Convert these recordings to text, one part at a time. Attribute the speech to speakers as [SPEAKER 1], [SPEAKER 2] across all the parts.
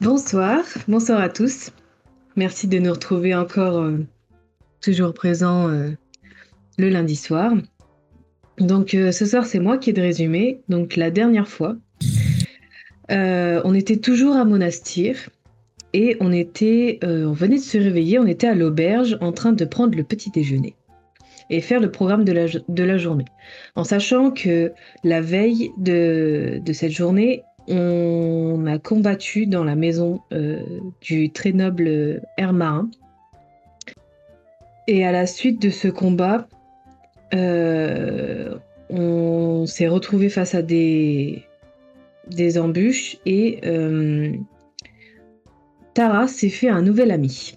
[SPEAKER 1] Bonsoir, bonsoir à tous. Merci de nous retrouver encore, euh, toujours présent euh, le lundi soir. Donc euh, ce soir, c'est moi qui ai de résumé. Donc la dernière fois, euh, on était toujours à Monastir et on était, euh, on venait de se réveiller, on était à l'auberge en train de prendre le petit déjeuner et faire le programme de la, jo- de la journée, en sachant que la veille de, de cette journée, on a combattu dans la maison euh, du très noble Hermarin. Et à la suite de ce combat, euh, on s'est retrouvé face à des, des embûches et euh, Tara s'est fait un nouvel ami,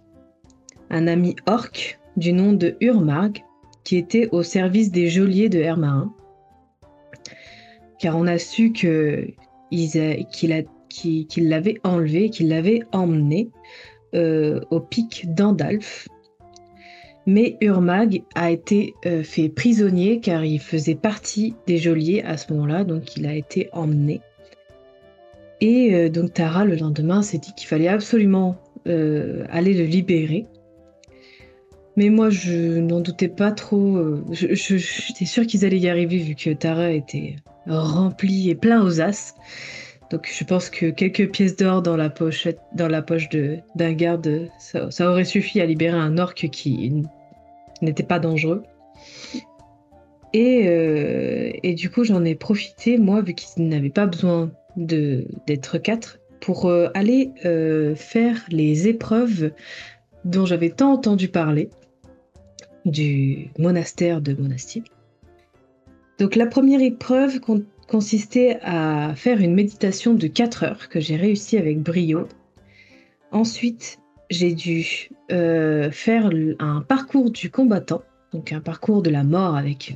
[SPEAKER 1] un ami orc du nom de Urmarg, qui était au service des geôliers de Hermarin. Car on a su que ils a- qu'il a- qu'il- qu'il l'avait enlevé, qu'il l'avait emmené euh, au pic d'Andalf. Mais Urmag a été euh, fait prisonnier car il faisait partie des geôliers à ce moment-là, donc il a été emmené. Et euh, donc Tara, le lendemain, s'est dit qu'il fallait absolument euh, aller le libérer. Mais moi, je n'en doutais pas trop. euh, je- je- J'étais sûre qu'ils allaient y arriver vu que Tara était remplie et plein aux as. Donc je pense que quelques pièces d'or dans la pochette, dans la poche de- d'un garde, ça, ça aurait suffi à libérer un orc qui n- n'était pas dangereux. Et, euh, et du coup, j'en ai profité, moi, vu qu'ils n'avaient pas besoin de- d'être quatre, pour euh, aller euh, faire les épreuves dont j'avais tant entendu parler du monastère de Monastir. Donc la première épreuve con- consistait à faire une méditation de 4 heures que j'ai réussi avec brio. Ensuite, j'ai dû euh, faire l- un parcours du combattant, donc un parcours de la mort avec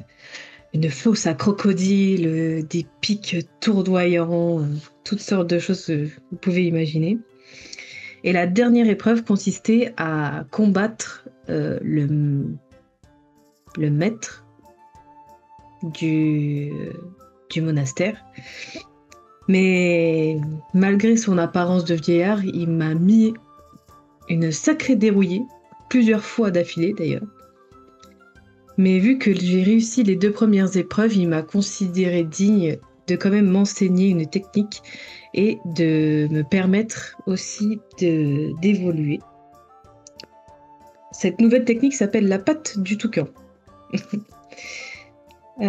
[SPEAKER 1] une fosse à crocodile, euh, des pics tourdoyants, euh, toutes sortes de choses que vous pouvez imaginer. Et la dernière épreuve consistait à combattre euh, le, m- le maître du, du monastère. Mais malgré son apparence de vieillard, il m'a mis une sacrée dérouillée, plusieurs fois d'affilée d'ailleurs. Mais vu que j'ai réussi les deux premières épreuves, il m'a considéré digne de quand même m'enseigner une technique et de me permettre aussi de- d'évoluer. Cette nouvelle technique s'appelle la patte du toucan.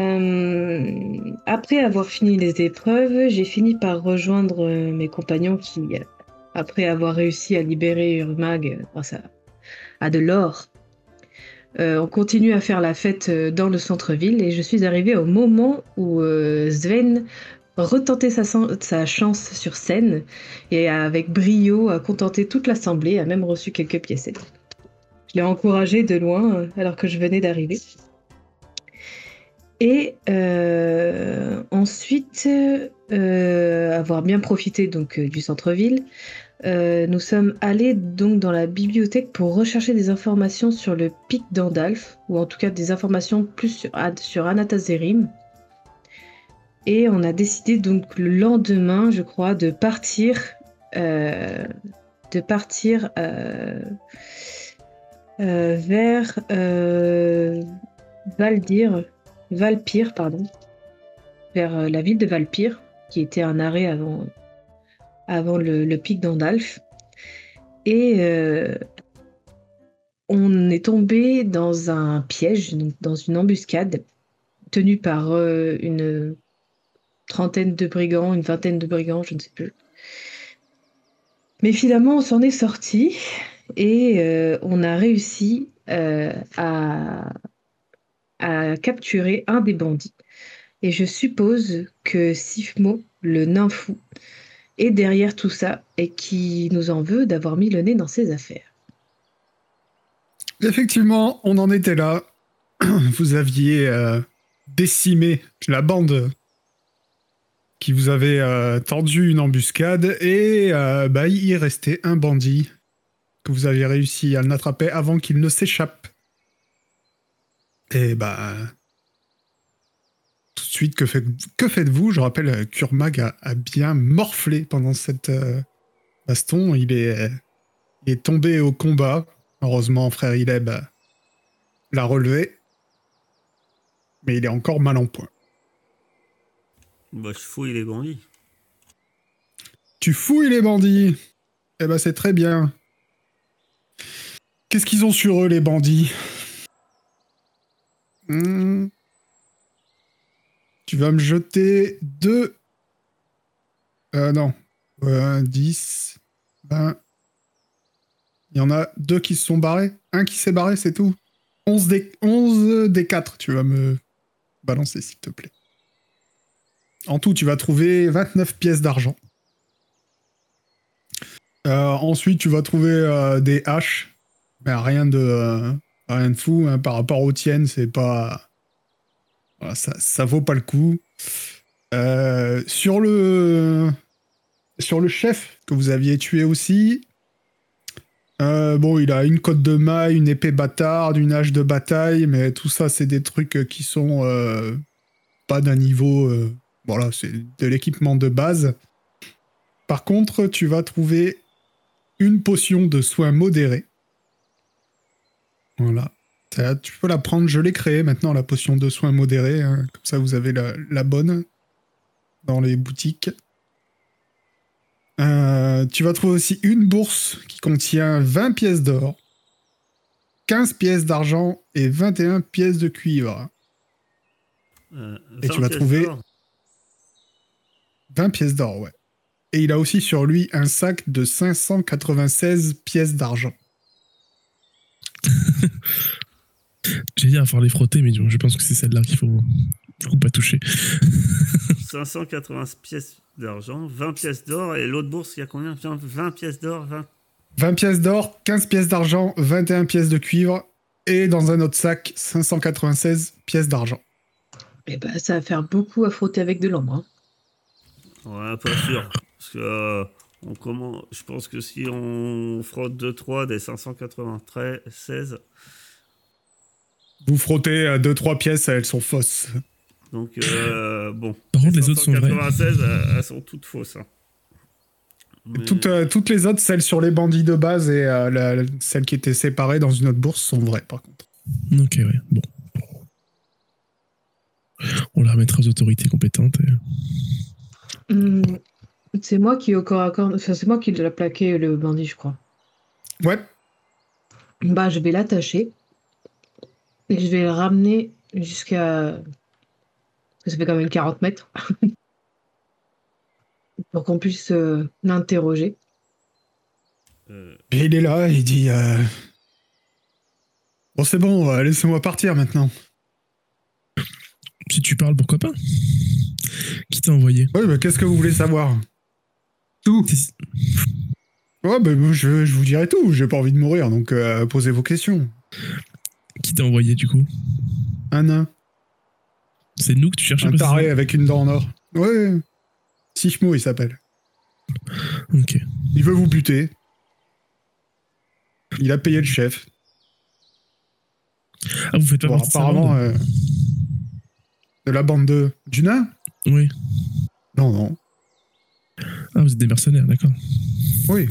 [SPEAKER 1] Euh, après avoir fini les épreuves, j'ai fini par rejoindre euh, mes compagnons qui, euh, après avoir réussi à libérer Urmag euh, grâce à, à de l'or, euh, on continue à faire la fête euh, dans le centre-ville et je suis arrivée au moment où euh, Sven retentait sa, san- sa chance sur scène et a, avec brio a contenté toute l'assemblée, a même reçu quelques piécettes. Je l'ai encouragé de loin euh, alors que je venais d'arriver. Et euh, ensuite, euh, avoir bien profité donc euh, du centre-ville, euh, nous sommes allés donc dans la bibliothèque pour rechercher des informations sur le pic d'Andalf, ou en tout cas des informations plus sur, Ad- sur Anatazérim. Et on a décidé donc le lendemain, je crois, de partir, euh, de partir euh, euh, vers euh, Valdir. Valpire, pardon, vers euh, la ville de Valpire, qui était un arrêt avant, avant le, le pic d'Andalf. Et euh, on est tombé dans un piège, donc dans une embuscade, tenue par euh, une trentaine de brigands, une vingtaine de brigands, je ne sais plus. Mais finalement, on s'en est sorti et euh, on a réussi euh, à, à capturer un des bandits. Et je suppose que Sifmo, le nain fou, est derrière tout ça et qui nous en veut d'avoir mis le nez dans ses affaires.
[SPEAKER 2] Effectivement, on en était là. Vous aviez euh, décimé la bande qui vous avait euh, tendu une embuscade et euh, bah, il restait un bandit que vous aviez réussi à l'attraper avant qu'il ne s'échappe. Et bah tout de suite, que, fait, que faites-vous Je rappelle, Kurmag a, a bien morflé pendant cette, euh, bah, Aston, il est, il est tombé au combat. Heureusement, frère Ileb euh, l'a relevé. Mais il est encore mal en point.
[SPEAKER 3] Bah, je fouille les bandits.
[SPEAKER 2] Tu fouilles les bandits Eh ben, c'est très bien. Qu'est-ce qu'ils ont sur eux, les bandits Hmm. Tu vas me jeter deux. Euh, non. Euh, 10, 20. Il y en a deux qui se sont barrés. Un qui s'est barré, c'est tout. 11 des, 11 des 4, tu vas me balancer, s'il te plaît. En tout, tu vas trouver 29 pièces d'argent. Euh, ensuite, tu vas trouver euh, des haches. Mais rien de, euh, rien de fou. hein, Par rapport aux tiennes, c'est pas. Voilà, ça, ça vaut pas le coup. Euh, sur le. Sur le chef que vous aviez tué aussi. euh, bon, il a une côte de maille, une épée bâtarde, une hache de bataille, mais tout ça, c'est des trucs euh, qui sont euh, pas d'un niveau. euh, voilà, c'est de l'équipement de base. Par contre, tu vas trouver une potion de soins modérés. Voilà. Ça, tu peux la prendre, je l'ai créée maintenant, la potion de soins modérés. hein. Comme ça, vous avez la, la bonne dans les boutiques. Euh, tu vas trouver aussi une bourse qui contient 20 pièces d'or, 15 pièces d'argent et 21 pièces de cuivre.
[SPEAKER 3] Euh,
[SPEAKER 2] Et tu vas
[SPEAKER 3] 20
[SPEAKER 2] trouver-
[SPEAKER 3] pièces d'or.
[SPEAKER 2] 20 pièces d'or, ouais. Et il a aussi sur lui un sac de 596 pièces d'argent.
[SPEAKER 4] J'ai dit à faire les frotter, mais je pense que c'est celle-là qu'il faut du coup pas toucher.
[SPEAKER 3] 580 pièces d'argent, 20 pièces d'or et l'autre bourse, il y a combien 20 pièces d'or, 20
[SPEAKER 2] 20 pièces d'or, 15 pièces d'argent, 21 pièces de cuivre et dans un autre sac, 596 pièces d'argent.
[SPEAKER 1] Eh ben, ça va faire beaucoup à frotter avec de l'ombre. hein.
[SPEAKER 3] Ouais, pas sûr. Parce que euh, on commence... je pense que si on frotte 2-3 des 593, 16,
[SPEAKER 2] Vous frottez 2-3 pièces, elles sont fausses.
[SPEAKER 3] donc euh, bon.
[SPEAKER 4] Par contre, les autres sont vraies.
[SPEAKER 3] 596, elles, elles sont toutes fausses. hein. Mais-
[SPEAKER 2] Toutes, euh, toutes les autres, celles sur les bandits de base et euh, la- la- celles qui étaient séparées dans une autre bourse sont vraies par contre.
[SPEAKER 4] Ok, ouais. Bon. On la remettra aux autorités compétentes. et-
[SPEAKER 1] Hmm, C'est moi qui au corps à corps. enfin, c'est moi qui l'a plaqué le bandit, je crois.
[SPEAKER 2] Ouais,
[SPEAKER 1] Bah, je vais l'attacher et je vais le ramener jusqu'à. parce que Ça fait quand même 40 mètres. Pour qu'on puisse euh, l'interroger.
[SPEAKER 3] Euh,
[SPEAKER 2] Et il est là, il dit euh, Bon, c'est bon, euh, laissez-moi partir maintenant.
[SPEAKER 4] Si tu parles, pourquoi pas Qui t'a envoyé
[SPEAKER 2] Ouais, mais qu'est-ce que vous voulez savoir Tout
[SPEAKER 4] C'est-
[SPEAKER 2] Ouais, bah, je, je vous dirai tout, j'ai pas envie de mourir, donc euh, posez vos questions.
[SPEAKER 4] Qui t'a envoyé du coup
[SPEAKER 2] Un nain,
[SPEAKER 4] C'est nous que tu cherches
[SPEAKER 2] un
[SPEAKER 4] précisément
[SPEAKER 2] taré avec une dent en or. Ouais, Sifmo, il s'appelle.
[SPEAKER 4] Ok.
[SPEAKER 2] Il veut vous buter. Il a payé le chef.
[SPEAKER 4] Ah, vous faites pas
[SPEAKER 2] Bon,
[SPEAKER 4] partie de sa
[SPEAKER 2] apparemment,
[SPEAKER 4] bande
[SPEAKER 2] euh, de la bande de... du nain
[SPEAKER 4] Oui.
[SPEAKER 2] Non, non.
[SPEAKER 4] Ah, vous êtes des mercenaires, d'accord.
[SPEAKER 2] Oui.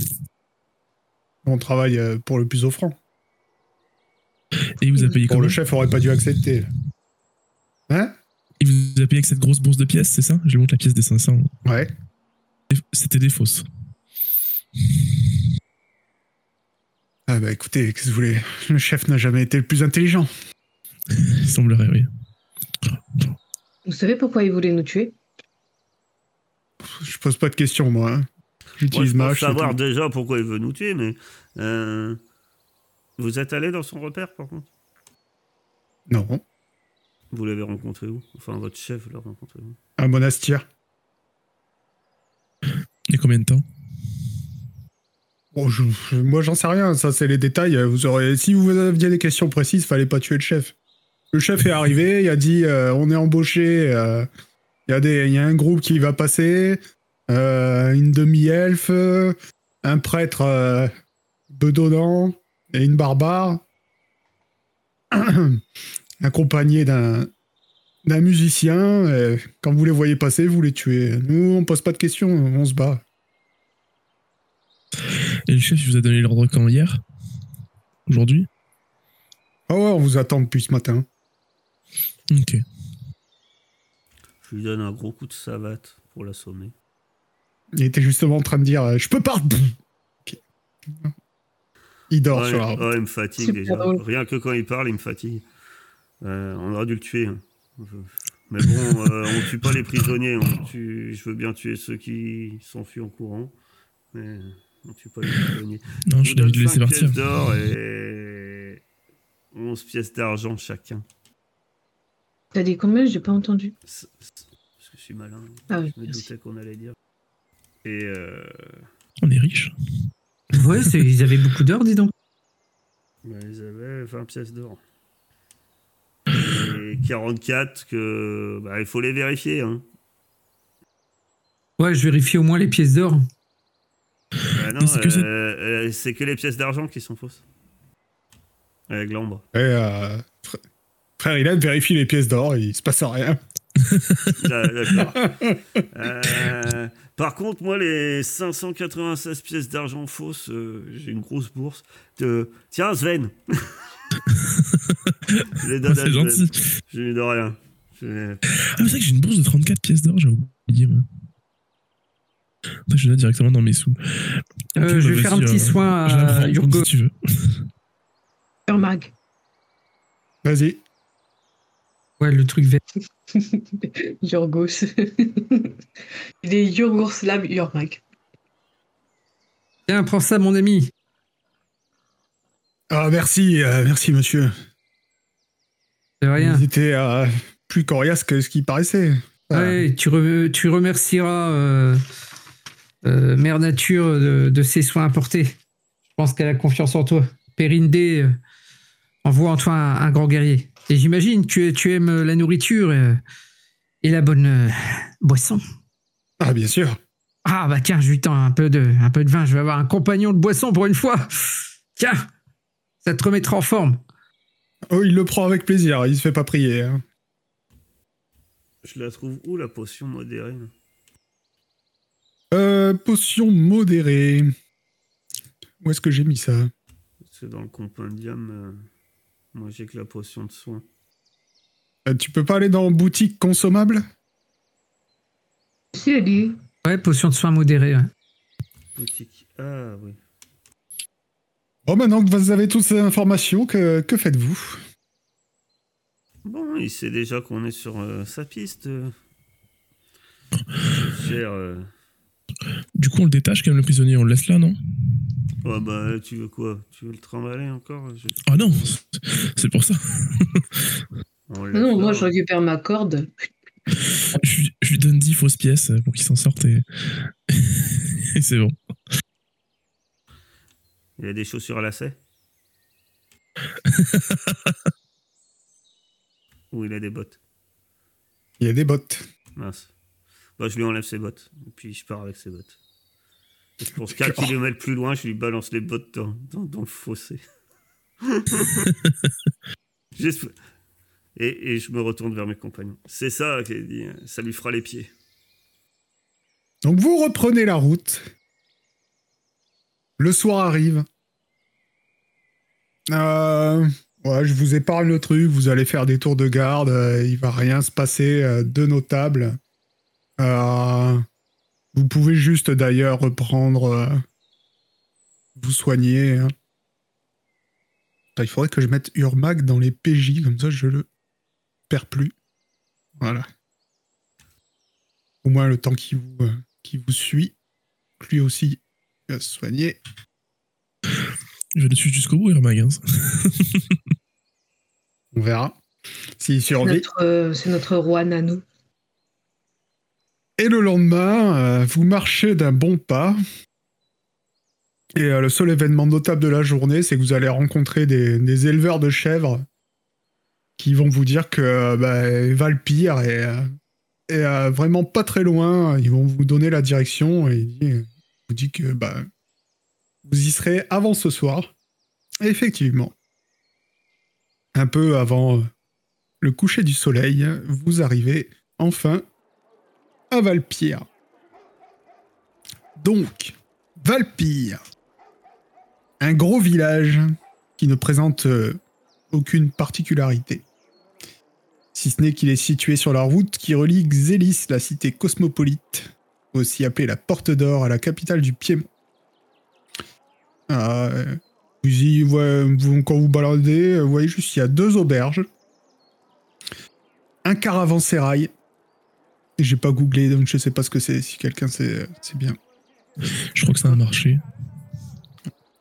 [SPEAKER 2] On travaille euh, pour le plus offrant.
[SPEAKER 4] Et il vous a payé
[SPEAKER 2] Bon,
[SPEAKER 4] comment
[SPEAKER 2] le chef aurait pas dû accepter. Hein
[SPEAKER 4] Il vous a payé avec cette grosse bourse de pièces, c'est ça Je lui montre la pièce des 500.
[SPEAKER 2] Ouais.
[SPEAKER 4] C'était des fausses.
[SPEAKER 2] Ah bah écoutez, qu'est-ce que vous voulez Le chef n'a jamais été le plus intelligent.
[SPEAKER 4] Il semblerait, oui.
[SPEAKER 1] Vous savez pourquoi il voulait nous tuer
[SPEAKER 2] Je pose pas de questions, moi. hein.
[SPEAKER 3] Moi, je
[SPEAKER 2] J'utilise
[SPEAKER 3] pense
[SPEAKER 2] ma hache. c'est
[SPEAKER 3] savoir
[SPEAKER 2] tout.
[SPEAKER 3] déjà pourquoi il veut nous tuer, mais euh, vous êtes allé dans son repère par contre
[SPEAKER 2] Non.
[SPEAKER 3] Vous l'avez rencontré où Enfin, votre chef l'a rencontré où
[SPEAKER 2] Un monastère.
[SPEAKER 4] Il y a combien de temps
[SPEAKER 2] Bon, Oh, je- je- moi, j'en sais rien. Ça, c'est les détails. Vous aurez... Si vous aviez des questions précises, fallait pas tuer le chef. Le chef est arrivé, il a dit euh, on est embauché. euh, Il y a des, il y a un groupe qui va passer, euh, une demi-elfe, euh, un prêtre euh, bedonnant et une barbare, accompagné d'un d'un musicien. et quand vous les voyez passer, vous les tuez. Nous, on pose pas de questions, on se bat.
[SPEAKER 4] Et le chef, il vous a donné l'ordre quand hier Aujourd'hui
[SPEAKER 2] Ah ouais, on vous attend depuis ce matin.
[SPEAKER 4] Ok.
[SPEAKER 3] Je lui donne un gros coup de savate pour l'assommer.
[SPEAKER 2] Il était justement en train de dire euh, Je peux pas Ok. Il dort
[SPEAKER 3] Ouais,
[SPEAKER 2] sur la route.
[SPEAKER 3] ouais, il me fatigue
[SPEAKER 1] Super
[SPEAKER 3] déjà.
[SPEAKER 1] drôle.
[SPEAKER 3] Rien que quand il parle, il me fatigue. Euh, on aurait dû le tuer. hein. Je- Mais bon, euh, on tue pas les prisonniers. On tue... Je veux bien tuer ceux qui s'enfuient en courant. Mais on tue pas les prisonniers.
[SPEAKER 4] Non,
[SPEAKER 3] vous
[SPEAKER 4] je l'avais
[SPEAKER 3] donne
[SPEAKER 4] de laisser
[SPEAKER 3] cinq
[SPEAKER 4] partir.
[SPEAKER 3] pièces d'or et 11 pièces d'argent chacun.
[SPEAKER 1] T'as dit combien J'ai pas entendu.
[SPEAKER 3] C'est- c'est- Parce que je suis malin.
[SPEAKER 1] Ah oui,
[SPEAKER 3] Je me
[SPEAKER 1] merci.
[SPEAKER 3] doutais qu'on allait dire. Et euh,
[SPEAKER 4] On est riche.
[SPEAKER 5] Ouais, c'est- ils avaient beaucoup d'or, dis donc.
[SPEAKER 3] bah, ils avaient 20 pièces d'or. Et 44 que... Bah, il faut les vérifier. Hein.
[SPEAKER 5] Ouais, je vérifie au moins les pièces d'or.
[SPEAKER 3] Bah non,
[SPEAKER 4] Est-ce que ça-
[SPEAKER 3] euh, euh, c'est que les pièces d'argent qui sont fausses. Avec l'ambre.
[SPEAKER 2] Et, euh, fr- frère Ilan vérifie les pièces d'or, il se passe rien.
[SPEAKER 3] Là, D'accord. Euh, par contre, moi, les 596 pièces d'argent fausses, euh, j'ai une grosse bourse. De... Tiens, Sven Je les donne à
[SPEAKER 4] c'est
[SPEAKER 3] Sven.
[SPEAKER 4] gentil.
[SPEAKER 3] Je lui donne rien. Je-
[SPEAKER 4] Ah, mais c'est vrai que j'ai une bourse de 34 pièces d'or, j'ai oublié. moi. Putain, Je l'ai directement dans mes sous.
[SPEAKER 5] Euh,
[SPEAKER 4] Ok,
[SPEAKER 5] je
[SPEAKER 4] bah,
[SPEAKER 5] vais faire un
[SPEAKER 4] vas-y,
[SPEAKER 5] petit
[SPEAKER 4] euh,
[SPEAKER 5] soin
[SPEAKER 4] je la prends,
[SPEAKER 5] à Urgo.
[SPEAKER 4] Si tu veux.
[SPEAKER 1] Urmag.
[SPEAKER 2] Vas-y.
[SPEAKER 5] Ouais, le truc vert.
[SPEAKER 1] Yorgos. Il est Yurgoslav Urmag.
[SPEAKER 5] Tiens, prends ça, mon ami.
[SPEAKER 2] Ah, merci, euh, merci monsieur.
[SPEAKER 5] De rien.
[SPEAKER 2] Vous étiez euh, plus coriace que ce qui paraissait. Ah,
[SPEAKER 5] Ouais, tu, re- tu remercieras euh, euh, Mère Nature de, de ses soins apportés. Je pense qu'elle a confiance en toi. Périne D euh, envoie en toi un, un grand guerrier. Et j'imagine que tu aimes la nourriture euh, et la bonne euh, boisson.
[SPEAKER 2] ah, bien sûr.
[SPEAKER 5] Ah bah tiens, je lui tends un peu, de, un peu de vin. Je vais avoir un compagnon de boisson pour une fois. Tiens, ça te remettra en forme.
[SPEAKER 2] Oh, il le prend avec plaisir, il se fait pas prier. hein.
[SPEAKER 3] Je la trouve où, la potion modérée là
[SPEAKER 2] Euh, potion modérée. Où est-ce que j'ai mis ça
[SPEAKER 3] Parce que dans le compendium, euh, moi, j'ai que la potion de soin.
[SPEAKER 2] Euh, Tu peux pas aller dans boutique consommable
[SPEAKER 1] Si, elle dit.
[SPEAKER 5] Ouais, potion de soin modérée. ouais.
[SPEAKER 3] Boutique. Ah, oui.
[SPEAKER 2] Bon, Oh, maintenant que vous avez toutes ces informations, que, que faites-vous
[SPEAKER 3] Bon, il sait déjà qu'on est sur euh, sa piste. euh. Cher. euh,
[SPEAKER 4] Du coup, on le détache quand même, le prisonnier, on le laisse là, non
[SPEAKER 3] Oh bah tu veux quoi Tu veux le trimballer encore Je-
[SPEAKER 4] Ah non C'est pour ça.
[SPEAKER 3] On l'a
[SPEAKER 1] Non,
[SPEAKER 3] fait,
[SPEAKER 1] moi
[SPEAKER 3] hein.
[SPEAKER 1] je récupère ma corde.
[SPEAKER 4] Je, lui- je lui donne 10 fausses pièces euh, pour qu'il s'en sorte et, et c'est bon.
[SPEAKER 3] Il y a des chaussures à lacets Ou il a des bottes
[SPEAKER 2] Il y a des bottes.
[SPEAKER 3] Mince. Bah je lui enlève ses bottes. Et puis je pars avec ses bottes. Et pour 4 km plus loin, je lui balance les bottes dans, dans- dans le fossé. J'espère- et, et je me retourne vers mes compagnons. C'est ça qu'elle dit. hein. Ça lui fera les pieds.
[SPEAKER 2] Donc vous reprenez la route. Le soir arrive. Euh, ouais, je vous épargne le truc. Vous allez faire des tours de garde. euh, il va rien se passer euh, de notable. Euh, vous pouvez juste d'ailleurs reprendre. euh, vous soigner. hein. Putain, Il faudrait que je mette Urmag dans les PJ. Comme ça, je le perds plus. Voilà. Au moins le temps qui vous, euh, qui vous suit. Lui aussi euh, il va se soigner.
[SPEAKER 4] Je le suis jusqu'au bout, Irmag. hein.
[SPEAKER 2] On verra s'il survit.
[SPEAKER 1] Notre, euh, c'est notre roi Nanou.
[SPEAKER 2] Et le lendemain, euh, vous marchez d'un bon pas. Et euh, le seul événement notable de la journée, c'est que vous allez rencontrer des, des éleveurs de chèvres qui vont vous dire que euh, bah, Valpire est, euh, est, euh, vraiment pas très loin. Ils vont vous donner la direction et ils vous disent que bah, vous y serez avant ce soir. Et effectivement, un peu avant euh, le coucher du soleil, vous arrivez enfin à Valpierre. Donc, Valpire. Un gros village qui ne présente euh, aucune particularité. Si ce n'est qu'il est situé sur la route qui relie Xélis, la cité cosmopolite, aussi appelée la Porte d'Or, à la capitale du Piémont. Euh, vous y- ouais, vous- quand vous baladez, euh, vous voyez juste il y a deux auberges, un caravansérail. Et J'ai pas googlé, donc je sais pas ce que c'est. Si quelqu'un sait, euh, c'est bien.
[SPEAKER 4] Je crois que c'est un marché.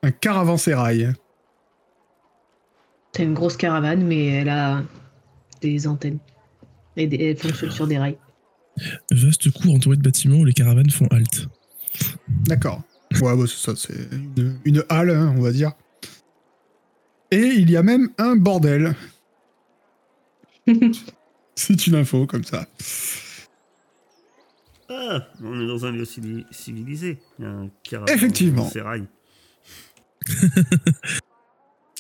[SPEAKER 2] Un caravansérail.
[SPEAKER 1] T'as une grosse caravane, mais elle a des antennes. Et des- elle fonctionne sur des rails.
[SPEAKER 4] Vaste cour entouré de bâtiments où les caravanes font halte.
[SPEAKER 2] D'accord. Ouais, bah, c'est ça, c'est une, une halle, hein, on va dire. Et il y a même un bordel. C'est une info comme ça.
[SPEAKER 3] Ah, on est dans un lieu civili- civilisé. Il y a un caravane,
[SPEAKER 2] Effectivement.
[SPEAKER 3] un sérail.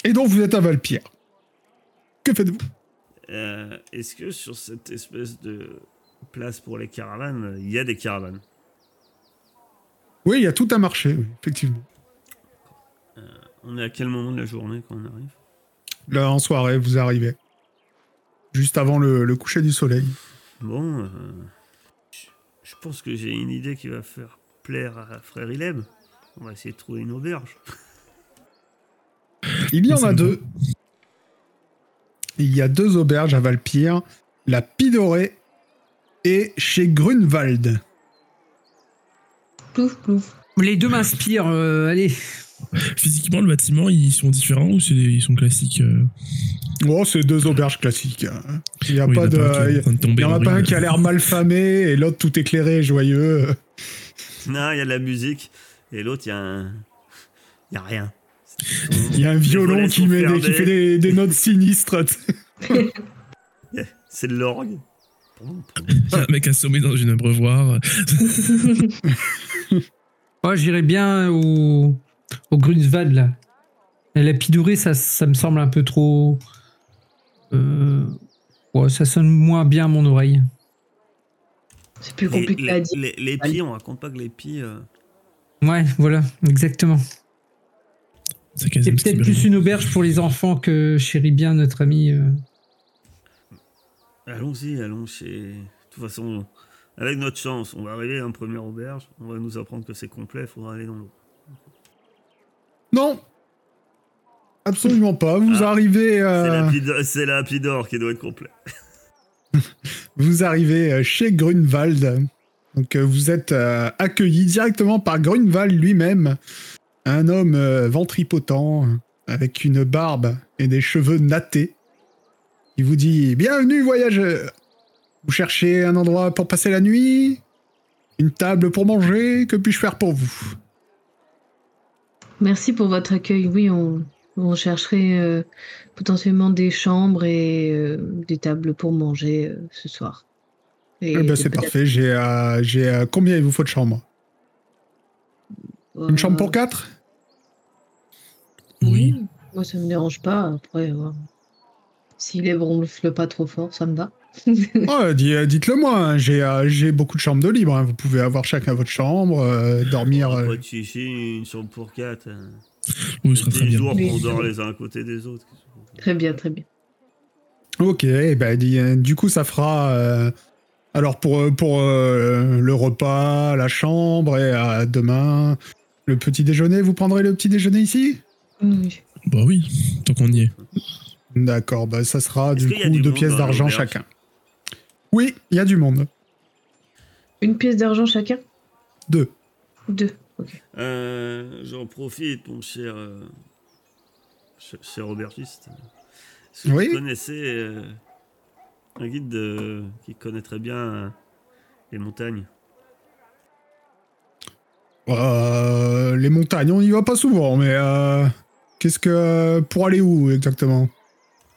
[SPEAKER 2] Et donc vous êtes à Valpierre. Que faites-vous
[SPEAKER 3] Euh, Est-ce que sur cette espèce de place pour les caravanes, il y a des caravanes
[SPEAKER 2] Oui, il y a tout un marché, oui, effectivement.
[SPEAKER 3] On est à quel moment de la journée quand on arrive
[SPEAKER 2] Là, en soirée, vous arrivez. Juste avant le, le coucher du soleil.
[SPEAKER 3] Bon, euh, je- je pense que j'ai une idée qui va faire plaire à frère Ileb. On va essayer de trouver une auberge.
[SPEAKER 2] Il y en a
[SPEAKER 4] Sympa.
[SPEAKER 2] deux. Il y a deux auberges à Valpire, la Pidorée et chez Grunwald.
[SPEAKER 1] Plouf, plouf.
[SPEAKER 5] Les deux m'inspirent, euh, allez.
[SPEAKER 4] Physiquement, le bâtiment, ils sont différents ou c'est- ils sont classiques euh,
[SPEAKER 2] Oh, c'est deux auberges classiques. hein. Il n'y a
[SPEAKER 4] oui,
[SPEAKER 2] pas
[SPEAKER 4] il y en a un qui est
[SPEAKER 2] de.
[SPEAKER 4] en train de
[SPEAKER 2] Il
[SPEAKER 4] tomber
[SPEAKER 2] n'y en a
[SPEAKER 4] dans
[SPEAKER 2] pas un
[SPEAKER 4] l'huile.
[SPEAKER 2] qui a l'air mal famé et l'autre tout éclairé et joyeux.
[SPEAKER 3] Non, il y a de la musique. Et l'autre, il y a un... Il y a rien.
[SPEAKER 2] Il y a un violon qui, met des- qui fait des, des notes sinistres.
[SPEAKER 3] C'est de l'orgue. Pom, pom.
[SPEAKER 4] Il y a Un mec assommé dans une abreuvoir. euh,
[SPEAKER 5] Moi, j'irais bien au, au Grunwald, là. Et la pidourée, ça, ça me semble un peu trop. euh, ouais, ça sonne moins bien à mon oreille.
[SPEAKER 1] C'est plus
[SPEAKER 3] Les,
[SPEAKER 1] compliqué à
[SPEAKER 3] les-
[SPEAKER 1] dire.
[SPEAKER 3] les- les pies, on raconte pas que les pies... euh,
[SPEAKER 5] Ouais, voilà, exactement.
[SPEAKER 4] C'est quasi
[SPEAKER 5] C'est
[SPEAKER 4] un petit
[SPEAKER 5] peut-être
[SPEAKER 4] berger.
[SPEAKER 5] plus une auberge pour les enfants que chérit bien notre ami. euh.
[SPEAKER 3] Allons-y, allons chez... De toute façon, avec notre chance, on va arriver à une première auberge. On va nous apprendre que c'est complet, il faudra aller dans l'eau.
[SPEAKER 2] Non Absolument pas. Vous
[SPEAKER 3] Ah,
[SPEAKER 2] arrivez. euh,
[SPEAKER 3] C'est la pido- C'est la pidor qui doit être complet.
[SPEAKER 2] Vous arrivez euh, chez Grunwald. Donc euh, vous êtes euh, accueilli directement par Grunwald lui-même, un homme euh, ventripotent euh, avec une barbe et des cheveux nattés. Il vous dit "Bienvenue voyageur. Vous cherchez un endroit pour passer la nuit Une table pour manger Que puis-je faire pour vous
[SPEAKER 1] Merci pour votre accueil. Oui, on, on chercherait euh, potentiellement des chambres et euh, des tables pour manger euh, ce soir. Et
[SPEAKER 2] Eh ben, c'est
[SPEAKER 1] peut-être,
[SPEAKER 2] parfait. J'ai euh, j'ai euh, combien il vous faut de chambres Une chambre
[SPEAKER 1] euh,
[SPEAKER 2] pour quatre
[SPEAKER 4] Oui.
[SPEAKER 1] Moi, ça me dérange pas. Après, euh, voilà. si les ronfle pas trop fort, ça me va.
[SPEAKER 2] Ouais, di- euh, dites-le moi, hein, j'ai euh, j'ai beaucoup de chambres de libre. hein, Vous pouvez avoir chacun votre chambre, euh, dormir.
[SPEAKER 3] Après,
[SPEAKER 2] euh,
[SPEAKER 3] de chichi, une chambre pour quatre. hein.
[SPEAKER 4] Oui, ce
[SPEAKER 3] C'est
[SPEAKER 4] sera très bien.
[SPEAKER 3] jours
[SPEAKER 1] Oui.
[SPEAKER 3] qu'on dort les uns à côté des autres.
[SPEAKER 1] Très bien, très bien.
[SPEAKER 2] Ok, eh ben, di- euh, du coup, ça fera. euh, alors, pour, euh, pour euh, le repas, la chambre, et euh, demain, le petit déjeuner, vous prendrez le petit déjeuner ici
[SPEAKER 1] Oui.
[SPEAKER 4] Bah oui, tant qu'on y est.
[SPEAKER 2] D'accord, bah, ça sera
[SPEAKER 3] Est-ce
[SPEAKER 2] du
[SPEAKER 3] qu'il y a
[SPEAKER 2] coup
[SPEAKER 3] du
[SPEAKER 2] deux
[SPEAKER 3] monde
[SPEAKER 2] pièces
[SPEAKER 3] dans
[SPEAKER 2] d'argent
[SPEAKER 3] l'auberge
[SPEAKER 2] chacun. Oui, il y a du monde.
[SPEAKER 1] Une pièce d'argent chacun
[SPEAKER 2] Deux.
[SPEAKER 1] Deux. Ok.
[SPEAKER 3] Euh, J'en profite, mon cher, euh, ch- cher aubergiste. Est-ce que
[SPEAKER 2] Oui.
[SPEAKER 3] vous connaissez euh, un guide de- qui connaît très bien euh, les montagnes
[SPEAKER 2] Euh, les montagnes, on n'y va pas souvent, mais euh, qu'est-ce que. Pour aller où exactement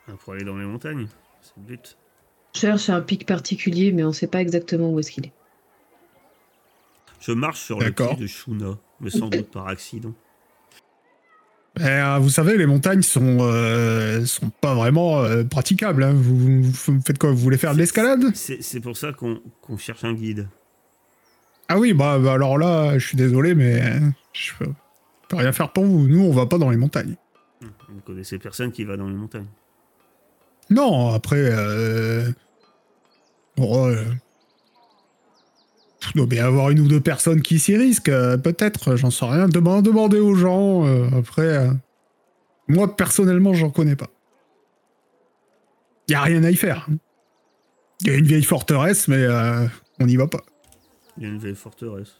[SPEAKER 3] Ah, Pour aller dans les montagnes, c'est le but.
[SPEAKER 1] Cherche un pic particulier, mais on sait pas exactement où est-ce qu'il est.
[SPEAKER 3] Je marche sur le
[SPEAKER 2] D'accord.
[SPEAKER 3] pied de Shuna, mais sans doute par accident.
[SPEAKER 2] Eh, euh, vous savez, les montagnes sont, euh, sont pas vraiment euh, praticables. hein. Vous, vous- vous faites quoi Vous voulez faire de l'escalade
[SPEAKER 3] C'est c'est pour ça qu'on qu'on cherche un guide.
[SPEAKER 2] Ah oui, bah, bah alors là, je suis désolé, mais euh, je peux je peux rien faire pour vous. Nous, on va pas dans les montagnes.
[SPEAKER 3] Vous ne connaissez personne qui va dans les montagnes.
[SPEAKER 2] Non, après, euh... bon, euh, pff, non, mais avoir une ou deux personnes qui s'y risquent, euh, peut-être, j'en sais rien. Demain, demandez aux gens. euh, après, euh, moi personnellement, j'en connais pas. Y a rien à y faire. Y a une vieille forteresse, mais euh, on n'y va pas.
[SPEAKER 3] Il y a une vieille forteresse.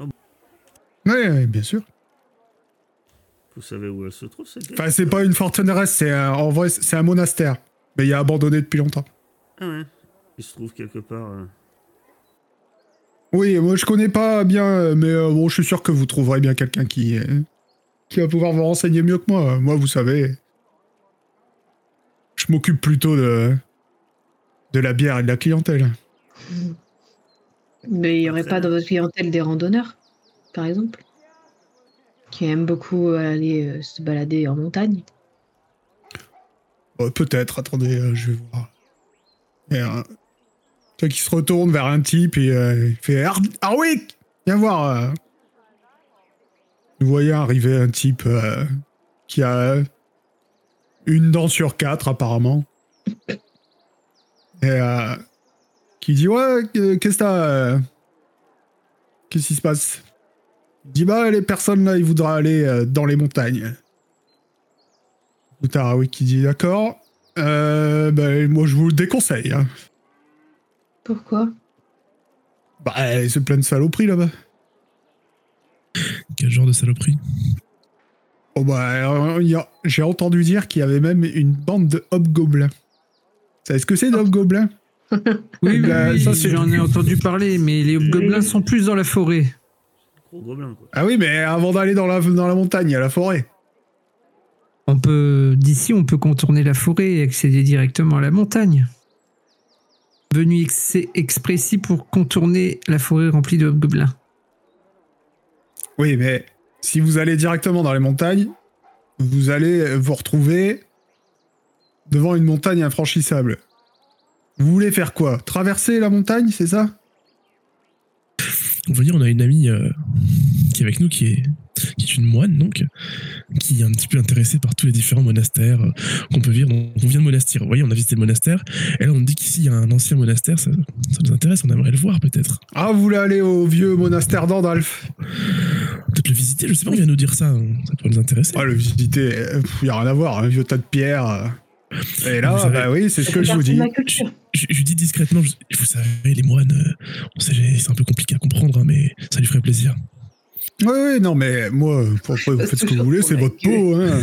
[SPEAKER 2] Oui, oui, bien sûr.
[SPEAKER 3] Vous savez où elle se trouve cette vieille
[SPEAKER 2] Enfin, c'est pas une forteresse, c'est un- en vrai, c'est un monastère, mais il est abandonné depuis longtemps.
[SPEAKER 3] Ah ouais. Il se trouve quelque part. euh,
[SPEAKER 2] Oui, moi je connais pas bien, euh, mais euh, bon, je suis sûr que vous trouverez bien quelqu'un qui, euh, qui va pouvoir vous renseigner mieux que moi. Moi, vous savez, je m'occupe plutôt de, de la bière et de la clientèle.
[SPEAKER 1] Mais il n'y aurait
[SPEAKER 3] Très
[SPEAKER 1] pas
[SPEAKER 3] bien.
[SPEAKER 1] dans votre clientèle des randonneurs, par exemple, qui aiment beaucoup aller euh, se balader en montagne.
[SPEAKER 2] Euh, Peut-être, attendez, euh, je vais voir. Et, euh, tu vois, qui se retourne vers un type et euh, il fait Ar- Arwick Viens voir euh. Vous voyez arriver un type euh, qui a euh, une dent sur quatre, apparemment. Et euh, qui dit Ouais, euh, qu'est-ce que t'as euh, Qu'est-ce qui se passe Il dit Bah, les personnes là, ils voudraient aller euh, dans les montagnes. Outara, ah oui, qui dit d'accord. Euh, ben, moi, je vous le déconseille. hein.
[SPEAKER 1] Pourquoi
[SPEAKER 2] Bah, euh, c'est plein de saloperies là-bas.
[SPEAKER 4] Quel genre de saloperie
[SPEAKER 2] Oh, bah, euh, il y a- j'ai entendu dire qu'il y avait même une bande de hobgoblins. Vous savez ce que c'est, des hobgoblins
[SPEAKER 5] Oui, oui,
[SPEAKER 2] Bah,
[SPEAKER 5] oui,
[SPEAKER 2] ça, c'est-
[SPEAKER 5] j'en ai entendu parler, mais les gobelins sont plus dans la forêt.
[SPEAKER 3] Gros gobelin, quoi.
[SPEAKER 2] Ah oui, mais avant d'aller dans la, dans la montagne, à la forêt.
[SPEAKER 5] On peut d'ici, on peut contourner la forêt et accéder directement à la montagne. Venu ex expressi pour contourner la forêt remplie de gobelins.
[SPEAKER 2] Oui, mais si vous allez directement dans les montagnes, vous allez vous retrouver devant une montagne infranchissable. Vous voulez faire quoi Traverser la montagne, c'est ça
[SPEAKER 4] On va dire, on a une amie euh, qui est avec nous, qui est, qui est une moine, donc, qui est un petit peu intéressée par tous les différents monastères euh, qu'on peut vivre. On, on vient de monastère, vous voyez, on a visité le monastère. Et là, on nous dit qu'ici, il y a un ancien monastère, ça, ça nous intéresse, on aimerait le voir peut-être.
[SPEAKER 2] Ah, vous voulez aller au vieux monastère d'Andalf
[SPEAKER 4] Peut-être le visiter, je sais pas, on vient nous dire ça, hein, ça pourrait nous intéresser.
[SPEAKER 2] Ah, le visiter, il n'y a rien à voir, un vieux tas de pierres. euh. Et là,
[SPEAKER 4] Vous savez-
[SPEAKER 2] bah oui, c'est ce que je vous
[SPEAKER 1] Partie de
[SPEAKER 2] dis.
[SPEAKER 1] ma culture.
[SPEAKER 4] Je, je lui dis discrètement, je- vous savez, les moines, euh, on sait, c'est un peu compliqué à comprendre, hein, mais ça lui ferait plaisir.
[SPEAKER 2] Oui, oui, non, mais moi, pour- pour- vous faites ce que vous voulez, c'est votre peau. hein.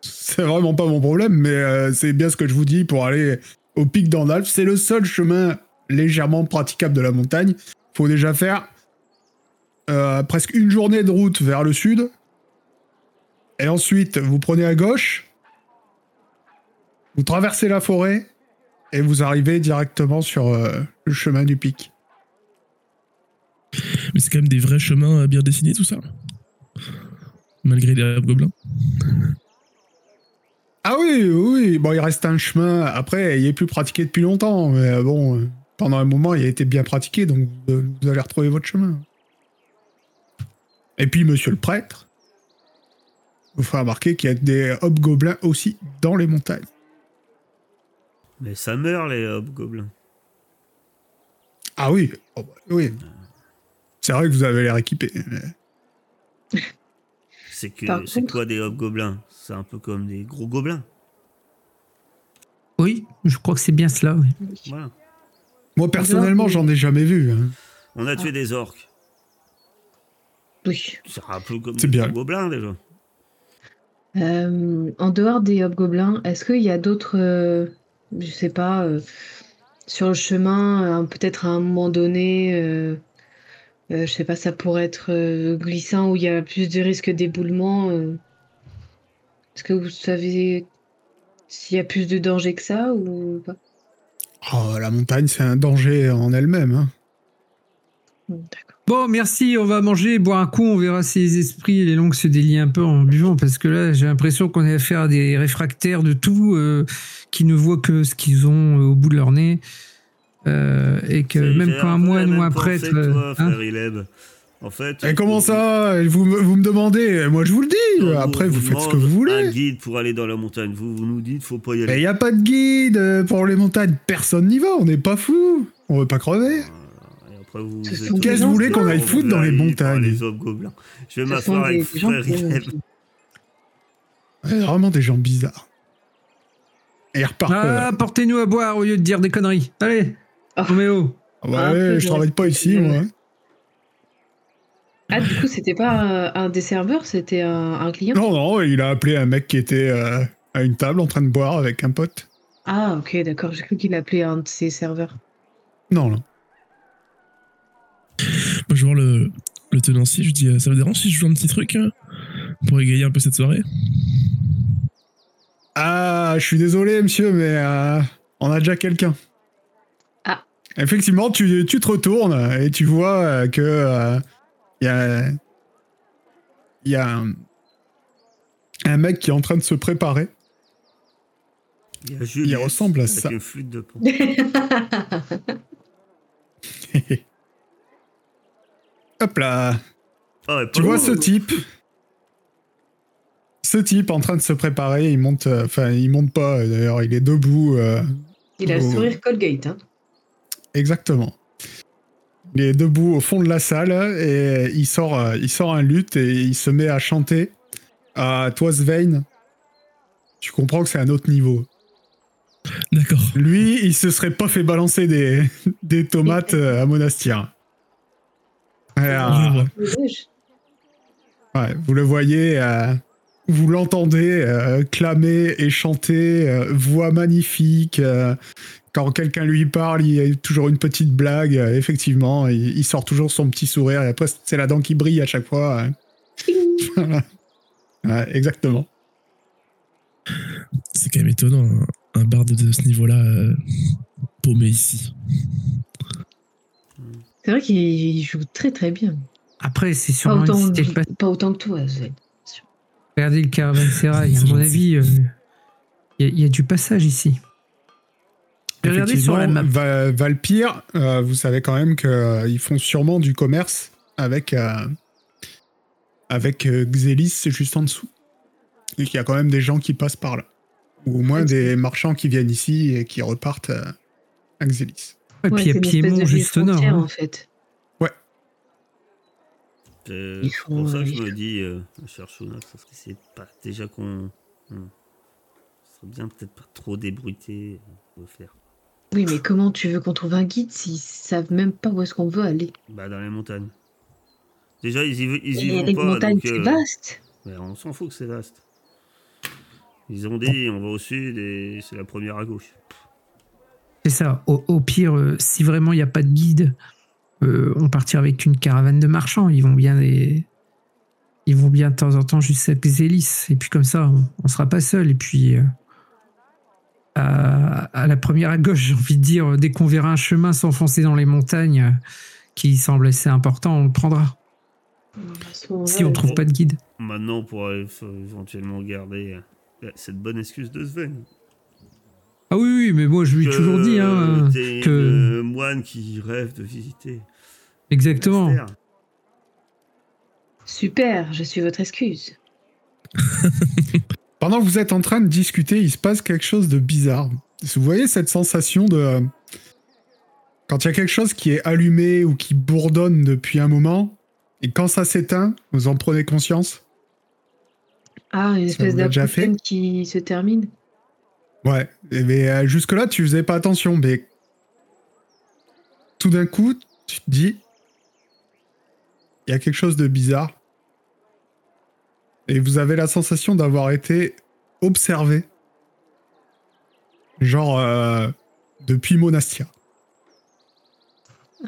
[SPEAKER 2] c'est vraiment pas mon problème, mais euh, c'est bien ce que je vous dis pour aller au pic d'Andalf. C'est le seul chemin légèrement praticable de la montagne. Faut déjà faire euh, presque une journée de route vers le sud. Et ensuite, vous prenez à gauche, vous traversez la forêt, et vous arrivez directement sur euh, le chemin du pic.
[SPEAKER 4] Mais c'est quand même des vrais chemins euh, bien dessinés, tout ça. Malgré les gobelins.
[SPEAKER 2] Ah oui, oui, bon, il reste un chemin. Après, il est plus pratiqué depuis longtemps, mais euh, bon, euh, pendant un moment, il a été bien pratiqué, donc euh, vous allez retrouver votre chemin. Et puis, monsieur le prêtre, vous fera remarquer qu'il y a des hobgoblins aussi dans les montagnes.
[SPEAKER 3] Mais ça meurt, les hobgoblins.
[SPEAKER 2] Ah oui, oh, bah, oui. C'est vrai que vous avez l'air équipé. mais-
[SPEAKER 3] C'est
[SPEAKER 1] Par
[SPEAKER 3] que c'est
[SPEAKER 1] contre-
[SPEAKER 3] quoi des hobgoblins C'est un peu comme des gros gobelins.
[SPEAKER 5] Oui, je crois que c'est bien cela. oui.
[SPEAKER 3] Voilà.
[SPEAKER 2] Moi, personnellement, j'en ai jamais vu. hein.
[SPEAKER 3] On a tué
[SPEAKER 1] Ah.
[SPEAKER 3] des orques.
[SPEAKER 1] Oui.
[SPEAKER 3] C'est un peu comme
[SPEAKER 2] C'est
[SPEAKER 3] des
[SPEAKER 2] bien.
[SPEAKER 3] gros gobelins déjà.
[SPEAKER 1] Euh, en dehors des hobgoblins, est-ce qu'il y a d'autres, euh, je sais pas, euh, sur le chemin, euh, peut-être à un moment donné, euh, euh, je sais pas, ça pourrait être euh, glissant où il y a plus de risque d'éboulement. euh. Est-ce que vous savez s'il y a plus de danger que ça ou pas
[SPEAKER 2] Oh, la montagne, c'est un danger en elle-même. hein.
[SPEAKER 1] Bon, D'accord.
[SPEAKER 5] Bon, merci, on va manger, boire un coup, on verra si les esprits, les langues se délient un peu en buvant, parce que là, j'ai l'impression qu'on est affaire à des réfractaires de tout, euh, qui ne voient que ce qu'ils ont euh, au bout de leur nez. euh, et que
[SPEAKER 3] C'est-
[SPEAKER 5] même
[SPEAKER 3] j'ai
[SPEAKER 5] quand un
[SPEAKER 3] peu la
[SPEAKER 5] moine
[SPEAKER 3] même
[SPEAKER 5] ou un
[SPEAKER 3] pensée
[SPEAKER 5] prêtre.
[SPEAKER 3] que toi,
[SPEAKER 5] euh, hein,
[SPEAKER 3] frère Ileb. En fait.
[SPEAKER 2] Et comment
[SPEAKER 3] on-
[SPEAKER 2] ça Et vous, me- vous me demandez, moi je vous le dis,
[SPEAKER 3] on
[SPEAKER 2] après
[SPEAKER 3] nous
[SPEAKER 2] vous faites ce que
[SPEAKER 3] demande
[SPEAKER 2] vous
[SPEAKER 3] Un
[SPEAKER 2] voulez.
[SPEAKER 3] guide pour aller dans la montagne. Vous, vous nous dites, faut pas y
[SPEAKER 2] Mais il
[SPEAKER 3] aller.
[SPEAKER 2] n'y a pas de guide euh, pour les montagnes, personne n'y va, on n'est pas fous, on veut pas crever.
[SPEAKER 3] Et après, vous.
[SPEAKER 1] Ce
[SPEAKER 3] vous
[SPEAKER 1] sont des
[SPEAKER 3] étonnez
[SPEAKER 1] Qu'est-ce que vous voulez
[SPEAKER 2] qu'on aille
[SPEAKER 3] qu'on
[SPEAKER 2] foutre dans les
[SPEAKER 3] aille par
[SPEAKER 2] montagnes
[SPEAKER 3] Les hobgoblins. Je vais
[SPEAKER 1] Ce sont
[SPEAKER 3] m'asseoir
[SPEAKER 1] des-
[SPEAKER 3] avec
[SPEAKER 1] des gens
[SPEAKER 3] frère
[SPEAKER 1] qui-
[SPEAKER 3] Ileb.
[SPEAKER 2] Ouais, vraiment des gens bizarres. Et ils repartent.
[SPEAKER 5] Ah, portez-nous à boire au lieu de dire des conneries. Allez,
[SPEAKER 1] Oh.
[SPEAKER 5] Roméo.
[SPEAKER 2] Ah bah
[SPEAKER 1] un peu
[SPEAKER 2] ouais,
[SPEAKER 1] de
[SPEAKER 2] je travaille pas ici,
[SPEAKER 1] respect.
[SPEAKER 2] moi.
[SPEAKER 1] Ah, du coup, c'était pas un, un des serveurs, c'était un, un client
[SPEAKER 2] Non, non, il a appelé un mec qui était euh, à une table en train de boire avec un pote.
[SPEAKER 1] Ah, ok, d'accord, j'ai cru qu'il appelait un de ses serveurs.
[SPEAKER 2] Non, non.
[SPEAKER 4] Moi, je vois le, le tenancier, je lui dis euh, Ça vous dérange si je joue un petit truc euh, pour égayer un peu cette soirée
[SPEAKER 2] Ah, je suis désolé, monsieur, mais euh, on a déjà quelqu'un.
[SPEAKER 1] Ah.
[SPEAKER 2] Effectivement, tu, tu te retournes et tu vois euh, que euh, il y a, il y a un, un mec qui est en train de se préparer.
[SPEAKER 3] Il, y a Julius
[SPEAKER 2] ressemble à
[SPEAKER 3] avec
[SPEAKER 2] ça.
[SPEAKER 3] une flûte de pan.
[SPEAKER 2] Hop là,
[SPEAKER 3] Ah, ouais, pas
[SPEAKER 2] tu vois
[SPEAKER 3] loin.
[SPEAKER 2] ce type. Ce type en train de se préparer, il monte, euh, enfin il monte pas euh, d'ailleurs, il est debout euh,
[SPEAKER 1] Il a le
[SPEAKER 2] Oh.
[SPEAKER 1] sourire Colgate. Hein.
[SPEAKER 2] Exactement. Il est debout au fond de la salle et il sort, euh, il sort un luth et il se met à chanter à Toisvein. Tu comprends que c'est un autre niveau.
[SPEAKER 4] D'accord.
[SPEAKER 2] Lui, il se serait pas fait balancer des, des tomates euh, à Monastir. Ouais, euh,
[SPEAKER 4] Je vois.
[SPEAKER 2] ouais, vous le voyez, euh, vous l'entendez euh, clamer et chanter, euh, voix magnifique. euh, quand quelqu'un lui parle, il y a toujours une petite blague. euh, effectivement, il, il sort toujours son petit sourire. Et après, c'est la dent qui brille à chaque fois. hein. Voilà. Ouais, exactement.
[SPEAKER 4] C'est quand même étonnant, un, un barde de ce niveau-là euh, paumé ici.
[SPEAKER 1] C'est vrai qu'il il joue très très bien.
[SPEAKER 5] Après, c'est
[SPEAKER 1] Pas
[SPEAKER 5] sûrement
[SPEAKER 1] autant,
[SPEAKER 5] une cité passée.
[SPEAKER 1] pas autant que toi, Zed.
[SPEAKER 5] Regardez le caravansérail. À
[SPEAKER 4] C'est
[SPEAKER 5] mon
[SPEAKER 4] gentil.
[SPEAKER 5] avis, euh, il y, a- il y a du passage ici. Regardez sur la map.
[SPEAKER 2] Effectivement, Va- Valpyr, euh, vous savez quand même qu'ils font sûrement du commerce avec, euh, avec euh, Xélis, c'est juste en dessous. Et qu'il y a quand même des gens qui passent par là. Ou au moins des marchands qui viennent ici et qui repartent euh, à Xélis.
[SPEAKER 5] Et puis il y a Piémont juste au nord. hein.
[SPEAKER 1] en fait.
[SPEAKER 3] C'est
[SPEAKER 1] Ils font,
[SPEAKER 3] pour ça que
[SPEAKER 1] euh,
[SPEAKER 3] je me dis, euh, cher Shonak, parce que c'est pas déjà qu'on. on- Ce serait bien peut-être pas trop débruité euh, de faire.
[SPEAKER 1] Oui, mais comment tu veux qu'on trouve un guide s'ils savent même pas où est-ce qu'on veut aller
[SPEAKER 3] Bah, dans les montagnes. Déjà, ils y, v- ils y
[SPEAKER 1] Et
[SPEAKER 3] vont
[SPEAKER 1] les
[SPEAKER 3] pas.
[SPEAKER 1] montagnes,
[SPEAKER 3] donc,
[SPEAKER 1] c'est
[SPEAKER 3] euh,
[SPEAKER 1] vaste.
[SPEAKER 3] mais on s'en fout que c'est vaste. Ils ont dit, on va au sud et c'est la première à gauche.
[SPEAKER 5] C'est ça. Au, au pire, euh, si vraiment il n'y a pas de guide, euh, on partira avec une caravane de marchands. Ils vont bien les... Ils vont bien de temps en temps jusqu'à Xélis. Et puis comme ça, on ne sera pas seul. Et puis, euh, à, à la première à gauche, j'ai envie de dire, euh, dès qu'on verra un chemin s'enfoncer dans les montagnes euh, qui semble assez important, on le prendra.
[SPEAKER 1] À ce moment-là,
[SPEAKER 5] si on trouve pas de guide.
[SPEAKER 3] Maintenant, on pourra eff- éventuellement garder euh, cette bonne excuse de Sven.
[SPEAKER 5] Ah oui, oui, mais moi je lui ai
[SPEAKER 3] Que
[SPEAKER 5] toujours dit. Hein,
[SPEAKER 3] t'es
[SPEAKER 5] que-
[SPEAKER 3] une, euh, moine qui rêve de visiter.
[SPEAKER 5] exactement.
[SPEAKER 3] Monastère.
[SPEAKER 1] Super, je suis votre excuse.
[SPEAKER 2] Pendant que vous êtes en train de discuter, il se passe quelque chose de bizarre. Vous voyez cette sensation de... euh, Quand il y a quelque chose qui est allumé ou qui bourdonne depuis un moment, et quand ça s'éteint, vous en prenez conscience
[SPEAKER 1] Ah, une
[SPEAKER 2] Ça
[SPEAKER 1] espèce
[SPEAKER 2] vous l'a déjà
[SPEAKER 1] d'apothéose qui se termine.
[SPEAKER 2] Ouais, et mais euh, jusque-là, tu faisais pas attention, mais tout d'un coup, tu te dis, il y a quelque chose de bizarre. Et vous avez la sensation d'avoir été observé. Genre, euh, depuis Monastia.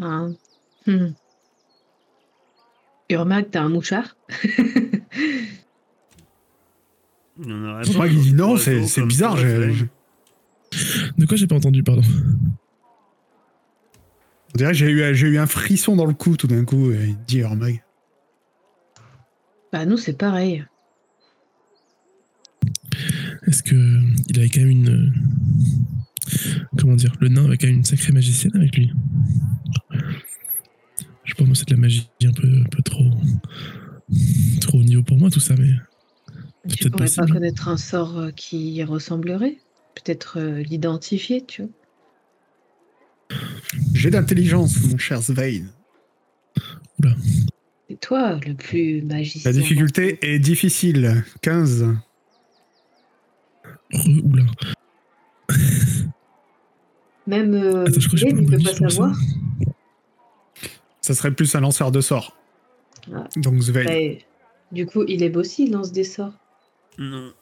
[SPEAKER 1] Ah. Hmm. Urmag, t'as un mouchard
[SPEAKER 3] Il y en aurait
[SPEAKER 2] C'est
[SPEAKER 3] pas
[SPEAKER 2] vrai qu'il
[SPEAKER 3] un
[SPEAKER 2] dit non,
[SPEAKER 3] oiseau
[SPEAKER 2] c'est- c'est
[SPEAKER 3] comme
[SPEAKER 2] bizarre,
[SPEAKER 3] toi,
[SPEAKER 2] j'ai-
[SPEAKER 3] Sven.
[SPEAKER 4] De quoi j'ai pas entendu, pardon
[SPEAKER 2] On dirait que j'ai eu, j'ai eu un frisson dans le cou tout d'un coup, et il dit oh Urmag.
[SPEAKER 1] Bah, nous, c'est pareil.
[SPEAKER 4] Est-ce que il avait quand même une comment dire, le nain avait quand même une sacrée magicienne avec lui. Je sais pas, moi c'est de la magie un peu, un peu trop, trop au niveau pour moi tout ça, mais C'est
[SPEAKER 1] Tu
[SPEAKER 4] peut-être
[SPEAKER 1] pourrais pas
[SPEAKER 4] possible.
[SPEAKER 1] connaître un sort euh, qui y ressemblerait Peut-être euh, l'identifier, tu vois
[SPEAKER 2] J'ai d'intelligence, mon cher Svein.
[SPEAKER 1] C'est toi le plus magicien.
[SPEAKER 2] La difficulté est difficile. 15.
[SPEAKER 4] re oula.
[SPEAKER 1] Même euh,
[SPEAKER 4] Attends, je crois que j'ai
[SPEAKER 1] Blade
[SPEAKER 4] pas un
[SPEAKER 1] ne peut pas
[SPEAKER 4] bonus pour ça.
[SPEAKER 1] savoir.
[SPEAKER 2] Ça serait plus un lanceur de sorts.
[SPEAKER 1] Ah.
[SPEAKER 2] Donc Svein.
[SPEAKER 1] Mais, du coup, il est aussi, il lance des sorts.
[SPEAKER 3] Non.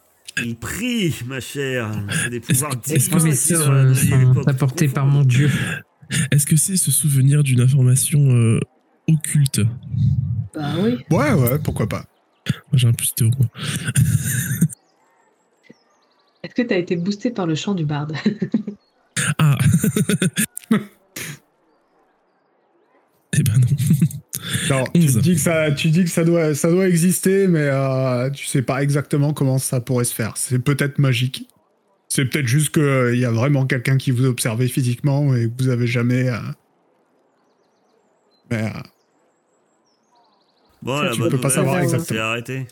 [SPEAKER 3] Il prie, ma chère. C'est des
[SPEAKER 4] Est-ce
[SPEAKER 3] pouvoirs
[SPEAKER 4] que- est-ce que
[SPEAKER 3] divins.
[SPEAKER 5] Mes
[SPEAKER 3] qui
[SPEAKER 5] sœurs
[SPEAKER 3] sont
[SPEAKER 5] euh,
[SPEAKER 3] donnés à
[SPEAKER 5] sont
[SPEAKER 3] l'époque.
[SPEAKER 5] apportées par mon dieu.
[SPEAKER 4] Est-ce que c'est se souvenir d'une information euh, occulte Moi
[SPEAKER 1] Bah oui.
[SPEAKER 2] Ouais, ouais, pourquoi pas.
[SPEAKER 4] j'ai un plus Théo, moi.
[SPEAKER 1] Est-ce que t'as été boosté par le chant du barde
[SPEAKER 4] Ah Eh ben non.
[SPEAKER 2] Non, tu
[SPEAKER 4] 11.
[SPEAKER 2] dis que ça, tu dis que ça doit, ça doit exister, mais euh, tu sais pas exactement comment ça pourrait se faire. C'est peut-être magique. C'est peut-être juste que euh, il y a vraiment quelqu'un qui vous observait physiquement et que vous avez jamais. euh, Mais, euh,
[SPEAKER 3] Bon,
[SPEAKER 1] Ça,
[SPEAKER 3] la
[SPEAKER 1] tu
[SPEAKER 3] bonne
[SPEAKER 1] peux
[SPEAKER 2] pas
[SPEAKER 3] nouvelle,
[SPEAKER 1] savoir
[SPEAKER 3] c'est qu'on
[SPEAKER 2] exactement.
[SPEAKER 3] s'est arrêté.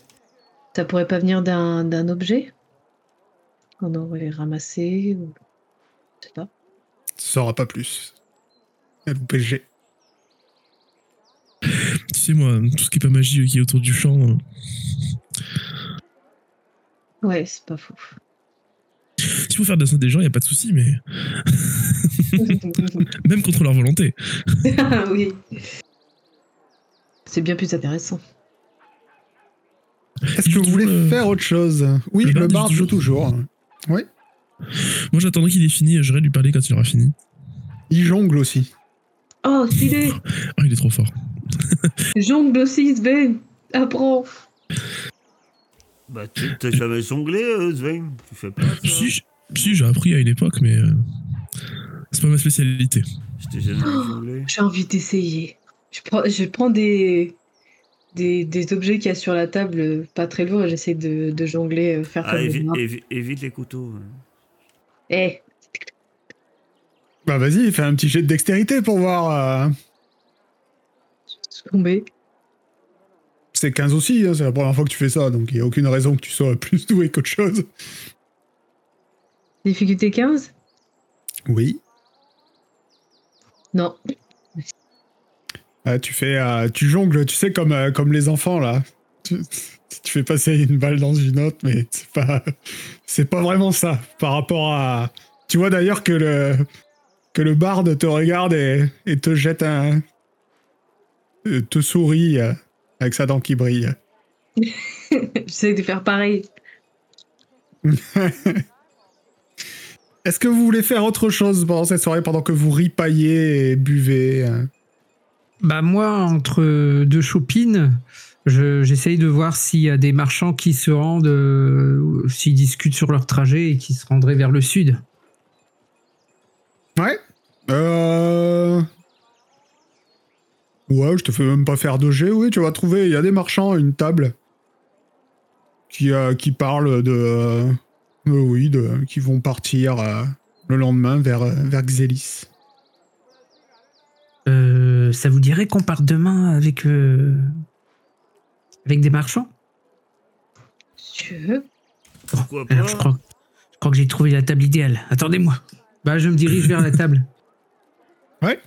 [SPEAKER 1] Ça pourrait pas venir d'un d'un objet qu'on aurait ramassé ou... Je sais pas.
[SPEAKER 2] tu sauras pas plus. LPG.
[SPEAKER 4] Tu sais, moi, tout ce qui est pas magie euh, qui est autour du champ, euh,
[SPEAKER 1] Ouais, c'est pas fou.
[SPEAKER 4] s'il faut faire descendre des gens, il a pas de souci, mais même contre leur volonté.
[SPEAKER 1] Ah oui. C'est bien plus intéressant.
[SPEAKER 2] Est-ce que
[SPEAKER 4] joue
[SPEAKER 2] vous voulez
[SPEAKER 4] toujours, euh,
[SPEAKER 2] faire autre chose Oui,
[SPEAKER 4] le
[SPEAKER 2] le,
[SPEAKER 4] barde
[SPEAKER 2] bar
[SPEAKER 4] joue
[SPEAKER 2] joue toujours.
[SPEAKER 4] Moi, j'attendrai qu'il ait fini, j'aurai lui parler quand il aura fini.
[SPEAKER 2] Il jongle aussi.
[SPEAKER 1] Oh, stylé
[SPEAKER 4] Ah, il est trop fort.
[SPEAKER 1] Jongle aussi, Sven Apprends
[SPEAKER 3] Bah, tu t'as jamais jonglé, euh, Sven Tu fais pas ça
[SPEAKER 4] Si, j- si, j'ai appris à une époque, mais euh, c'est pas ma spécialité.
[SPEAKER 3] Je t'ai jamais jonglé.
[SPEAKER 1] J'ai envie d'essayer. Je prends, je prends des, des, des objets qu'il y a sur la table, euh, pas très lourds, et j'essaie de, de jongler, euh, faire
[SPEAKER 3] Ah,
[SPEAKER 1] comme
[SPEAKER 3] évi-
[SPEAKER 1] les nains.
[SPEAKER 3] évi- évite les couteaux. hein.
[SPEAKER 1] Eh,
[SPEAKER 2] Bah vas-y, fais un petit jet de dextérité pour voir. euh,
[SPEAKER 1] je suis tombée.
[SPEAKER 2] C'est 15 aussi, hein, c'est la première fois que tu fais ça, donc il n'y a aucune raison que tu sois plus doué qu'autre chose.
[SPEAKER 1] Difficulté 15
[SPEAKER 2] Oui.
[SPEAKER 1] Non.
[SPEAKER 2] Ah, tu fais, euh, tu jongles, tu sais comme euh, comme les enfants là. Tu, tu fais passer une balle dans une autre, mais c'est pas c'est pas vraiment ça par rapport à. Tu vois d'ailleurs que le que le barde te regarde et, et te jette un euh, te sourit euh, avec sa dent qui brille.
[SPEAKER 1] j'essaie de faire pareil.
[SPEAKER 2] Est-ce que vous voulez faire autre chose pendant cette soirée, pendant que vous ripaillez et buvez euh
[SPEAKER 5] Bah moi, entre deux shopping, je- j'essaye de voir s'il y a des marchands qui se rendent, euh, ou s'ils discutent sur leur trajet et qui se rendraient vers le sud.
[SPEAKER 2] Euh... Ouais, je te fais même pas faire de G, oui, tu vas trouver, il y a des marchands à une table qui, euh, qui parlent de... euh, euh, oui, de, qui vont partir euh, le lendemain vers, euh, vers Xélis.
[SPEAKER 5] Euh, ça vous dirait qu'on parte demain avec, euh, avec des marchands
[SPEAKER 1] Si Tu veux
[SPEAKER 3] Pourquoi pas
[SPEAKER 5] Alors, je crois, je crois que j'ai trouvé la table idéale. Attendez-moi. Bah, je me dirige vers la table.
[SPEAKER 2] Ouais.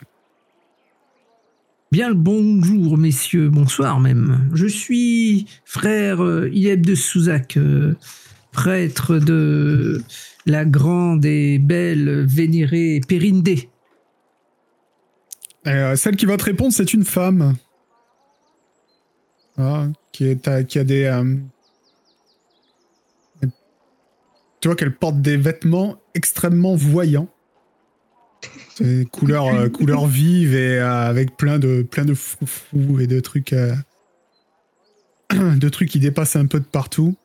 [SPEAKER 5] Bien le bonjour, messieurs, bonsoir même. Je suis frère euh, Ieb de Souzac, euh, prêtre de la grande et belle vénérée Périndé.
[SPEAKER 2] Et, euh, celle qui va te répondre, c'est une femme. Ah, qui, est, à- qui a des... euh, Tu vois qu'elle porte des vêtements extrêmement voyants. C'est couleur, euh, couleur vive et euh, avec plein de, plein de froufrous et de trucs... euh, de trucs qui dépassent un peu de partout.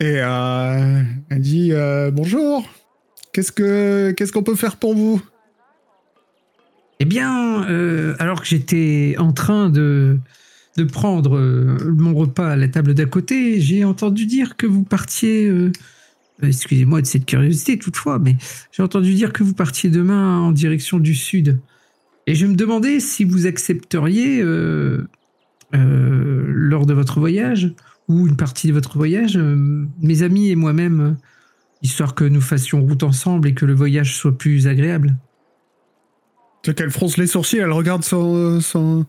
[SPEAKER 2] Et euh, elle dit euh, Bonjour, qu'est-ce que qu'est-ce qu'on peut faire pour vous
[SPEAKER 5] Eh bien, euh, alors que j'étais en train de, de prendre euh, mon repas à la table d'à côté, j'ai entendu dire que vous partiez euh, Excusez-moi de cette curiosité toutefois, mais j'ai entendu dire que vous partiez demain en direction du sud. Et je me demandais si vous accepteriez, euh, euh, lors de votre voyage, ou une partie de votre voyage, euh, mes amis et moi-même, euh, histoire que nous fassions route ensemble et que le voyage soit plus agréable.
[SPEAKER 2] Tu vois qu'elle fronce les sourcils, elle regarde son, son-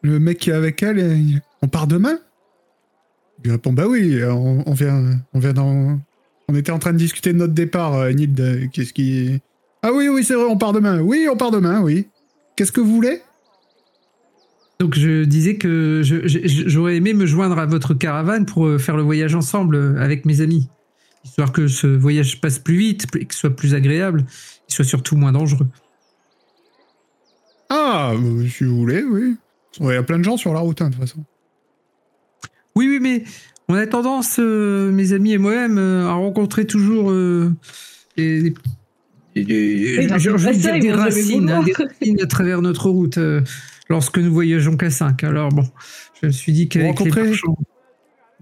[SPEAKER 2] le mec qui est avec elle. et il- on part demain Il lui répond Bah oui, on, on vient, on vient dans. On était en train de discuter de notre départ, euh, Nild. euh, Qu'est-ce qui. Ah oui, oui, c'est vrai, on part demain. Oui, on part demain, oui. Qu'est-ce que vous voulez
[SPEAKER 5] Donc je disais que je- je- j'aurais aimé me joindre à votre caravane pour euh, faire le voyage ensemble euh, avec mes amis, histoire que ce voyage passe plus vite, et que ce soit plus agréable, et soit surtout moins dangereux.
[SPEAKER 2] Ah, euh, si vous voulez, oui. Il y a plein de gens sur la route, hein, de toute façon.
[SPEAKER 5] Oui, oui, mais on a tendance, euh, mes amis et moi-même, euh, à rencontrer toujours euh, des, des- des-
[SPEAKER 1] dans
[SPEAKER 5] j'ai
[SPEAKER 1] une
[SPEAKER 5] envie de
[SPEAKER 1] bataille,
[SPEAKER 5] dire des
[SPEAKER 1] vous en avez
[SPEAKER 5] racines, hein,
[SPEAKER 1] vouloir.
[SPEAKER 5] des racines à travers notre route euh, lorsque nous voyageons qu'à 5. Alors bon, je me suis dit qu'avec les
[SPEAKER 2] rencontrez-
[SPEAKER 5] marchands-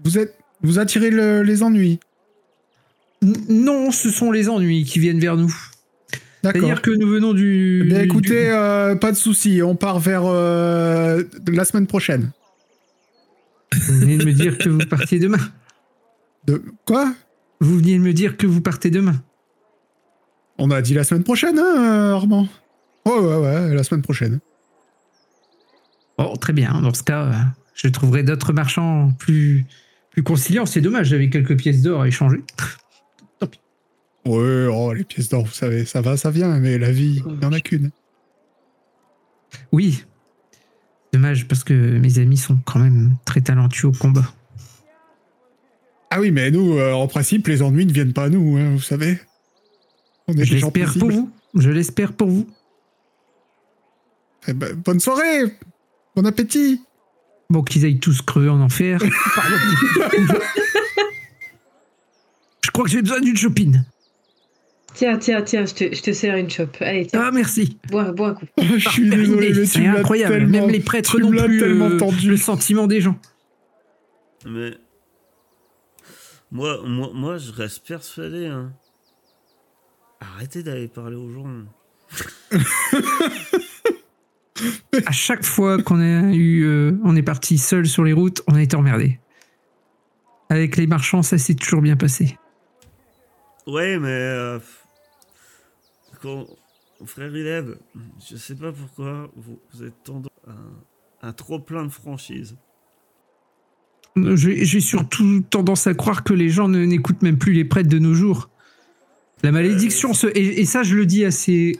[SPEAKER 2] Vous êtes. Vous attirez le- les ennuis.
[SPEAKER 5] N- Non, ce sont les ennuis qui viennent vers nous.
[SPEAKER 2] D'accord.
[SPEAKER 5] C'est-à-dire que nous venons du.
[SPEAKER 2] Eh Bien
[SPEAKER 5] du-
[SPEAKER 2] écoutez, euh, pas de souci, on part vers euh, la semaine prochaine.
[SPEAKER 5] Vous venez de me dire que vous partez demain.
[SPEAKER 2] De... Quoi
[SPEAKER 5] Vous venez de me dire que vous partez demain.
[SPEAKER 2] On a dit la semaine prochaine, hein, euh, Armand Ouais, ouais, ouais, la semaine prochaine.
[SPEAKER 5] Bon, très bien. Dans ce cas, euh, je trouverai d'autres marchands plus, plus conciliants. C'est dommage, j'avais quelques pièces d'or à échanger.
[SPEAKER 2] Ouais, oh, les pièces d'or, vous savez, ça va, ça vient, mais la vie, il n'y en a qu'une.
[SPEAKER 5] Oui. Dommage parce que mes amis sont quand même très talentueux au combat.
[SPEAKER 2] Ah oui, mais nous, euh, en principe, les ennuis ne viennent pas à nous, hein, vous savez. On est
[SPEAKER 5] Je
[SPEAKER 2] des gens
[SPEAKER 5] l'espère pour
[SPEAKER 2] paisibles.
[SPEAKER 5] vous. Je l'espère pour vous.
[SPEAKER 2] Eh ben, bonne soirée Bon appétit
[SPEAKER 5] Bon, qu'ils aillent tous creux en enfer. Pardon. je crois que j'ai besoin d'une chopine.
[SPEAKER 1] Tiens, tiens, tiens, je te, je te sers une chope. Allez, tiens,
[SPEAKER 5] Ah, merci.
[SPEAKER 1] bois, bois un coup.
[SPEAKER 2] Je suis
[SPEAKER 5] Par
[SPEAKER 2] désolé,
[SPEAKER 5] idée.
[SPEAKER 2] mais
[SPEAKER 5] C'est
[SPEAKER 2] tu me l'as
[SPEAKER 5] incroyable.
[SPEAKER 2] tellement...
[SPEAKER 5] Même les prêtres
[SPEAKER 2] tu
[SPEAKER 5] non
[SPEAKER 2] me l'as
[SPEAKER 5] plus.
[SPEAKER 2] tellement
[SPEAKER 5] euh,
[SPEAKER 2] tendu.
[SPEAKER 5] Le sentiment des gens.
[SPEAKER 3] Mais moi, moi, moi, je reste persuadé. hein. Arrêtez d'aller parler aux gens.
[SPEAKER 5] À chaque fois qu'on a eu, euh, on est parti seul sur les routes, on a été emmerdé. Avec les marchands, ça s'est toujours bien passé.
[SPEAKER 3] Ouais, mais euh, quand frère élève, je sais pas pourquoi vous, vous êtes tendance à un- un trop plein de franchise.
[SPEAKER 5] J'ai j'ai surtout tendance à croire que les gens ne- n'écoutent même plus les prêtres de nos jours. La malédiction, se- et, et ça je le dis assez,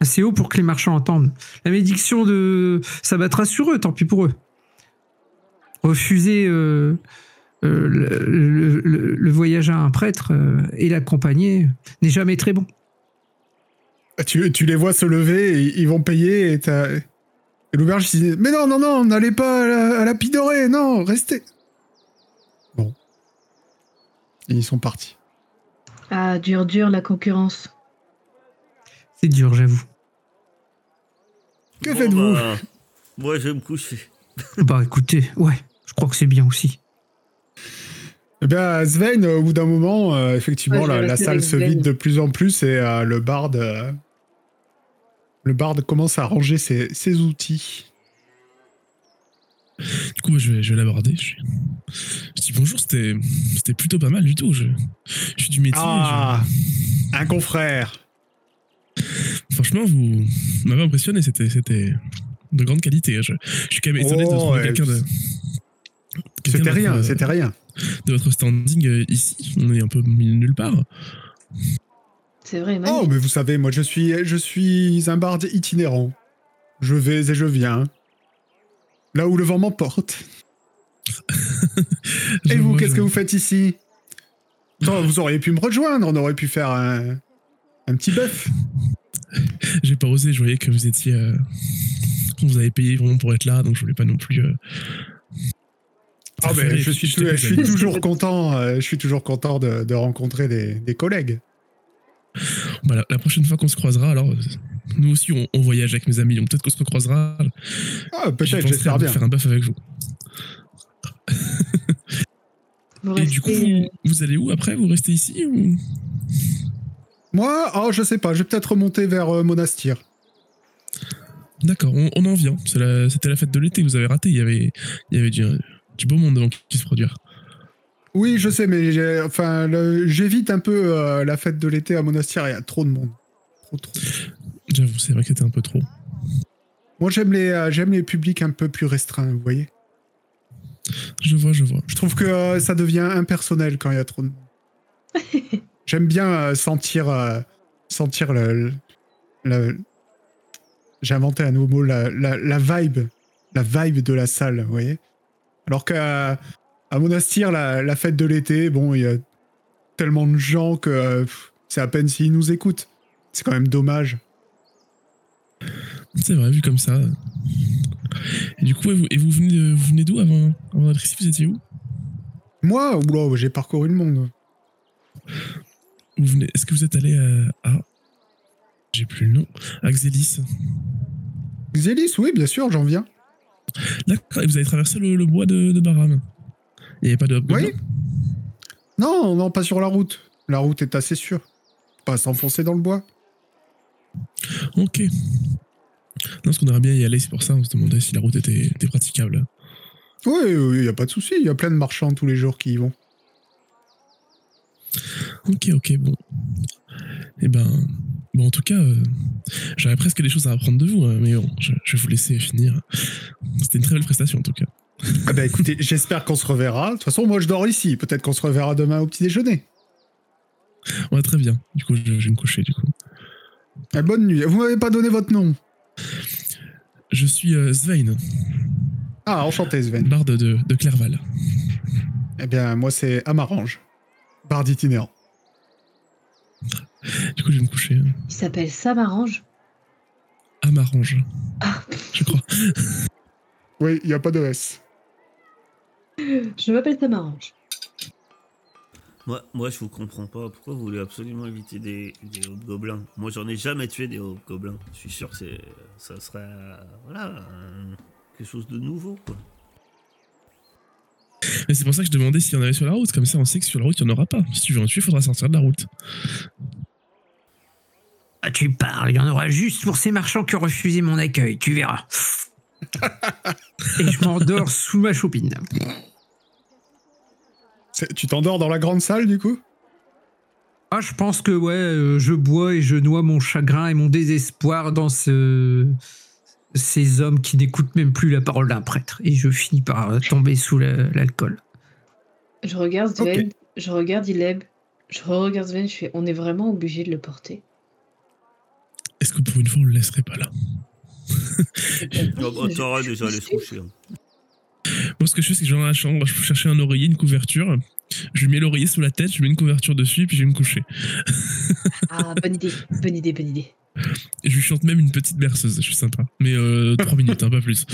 [SPEAKER 5] assez haut pour que les marchands entendent. La malédiction de s'abattra sur eux, tant pis pour eux. Refuser euh, euh, le, le- le- le voyage à un prêtre euh, et l'accompagner n'est jamais très bon.
[SPEAKER 2] Ah, Tu, tu les vois se lever, et ils vont payer, et t'as... Et l'auberge il dit, mais non, non, non, n'allez pas à la, à la Pidorée, non, restez. Bon. Et ils sont partis.
[SPEAKER 1] Ah, dur, dur, la concurrence.
[SPEAKER 5] C'est dur, j'avoue.
[SPEAKER 2] Que faites-vous
[SPEAKER 3] bah, Moi, je vais me coucher.
[SPEAKER 5] Bah écoutez, ouais, je crois que c'est bien aussi.
[SPEAKER 2] Eh bien, Sven, au bout d'un moment, euh, effectivement,
[SPEAKER 1] Ouais, je vais
[SPEAKER 2] la, la
[SPEAKER 1] rester
[SPEAKER 2] salle
[SPEAKER 1] avec
[SPEAKER 2] se
[SPEAKER 1] Sven.
[SPEAKER 2] vide de plus en plus et euh, le barde... euh, le barde commence à ranger ses, ses outils.
[SPEAKER 4] Du coup, je vais, je vais l'aborder. Je, suis- je dis bonjour, c'était c'était plutôt pas mal du tout. Je, je suis du métier.
[SPEAKER 2] Ah Un confrère
[SPEAKER 4] je- franchement, vous m'avez impressionné. C'était c'était de grande qualité. hein, Je, je suis quand même étonné de
[SPEAKER 2] Oh,
[SPEAKER 4] trouver
[SPEAKER 2] ouais,
[SPEAKER 4] quelqu'un de. quelqu'un
[SPEAKER 2] C'était
[SPEAKER 4] de
[SPEAKER 2] rien,
[SPEAKER 4] votre-
[SPEAKER 2] c'était rien.
[SPEAKER 4] De votre standing euh, ici. On est un peu mis nulle part.
[SPEAKER 1] C'est vrai, Manu.
[SPEAKER 2] Oh, mais vous savez, moi, je suis, je suis un barde itinérant. Je vais et je viens. Là où le vent m'emporte.
[SPEAKER 4] Je
[SPEAKER 2] Et vous,
[SPEAKER 4] vois,
[SPEAKER 2] qu'est-ce
[SPEAKER 4] je-
[SPEAKER 2] que vous faites ici Attends, Vous auriez pu me rejoindre, on aurait pu faire un, un petit bœuf.
[SPEAKER 4] J'ai pas osé. Je voyais que vous étiez. euh, vous avez payé vraiment pour être là, donc je voulais pas non plus. euh,
[SPEAKER 2] Ah,
[SPEAKER 4] faire
[SPEAKER 2] ben,
[SPEAKER 4] les
[SPEAKER 2] je suis,
[SPEAKER 4] fiches de
[SPEAKER 2] tou- je
[SPEAKER 4] mes
[SPEAKER 2] suis
[SPEAKER 4] amis.
[SPEAKER 2] toujours content, euh, je suis toujours content de, de rencontrer des, des collègues.
[SPEAKER 4] Bah, la, la prochaine fois qu'on se croisera, alors. euh, Nous aussi, on, on voyage avec mes amis, donc peut-être qu'on se recroisera.
[SPEAKER 2] Ah,
[SPEAKER 4] Je
[SPEAKER 2] peut-être,
[SPEAKER 4] penserai à
[SPEAKER 2] j'espère
[SPEAKER 4] vous
[SPEAKER 2] bien.
[SPEAKER 4] faire un bœuf avec vous.
[SPEAKER 1] Vous
[SPEAKER 4] Et du coup,
[SPEAKER 1] restez,
[SPEAKER 4] vous, vous allez où après Vous restez ici ou...
[SPEAKER 2] Moi, oh, je sais pas, je vais peut-être remonter vers euh, Monastir.
[SPEAKER 4] D'accord, on, on en vient. C'est la- C'était la, fête de l'été, vous avez raté. Il y avait, il y avait du, du beau monde devant qui se produire.
[SPEAKER 2] Oui, je sais, mais j'ai- enfin, le- j'évite un peu euh, la fête de l'été à Monastir, il y a trop de monde. Trop, trop.
[SPEAKER 4] J'avoue, c'est vrai que c'était un peu trop.
[SPEAKER 2] Moi, j'aime les, euh, j'aime les publics un peu plus restreints, vous voyez.
[SPEAKER 4] Je vois, je vois.
[SPEAKER 2] Je trouve que euh, ça devient impersonnel quand il y a trop de monde. J'aime bien euh, sentir, euh, sentir le, le- le- J'ai inventé un nouveau mot, la, la- la vibe, la vibe de la salle, vous voyez. Alors qu'à à Monastir, la, la fête de l'été, bon, il y a tellement de gens que euh, pff, c'est à peine s'ils nous écoutent. C'est quand même dommage.
[SPEAKER 4] C'est vrai, vu comme ça. Et du coup, et vous, et vous venez, de- vous venez d'où avant, avant d'être ici Vous étiez où
[SPEAKER 2] Moi, oula, j'ai parcouru le monde.
[SPEAKER 4] Vous venez- Est-ce que vous êtes allé à. à- J'ai plus le nom. Axelis.
[SPEAKER 2] Xélis, oui, bien sûr, j'en viens.
[SPEAKER 4] D'accord, et vous avez traversé le, le bois de, de Baram. Il n'y avait pas de hobgoblin
[SPEAKER 2] Oui. Non, non, pas sur la route. La route est assez sûre. Pas s'enfoncer dans le bois.
[SPEAKER 4] Ok. Non, parce qu'on aimerait bien y aller, c'est pour ça, on se demandait si la route était, était praticable.
[SPEAKER 2] Oui, il n'y a pas de souci. Il y a plein de marchands tous les jours qui y vont.
[SPEAKER 4] Ok, ok, bon. Eh ben. Bon, en tout cas, euh, j'avais presque des choses à apprendre de vous, hein, mais bon, je, je vais vous laisser finir. C'était une très belle prestation, en tout cas.
[SPEAKER 2] Ah bah écoutez, j'espère qu'on se reverra. De toute façon, moi je dors ici. Peut-être qu'on se reverra demain au petit déjeuner.
[SPEAKER 4] Ouais, très bien. Du coup, je, je vais me coucher, du coup.
[SPEAKER 2] Ah, bonne nuit. Vous m'avez pas donné votre nom.
[SPEAKER 4] Je suis euh, Svein,
[SPEAKER 2] Ah, enchanté Sven.
[SPEAKER 4] barde de, de Clerval.
[SPEAKER 2] Eh bien, moi c'est Amarange. Barre d'itinérant.
[SPEAKER 4] Du coup, je vais me coucher. euh,
[SPEAKER 1] Il s'appelle Samarange.
[SPEAKER 4] À Marange. Je crois.
[SPEAKER 2] Oui, il n'y a pas de S.
[SPEAKER 1] Je m'appelle Samarange.
[SPEAKER 3] Moi, moi, je vous comprends pas. Pourquoi vous voulez absolument éviter des, des hobgoblins Moi, j'en ai jamais tué des hobgoblins. Je suis sûr que c'est, ça serait, euh, voilà, un- quelque chose de nouveau. Quoi.
[SPEAKER 4] Mais c'est pour ça que je demandais s'il y en avait sur la route. Comme ça, on sait que sur la route, il n'y en aura pas. Si tu veux en tuer, il faudra sortir de la route.
[SPEAKER 5] Ah, tu parles, il y en aura juste pour ces marchands qui ont refusé mon accueil, tu verras. Et je m'endors sous ma chopine.
[SPEAKER 2] C'est- Tu t'endors dans la grande salle du coup
[SPEAKER 5] Ah, je pense que ouais, euh, je bois et je noie mon chagrin et mon désespoir dans ce... ces hommes qui n'écoutent même plus la parole d'un prêtre. Et je finis par euh, tomber sous la- l'alcool.
[SPEAKER 1] Je regarde
[SPEAKER 2] Ok.
[SPEAKER 1] Sven, je regarde Ileb, je regarde Sven, je fais on est vraiment obligé de le porter.
[SPEAKER 4] Est-ce que pour une fois, on le laisserait pas là
[SPEAKER 3] Ah, bah, T'auras
[SPEAKER 1] Je-
[SPEAKER 3] déjà
[SPEAKER 1] je-
[SPEAKER 3] les coucher. hein.
[SPEAKER 4] Moi, ce que je fais, c'est que je vais dans la chambre, je peux chercher un oreiller, une couverture. Je lui mets l'oreiller sous la tête, je lui mets une couverture dessus, puis je vais me coucher.
[SPEAKER 1] Ah, bonne idée, bonne idée, bonne idée.
[SPEAKER 4] Et je lui chante même une petite berceuse, je suis sympa. Mais euh, 3 minutes, hein, pas plus.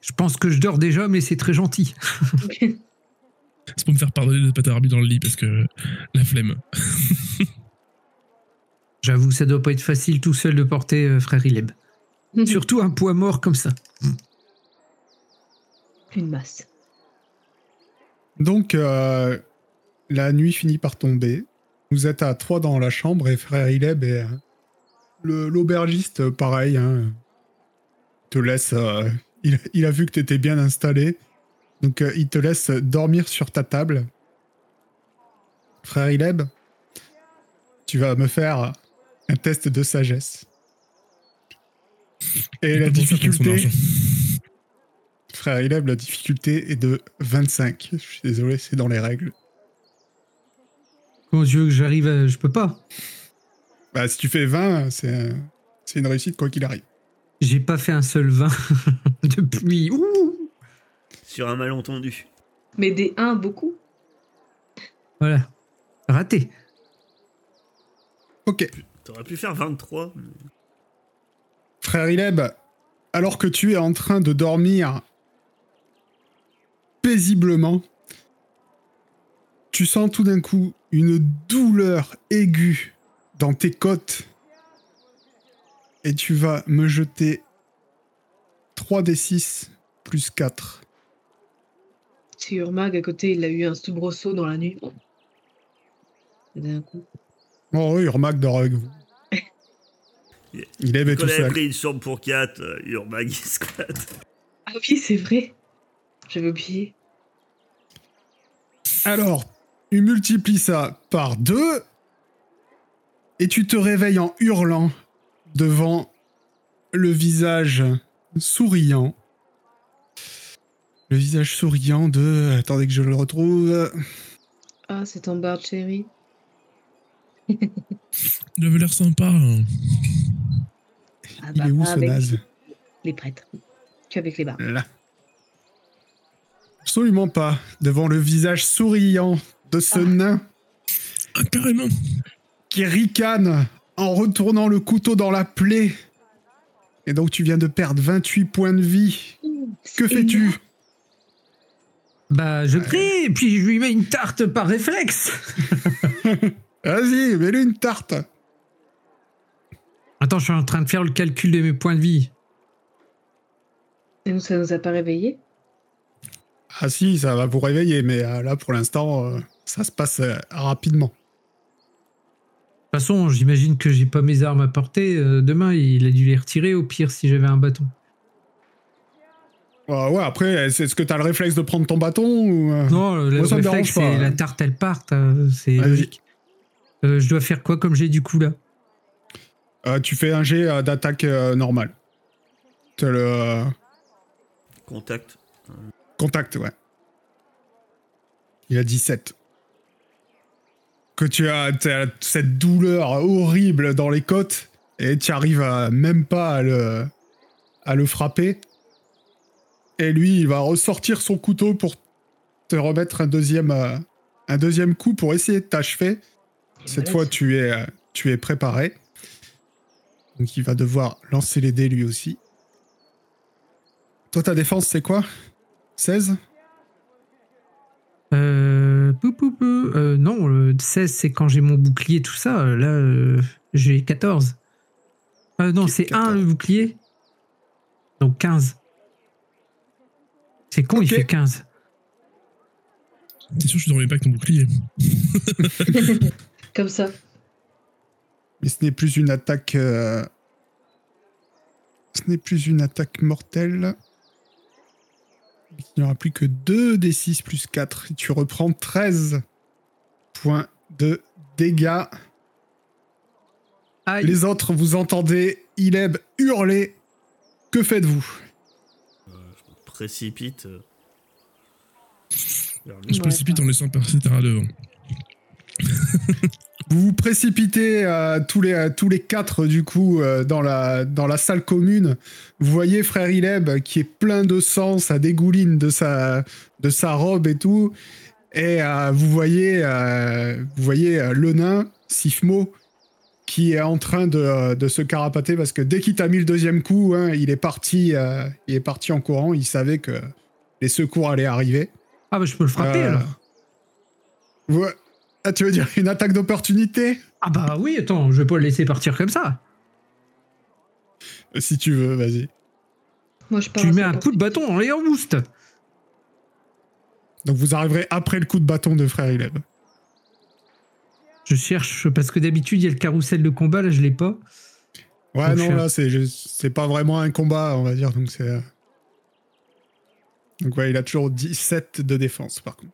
[SPEAKER 5] Je pense que je dors déjà, mais c'est très gentil.
[SPEAKER 4] C'est pour me faire pardonner de ne pas t'avoir mis dans le lit, parce que la flemme.
[SPEAKER 5] J'avoue, ça doit pas être facile tout seul de porter euh, frère Ileb. Surtout un poids mort comme ça.
[SPEAKER 1] Une masse.
[SPEAKER 2] Donc, euh, la nuit finit par tomber. Vous êtes à trois dans la chambre et frère Ileb et euh, le- l'aubergiste, euh, pareil, hein, te laisse. euh, il, il a vu que t'étais bien installé, donc euh, il te laisse dormir sur ta table. Frère Ileb, tu vas me faire un test de sagesse. Et la
[SPEAKER 4] Pas pour ça prendre son
[SPEAKER 2] difficulté,
[SPEAKER 4] argent.
[SPEAKER 2] frère Ileb, la difficulté est de 25. Je suis désolé, c'est dans les règles.
[SPEAKER 5] Comment tu veux que j'arrive à- Je peux pas.
[SPEAKER 2] Bah, si tu fais 20, c'est un- c'est une réussite quoi qu'il arrive.
[SPEAKER 5] J'ai pas fait un seul vin depuis. Ouh
[SPEAKER 3] Sur un malentendu.
[SPEAKER 1] Mais des 1, beaucoup.
[SPEAKER 5] voilà. Raté.
[SPEAKER 2] Ok.
[SPEAKER 3] T'aurais pu faire 23. mais-
[SPEAKER 2] Frère Ileb, alors que tu es en train de dormir paisiblement, tu sens tout d'un coup une douleur aiguë dans tes côtes et tu vas me jeter 3d6 plus 4.
[SPEAKER 1] Si Urmag à côté, il a eu un soubresaut dans la nuit. D'un coup.
[SPEAKER 2] Oh, Urmag dort avec vous.
[SPEAKER 3] Yeah.
[SPEAKER 2] Il est tout
[SPEAKER 3] Quand elle a
[SPEAKER 2] seul.
[SPEAKER 3] pris une chambre pour euh, 4, Urban il squatte.
[SPEAKER 1] Ah oui, c'est vrai. J'avais oublié.
[SPEAKER 2] Alors, tu multiplies ça par deux et tu te réveilles en hurlant devant le visage souriant. Le visage souriant de... Attendez que je le retrouve.
[SPEAKER 1] Ah, c'est en barre chérie.
[SPEAKER 4] Il avait l'air sympa. hein.
[SPEAKER 1] Ah,
[SPEAKER 2] Il
[SPEAKER 1] bah,
[SPEAKER 2] est où
[SPEAKER 1] pas
[SPEAKER 2] ce
[SPEAKER 1] avec
[SPEAKER 2] naze
[SPEAKER 1] Les prêtres. Qu'avec les barres.
[SPEAKER 2] Là. Absolument pas. Devant le visage souriant de ce
[SPEAKER 1] Ah.
[SPEAKER 2] nain
[SPEAKER 4] Ah, carrément.
[SPEAKER 2] qui ricane en retournant le couteau dans la plaie. Et donc tu viens de perdre 28 points de vie.
[SPEAKER 1] C'est
[SPEAKER 2] Que fais-tu
[SPEAKER 1] énorme.
[SPEAKER 5] Bah, je crie, et puis je lui mets une tarte par réflexe.
[SPEAKER 2] Vas-y, mets-lui une tarte.
[SPEAKER 5] Attends, je suis en train de faire le calcul de mes points de vie.
[SPEAKER 1] Et nous, ça nous a pas réveillés
[SPEAKER 2] Ah si, ça va vous réveiller, mais euh, là pour l'instant, euh, ça se passe euh, rapidement.
[SPEAKER 5] De toute façon, j'imagine que j'ai pas mes armes à portée. euh, demain, il a dû les retirer, au pire, si j'avais un bâton.
[SPEAKER 2] Ouais, Ah ouais, après, est-ce est-ce que t'as le réflexe de prendre ton bâton ou, euh,
[SPEAKER 5] Non, le
[SPEAKER 2] Moi, ça me
[SPEAKER 5] réflexe,
[SPEAKER 2] dérange pas,
[SPEAKER 5] c'est
[SPEAKER 2] hein.
[SPEAKER 5] la tarte, elle part. euh, C'est
[SPEAKER 2] Vas-y.
[SPEAKER 5] logique. Euh, je dois faire quoi comme j'ai du coup là
[SPEAKER 2] euh, Tu fais un jet euh, d'attaque euh, normal. T'as le euh,
[SPEAKER 3] Contact.
[SPEAKER 2] contact, ouais. Il a 17. Que tu as, t'as cette douleur horrible dans les côtes et tu arrives à- même pas à le, à le frapper. Et lui, il va ressortir son couteau pour te remettre un deuxième, euh, un deuxième coup pour essayer de t'achever. Cette fois, tu es, euh, tu es préparé. Donc, il va devoir lancer les dés lui aussi. Toi, ta défense, c'est quoi 16
[SPEAKER 5] euh, pou, pou, pou. Euh, Non, le 16, c'est quand j'ai mon bouclier, tout ça. Euh, Là, euh, j'ai 14. Euh, non, c'est 1
[SPEAKER 2] 14.
[SPEAKER 5] le bouclier. Donc 15. C'est con, il
[SPEAKER 2] Ok.
[SPEAKER 5] fait 15.
[SPEAKER 4] T'es sûr que je dormais pas avec ton bouclier
[SPEAKER 1] Comme ça.
[SPEAKER 2] Mais ce n'est plus une attaque. euh, Ce n'est plus une attaque mortelle. Il n'y aura plus que 2 des 6 plus 4. Tu reprends 13 points de dégâts.
[SPEAKER 5] Aïe.
[SPEAKER 2] Les autres, vous entendez Ileb hurler. Que faites-vous
[SPEAKER 3] Précipite. euh, vers lui.
[SPEAKER 4] Je
[SPEAKER 1] Ouais,
[SPEAKER 4] précipite en laissant passer Tara devant.
[SPEAKER 2] Vous vous précipitez euh, tous, les, euh, tous les quatre, du coup, euh, dans, la, dans la salle commune. Vous voyez frère Ileb qui est plein de sang, ça dégouline de sa, de sa robe et tout. Et euh, vous voyez, euh, vous voyez euh, le nain, Sifmo, qui est en train de, euh, de se carapater parce que dès qu'il t'a mis le deuxième coup, hein, il, est parti, euh, il est parti en courant. Il savait que les secours allaient arriver.
[SPEAKER 5] Ah, bah je peux le frapper
[SPEAKER 2] Euh,
[SPEAKER 5] alors.
[SPEAKER 2] ouais. Ah, tu veux dire une attaque d'opportunité
[SPEAKER 5] Ah, bah oui, attends, je vais pas le laisser partir comme ça.
[SPEAKER 2] Si tu veux, vas-y.
[SPEAKER 1] Moi, je pars
[SPEAKER 5] Tu
[SPEAKER 1] à
[SPEAKER 5] lui mets
[SPEAKER 1] sa
[SPEAKER 5] un
[SPEAKER 1] porte.
[SPEAKER 5] coup de bâton et on boost.
[SPEAKER 2] Donc vous arriverez après le coup de bâton de frère Ileb.
[SPEAKER 5] Je cherche parce que d'habitude il y a le carrousel de combat, là je l'ai pas.
[SPEAKER 2] Ouais,
[SPEAKER 5] Donc,
[SPEAKER 2] non,
[SPEAKER 5] cher.
[SPEAKER 2] là, c'est je- c'est pas vraiment un combat, on va dire. Donc c'est. euh, Donc ouais, il a toujours 17 de défense, par contre.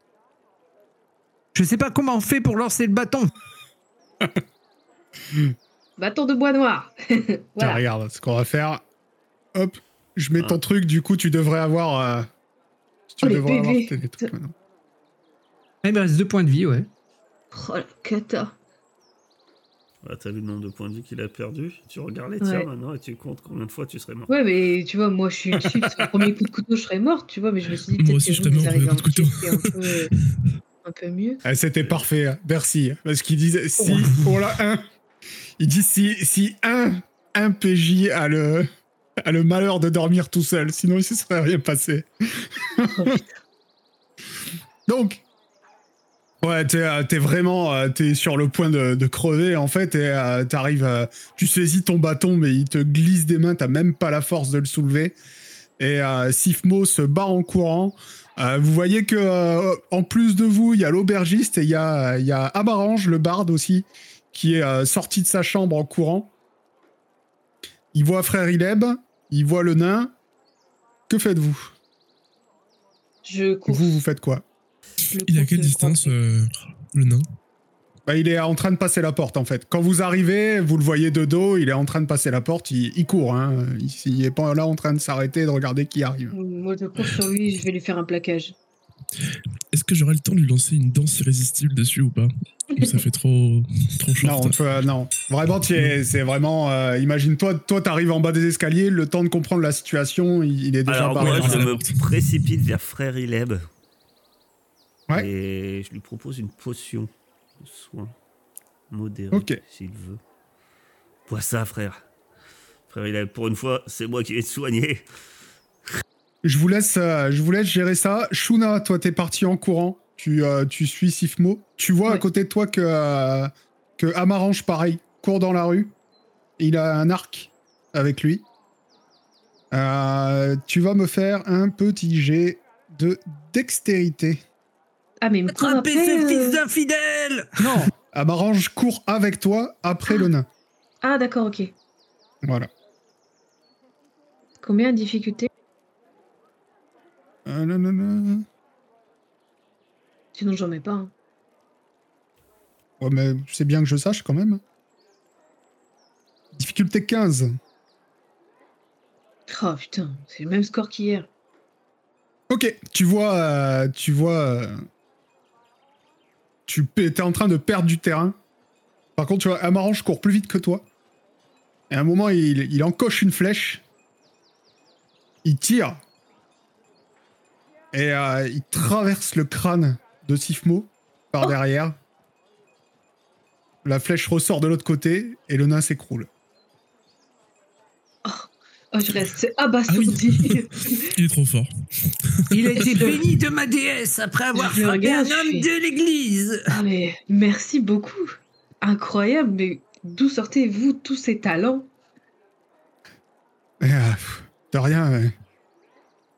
[SPEAKER 5] Je sais pas comment on fait pour lancer le bâton.
[SPEAKER 1] Bâton de Bah, bois noir.
[SPEAKER 2] Tiens,
[SPEAKER 1] voilà.
[SPEAKER 2] Ah, regarde, ce qu'on va faire. Hop, je mets
[SPEAKER 3] Ah.
[SPEAKER 2] ton truc, du coup, tu devrais avoir. euh, Tu
[SPEAKER 1] Oh, les
[SPEAKER 2] devrais avoir
[SPEAKER 1] bébés.
[SPEAKER 2] tes tes trucs maintenant.
[SPEAKER 5] Eh ben, il reste deux points de vie, ouais.
[SPEAKER 1] Oh la cata.
[SPEAKER 3] Ah, T'as vu le nombre de points de vie qu'il a perdu Tu regardes les tiens
[SPEAKER 1] Ouais.
[SPEAKER 3] maintenant et tu comptes combien de fois tu serais mort.
[SPEAKER 1] Ouais, mais tu vois, moi, je suis une chips. Au premier coup de couteau, je serais morte, tu vois, mais je me suis dit
[SPEAKER 4] Moi
[SPEAKER 1] peut-être
[SPEAKER 4] aussi,
[SPEAKER 1] que
[SPEAKER 4] je
[SPEAKER 1] vous,
[SPEAKER 4] serais
[SPEAKER 1] vous
[SPEAKER 4] morte au
[SPEAKER 1] arrivez à
[SPEAKER 4] premier coup de
[SPEAKER 1] anticiper un peu, euh, un peu mieux.
[SPEAKER 2] Ah, C'était parfait, hein. merci. Parce qu'il disait si
[SPEAKER 5] Oh.
[SPEAKER 2] pour la 1. Il dit si, si un, un PJ a le, a le malheur de dormir tout seul, sinon il ne se serait rien passé. Donc, ouais, t'es euh, t'es vraiment euh, t'es sur le point de, de crever en fait, et euh, t'arrives, euh, tu saisis ton bâton, mais il te glisse des mains, t'as même pas la force de le soulever. Et euh, Sifmo se bat en courant Euh, vous voyez que euh, en plus de vous, il y a l'aubergiste et il y a, il y a Abarange, le barde aussi, qui est euh, sorti de sa chambre en courant. Il voit frère Ileb, il voit le nain. Que faites-vous
[SPEAKER 1] Je cours.
[SPEAKER 2] Vous, vous faites quoi
[SPEAKER 1] le
[SPEAKER 4] Il est à
[SPEAKER 1] cours
[SPEAKER 4] quelle
[SPEAKER 1] de
[SPEAKER 4] distance,
[SPEAKER 1] Grand-
[SPEAKER 4] euh, le nain
[SPEAKER 2] Bah, il est en train de passer la porte en fait. Quand vous arrivez, vous le voyez de dos, il est en train de passer la porte, il, il court. Hein. Il, il est pas là en train de s'arrêter et de regarder qui arrive.
[SPEAKER 1] Mm, Moi, je cours sur lui, je vais lui faire un plaquage.
[SPEAKER 4] Est-ce que j'aurai le temps de lui lancer une danse irrésistible dessus ou pas Ou ça fait trop, trop
[SPEAKER 2] Non,
[SPEAKER 4] short
[SPEAKER 2] on te fait- non. Vraiment, tu es- c'est vraiment. euh, Imagine-toi, toi, t'arrives en bas des escaliers, le temps de comprendre la situation, il, il est déjà
[SPEAKER 3] Alors
[SPEAKER 2] par
[SPEAKER 3] moi,
[SPEAKER 4] là,
[SPEAKER 3] je
[SPEAKER 4] par là.
[SPEAKER 3] me précipite vers frère Ileb.
[SPEAKER 2] Ouais.
[SPEAKER 3] Et je lui propose une potion de soin modérée,
[SPEAKER 2] Ok.
[SPEAKER 3] s'il veut. Bois ça, frère. Frère Ileb, pour une fois, c'est moi qui vais te soigner.
[SPEAKER 2] Je vous laisse, euh, je vous laisse gérer ça. Shuna, toi, t'es parti en courant. Tu, euh, tu suis Sifmo. Tu vois à
[SPEAKER 1] Ouais.
[SPEAKER 2] côté de toi que euh, que Amaranche, pareil, court dans la rue. Il a un arc avec lui. Euh, tu vas me faire un petit jet de dextérité.
[SPEAKER 1] Ah, mais il me court après, euh,
[SPEAKER 3] d'infidèle
[SPEAKER 2] Non, Amaranche court avec toi après le nain.
[SPEAKER 1] Ah, d'accord, ok.
[SPEAKER 2] Voilà.
[SPEAKER 1] Combien de difficulté
[SPEAKER 2] Euh, non, non, non.
[SPEAKER 1] Sinon, j'en mets pas. hein.
[SPEAKER 2] Ouais, Oh, mais c'est bien que je sache quand même. hein. Difficulté 15.
[SPEAKER 1] Oh putain, c'est le même score qu'hier.
[SPEAKER 2] Ok, tu vois, euh, tu vois, euh, tu es en train de perdre du terrain. Par contre, tu vois, Amaranche court plus vite que toi. Et à un moment, il, il encoche une flèche. Il tire. Et euh, il traverse le crâne de Sifmo par
[SPEAKER 1] Oh.
[SPEAKER 2] derrière. La flèche ressort de l'autre côté et le nain s'écroule.
[SPEAKER 1] Oh, je reste
[SPEAKER 4] Ah abasourdie.
[SPEAKER 1] abasourdi.
[SPEAKER 4] Il est trop fort.
[SPEAKER 5] Il a été béni de ma déesse après avoir
[SPEAKER 1] Je
[SPEAKER 5] frappé un
[SPEAKER 1] regarde, je
[SPEAKER 5] homme
[SPEAKER 1] fais-
[SPEAKER 5] de l'église.
[SPEAKER 1] Ah, mais merci beaucoup. Incroyable, mais d'où sortez-vous tous ces talents
[SPEAKER 2] Eh, euh, pff, de rien. ouais.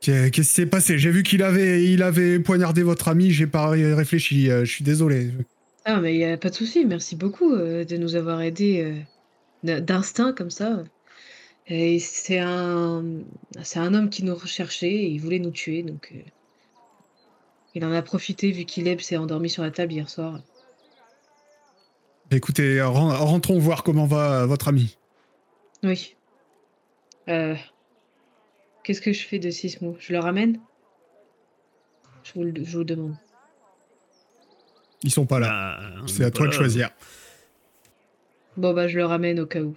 [SPEAKER 2] Qu'est- Qu'est-ce qui s'est passé J'ai vu qu'il avait, il avait poignardé votre ami, j'ai pas ré- réfléchi, euh, je suis désolé.
[SPEAKER 1] Ah, mais y a pas de souci, merci beaucoup euh, de nous avoir aidés euh, d- d'instinct comme ça. Et c'est un, c'est un homme qui nous recherchait et il voulait nous tuer, donc euh, il en a profité vu qu'il est- s'est endormi sur la table hier soir.
[SPEAKER 2] Écoutez, ren- rentrons voir comment va euh, votre ami.
[SPEAKER 1] Oui. Euh, Qu'est-ce que je fais de Sismo Je le ramène je vous, le- je vous le demande.
[SPEAKER 2] Ils sont pas là.
[SPEAKER 3] Bah, on
[SPEAKER 2] C'est
[SPEAKER 3] est
[SPEAKER 2] à toi
[SPEAKER 3] pas
[SPEAKER 2] de
[SPEAKER 3] là.
[SPEAKER 2] choisir.
[SPEAKER 1] Bon, bah, je le ramène au cas où.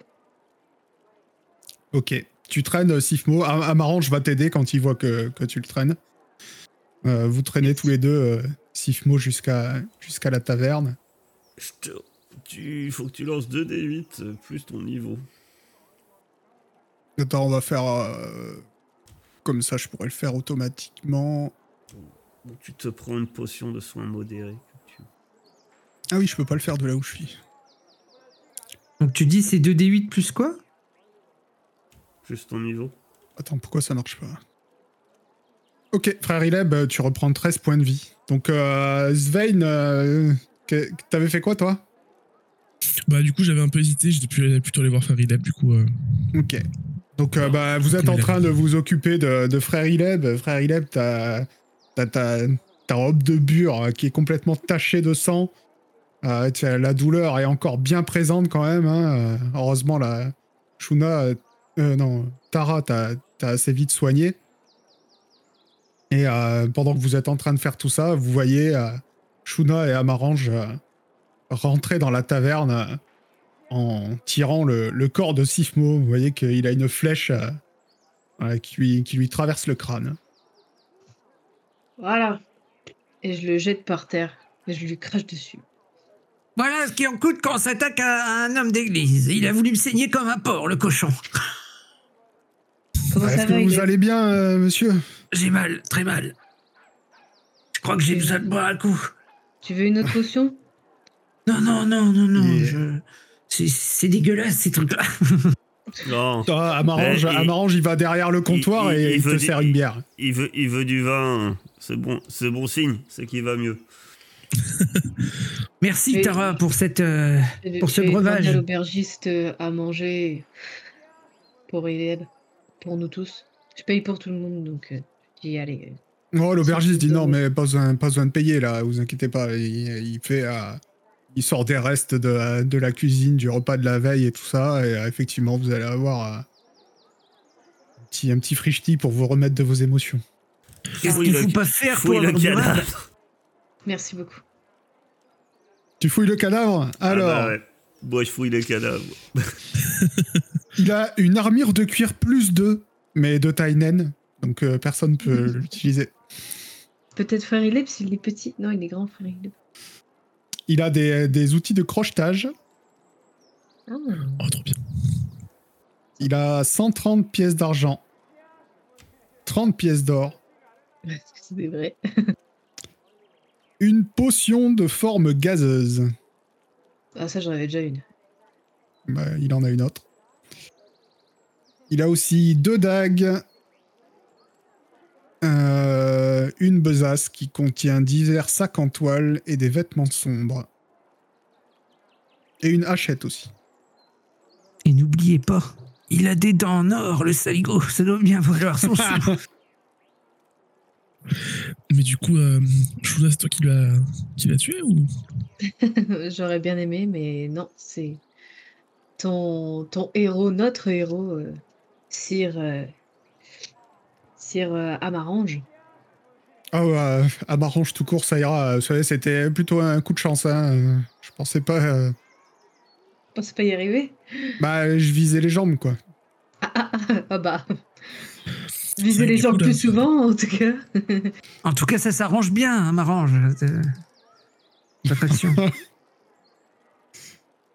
[SPEAKER 2] Ok. Tu traînes euh, Sifmo. Am- Amaranche va t'aider quand il voit que, que tu le traînes. Euh, vous traînez tous les deux euh, Sifmo jusqu'à jusqu'à la taverne.
[SPEAKER 3] Je te... Tu... Faut que tu lances 2d8 euh, plus ton niveau.
[SPEAKER 2] Attends, on va faire euh, comme ça, je pourrais le faire automatiquement.
[SPEAKER 3] Donc, tu te prends une potion de soin modéré. que tu-
[SPEAKER 2] Ah oui, je peux pas le faire de là où je suis.
[SPEAKER 5] Donc tu dis c'est 2d8 plus quoi
[SPEAKER 3] Juste ton niveau.
[SPEAKER 2] Attends, pourquoi ça marche pas Ok, frère Ileb, euh, tu reprends 13 points de vie. Donc, euh, Svein, euh, que- t'avais fait quoi, toi
[SPEAKER 4] Bah, du coup, j'avais un peu hésité. J'étais plus- plutôt allé voir faire Ilab, du coup. euh,
[SPEAKER 2] Ok. Donc, euh, bah, vous êtes en train de vous occuper de, de frère Ileb. Frère Ileb, t'as t'as ta, ta robe de bure euh, qui est complètement tachée de sang. Euh, tu as- la douleur est encore bien présente quand même. hein. Euh, heureusement, la Shuna, euh, euh, non, Tara, t'as t'as assez vite soigné. Et euh, pendant que vous êtes en train de faire tout ça, vous voyez euh, Shuna et Amarange euh, rentrer dans la taverne. euh, en tirant le, le corps de Sifmo. Vous voyez qu'il a une flèche euh, euh, qui, lui, qui lui traverse le crâne.
[SPEAKER 1] Voilà. Et je le jette par terre. Et je lui crache dessus.
[SPEAKER 5] Voilà ce qui en coûte quand on s'attaque à un homme d'église. Il a voulu me saigner comme un porc, le cochon.
[SPEAKER 1] Comment
[SPEAKER 2] Est-ce
[SPEAKER 1] ça
[SPEAKER 2] que
[SPEAKER 1] va,
[SPEAKER 2] vous
[SPEAKER 1] Igor
[SPEAKER 2] allez bien, euh, monsieur
[SPEAKER 5] J'ai mal, très mal. Je crois que j'ai besoin de boire un coup.
[SPEAKER 1] Tu veux une autre potion
[SPEAKER 5] Non, non, non, non, non.
[SPEAKER 2] Et-
[SPEAKER 5] je- c'est- C'est dégueulasse ces trucs-là.
[SPEAKER 3] Non,
[SPEAKER 2] Ah, Amarange,
[SPEAKER 3] Eh, il-
[SPEAKER 2] Amarange, il va derrière le comptoir
[SPEAKER 3] il- il-
[SPEAKER 2] et
[SPEAKER 3] il
[SPEAKER 2] il,
[SPEAKER 3] veut
[SPEAKER 2] te
[SPEAKER 3] dire-
[SPEAKER 2] sert une bière.
[SPEAKER 3] il veut, il veut du vin. C'est bon, c'est bon signe, c'est qu'il va mieux.
[SPEAKER 5] Merci,
[SPEAKER 1] Et-
[SPEAKER 5] Tara, pour cette. euh,
[SPEAKER 1] Je-
[SPEAKER 5] Pour ce
[SPEAKER 1] je vais demander
[SPEAKER 5] breuvage.
[SPEAKER 1] à l'aubergiste euh, à manger pour Eliel, pour nous tous. Je paye pour tout le monde, donc euh, je dis allez. euh,
[SPEAKER 2] Oh, l'aubergiste dit
[SPEAKER 1] plutôt-
[SPEAKER 2] non, mais pas besoin, pas besoin de payer là, vous inquiétez pas. Il, il fait, euh, il sort des restes de, euh, de la cuisine, du repas de la veille et tout ça. Et euh, effectivement, vous allez avoir euh, un petit, un petit frichti pour vous remettre de vos émotions.
[SPEAKER 5] Qu'est-ce
[SPEAKER 3] Fouille
[SPEAKER 5] qu'il
[SPEAKER 3] le-
[SPEAKER 5] faut pas faire pour
[SPEAKER 3] fouille le
[SPEAKER 5] avoir du vin
[SPEAKER 3] cadavre.
[SPEAKER 1] Merci beaucoup.
[SPEAKER 2] Tu fouilles le cadavre Alors,
[SPEAKER 3] Ah bah ouais. Moi, je fouille les cadavres.
[SPEAKER 2] il a une armure de cuir plus 2, mais de taille naine, donc euh, personne peut l'utiliser.
[SPEAKER 1] Peut-être frère Eliel, parce qu'il est petit. Non, il est grand, frère Eliel.
[SPEAKER 2] Il a des, des outils de crochetage.
[SPEAKER 1] Ah,
[SPEAKER 4] Oh, trop bien.
[SPEAKER 2] Il a 130 pièces d'argent, 30 pièces d'or,
[SPEAKER 1] est-ce que c'est vrai
[SPEAKER 2] une potion de forme gazeuse.
[SPEAKER 1] Ah, ça, j'en avais déjà une.
[SPEAKER 2] Bah, il en a une autre. Il a aussi deux dagues, euh, une besace qui contient divers sacs en toile et des vêtements sombres. Et une hachette aussi.
[SPEAKER 5] Et n'oubliez pas, il a des dents en or, le saligo. Ça doit bien valoir son sou.
[SPEAKER 4] Mais du coup, euh, Shula, c'est toi qui l'as qui l'a tué ou
[SPEAKER 1] J'aurais bien aimé, mais non, c'est ton, ton héros, notre héros, euh, Sir, euh, Sir euh, Amarange.
[SPEAKER 2] Ah ouais, euh, à Marange tout court, ça ira. Euh, Vous savez, c'était plutôt un coup de chance. hein. Euh, Je pensais pas. euh,
[SPEAKER 1] Je pensais pas y arriver.
[SPEAKER 2] Bah, je visais les jambes, quoi.
[SPEAKER 1] Ah, ah, ah, ah bah.
[SPEAKER 4] vrai
[SPEAKER 1] Visez
[SPEAKER 4] que
[SPEAKER 1] les
[SPEAKER 4] du
[SPEAKER 1] gens
[SPEAKER 4] coup, là-
[SPEAKER 1] plus souvent, en tout cas.
[SPEAKER 5] En tout cas, ça s'arrange bien, hein, m'arrange. Euh, Pas de passion.
[SPEAKER 1] Bon,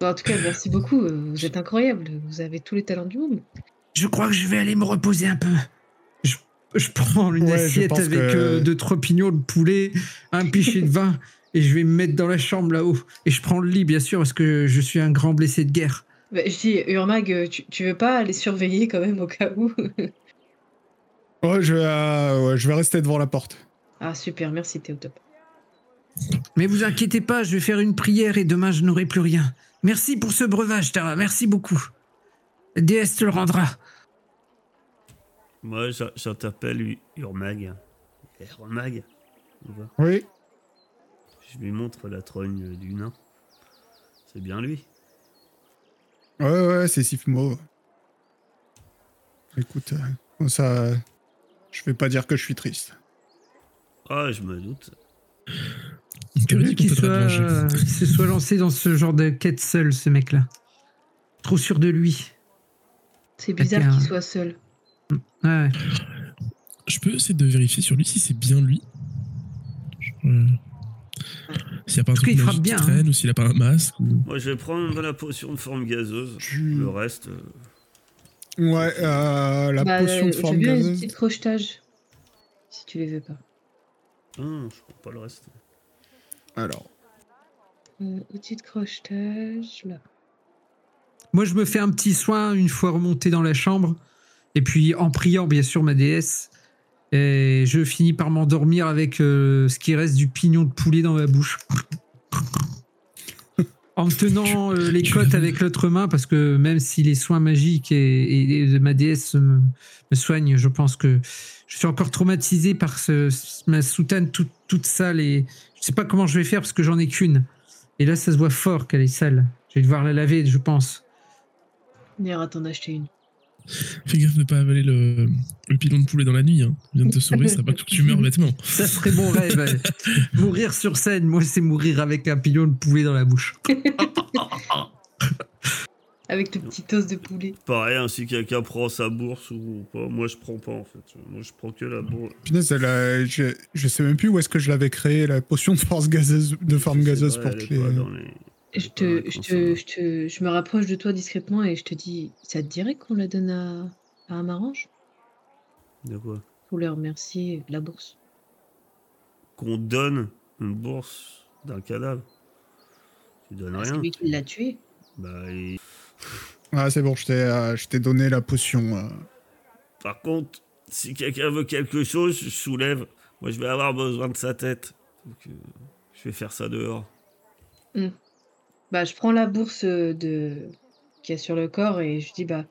[SPEAKER 1] Bah, en tout cas, merci beaucoup. euh, Vous êtes incroyable. Vous avez tous les talents du monde.
[SPEAKER 5] Je crois que je vais aller me reposer un peu. Je, je prends une
[SPEAKER 2] Ouais, je
[SPEAKER 5] assiette
[SPEAKER 2] pense
[SPEAKER 5] avec
[SPEAKER 2] que-
[SPEAKER 5] euh, deux, trois pignons de poulet, un pichet de vin, et je vais me mettre dans la chambre là-haut. Et je prends le lit, bien sûr, parce que je suis un grand blessé de guerre.
[SPEAKER 1] Bah, je dis, Urmag, euh, tu, tu veux pas aller surveiller quand même au cas où
[SPEAKER 2] Ouais, je vais, euh, ouais, je vais rester devant la porte.
[SPEAKER 1] Ah, super, merci, t'es au top.
[SPEAKER 5] Mais vous inquiétez pas, je vais faire une prière et demain je n'aurai plus rien. Merci pour ce breuvage, Tara, merci beaucoup. La déesse te le rendra.
[SPEAKER 3] Moi, j'a- j'interpelle U- Urmag. Urmag. Tu vois,
[SPEAKER 2] Oui.
[SPEAKER 3] Je lui montre la trogne du nain. C'est bien lui.
[SPEAKER 2] Ouais, ouais, c'est Sifmo. Écoute, euh, ça. euh, Je vais pas dire que je suis triste.
[SPEAKER 3] Ah, je me doute.
[SPEAKER 4] Il t'avait
[SPEAKER 5] Vu
[SPEAKER 4] dit qu'on
[SPEAKER 5] qu'il
[SPEAKER 4] t'aiderait à te
[SPEAKER 5] soit,
[SPEAKER 4] venger.
[SPEAKER 5] euh, qu'il se soit lancé dans ce genre de quête seul, ce mec-là. Trop sûr de lui.
[SPEAKER 2] Ah,
[SPEAKER 1] C'est
[SPEAKER 5] Quelqu'un-
[SPEAKER 1] bizarre qu'il soit seul.
[SPEAKER 5] Ouais.
[SPEAKER 4] Je peux essayer de vérifier sur lui si c'est bien lui. Euh, S'il n'y a pas un
[SPEAKER 5] tout cas,
[SPEAKER 4] truc
[SPEAKER 5] il
[SPEAKER 4] magique
[SPEAKER 5] frappe
[SPEAKER 4] qui
[SPEAKER 5] bien, hein.
[SPEAKER 4] traîne ou s'il a pas un masque. Ou...
[SPEAKER 3] Moi, je vais prendre la potion de forme gazeuse.
[SPEAKER 2] Tu-
[SPEAKER 3] Le reste, euh,
[SPEAKER 2] Ouais, euh, la
[SPEAKER 1] Bah,
[SPEAKER 2] potion
[SPEAKER 1] euh,
[SPEAKER 2] de
[SPEAKER 1] j'ai
[SPEAKER 2] forme
[SPEAKER 1] bien les
[SPEAKER 2] gazeuse.
[SPEAKER 1] petits crochetages, si tu les veux pas.
[SPEAKER 3] ah non, je prends pas le reste.
[SPEAKER 2] Alors.
[SPEAKER 1] Euh, outils de crochetage, là.
[SPEAKER 5] Moi, je me fais un petit soin une fois remonté dans la chambre. Et puis, en priant, bien sûr, ma déesse. Et je finis par m'endormir avec euh, ce qui reste du pignon de poulet dans ma bouche. En me tenant euh, les
[SPEAKER 4] tu-
[SPEAKER 5] côtes avec l'autre main, parce que même si les soins magiques et, et de ma déesse me, me soignent, je pense que je suis encore traumatisé par ce, ce- ma soutane toute, toute sale. Et je sais pas comment je vais faire parce que j'en ai qu'une. Et là, ça se voit fort qu'elle est sale. Je vais devoir la laver, je pense.
[SPEAKER 1] On ira t'en acheter une.
[SPEAKER 4] Fais gaffe de ne pas avaler le, le pilon de poulet dans la nuit. Hein. Il vient de te sauver, ça va que tu meurs bêtement.
[SPEAKER 5] Ça serait mon rêve. ouais. mourir sur scène, moi, c'est mourir avec un pignon de poulet dans la bouche.
[SPEAKER 1] Avec le petit os de poulet.
[SPEAKER 3] Pareil, hein, si quelqu'un prend sa bourse ou pas, moi je prends pas en fait. Moi je prends que la bourse.
[SPEAKER 2] Punaise, elle a- je, je sais même plus où est-ce que je l'avais créé, la potion de, force gazeuse, de forme gazeuse
[SPEAKER 3] C'est
[SPEAKER 2] pour
[SPEAKER 3] vrai,
[SPEAKER 2] que
[SPEAKER 3] elle est pas
[SPEAKER 2] les-
[SPEAKER 3] dans les- elle
[SPEAKER 1] Je
[SPEAKER 3] est pas dans
[SPEAKER 1] te,
[SPEAKER 3] les
[SPEAKER 1] je, te,
[SPEAKER 3] consommables.
[SPEAKER 1] je, te, je me rapproche de toi discrètement et je te dis, ça te dirait qu'on la donne à, à Amarange
[SPEAKER 3] De quoi
[SPEAKER 1] pour leur remercier de la bourse
[SPEAKER 3] Qu'on donne une bourse d'un cadavre. Tu donnes
[SPEAKER 1] Ah, C'est
[SPEAKER 3] rien.
[SPEAKER 1] lui qui l'a tué.
[SPEAKER 3] Bah, il-
[SPEAKER 2] Ah, c'est bon, je t'ai euh, je t'ai donné la potion. euh.
[SPEAKER 3] Par contre, si quelqu'un veut quelque chose, je soulève. Moi, je vais avoir besoin de sa tête. Donc, euh, je vais faire ça dehors.
[SPEAKER 1] Bah, je prends la bourse euh, de qui est sur le corps et je dis bah,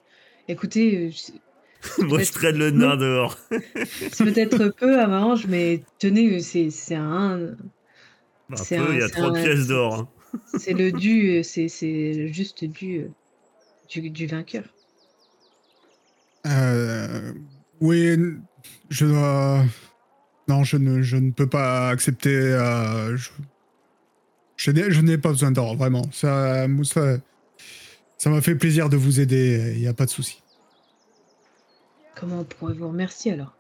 [SPEAKER 1] écoutez, euh, c'est-
[SPEAKER 3] Moi, je traîne le nain dehors.
[SPEAKER 1] c'est peut-être peu à ma hanche, mais tenez, euh, c'est c'est un,
[SPEAKER 3] Un
[SPEAKER 1] C'est
[SPEAKER 3] peu,
[SPEAKER 1] un-
[SPEAKER 3] Bah, il y a
[SPEAKER 1] c'est
[SPEAKER 3] trois
[SPEAKER 1] un-
[SPEAKER 3] pièces d'or. hein.
[SPEAKER 1] c'est le dû, euh, c'est c'est juste dû euh, du, du vainqueur.
[SPEAKER 2] Euh, oui, n- je dois. Non, je ne, je ne peux pas accepter. euh, je je n'ai- je n'ai pas besoin d'or, vraiment. Ça m'a ça, ça m'a fait plaisir de vous aider, il n'y a pas de souci.
[SPEAKER 1] Comment on pourrait vous remercier alors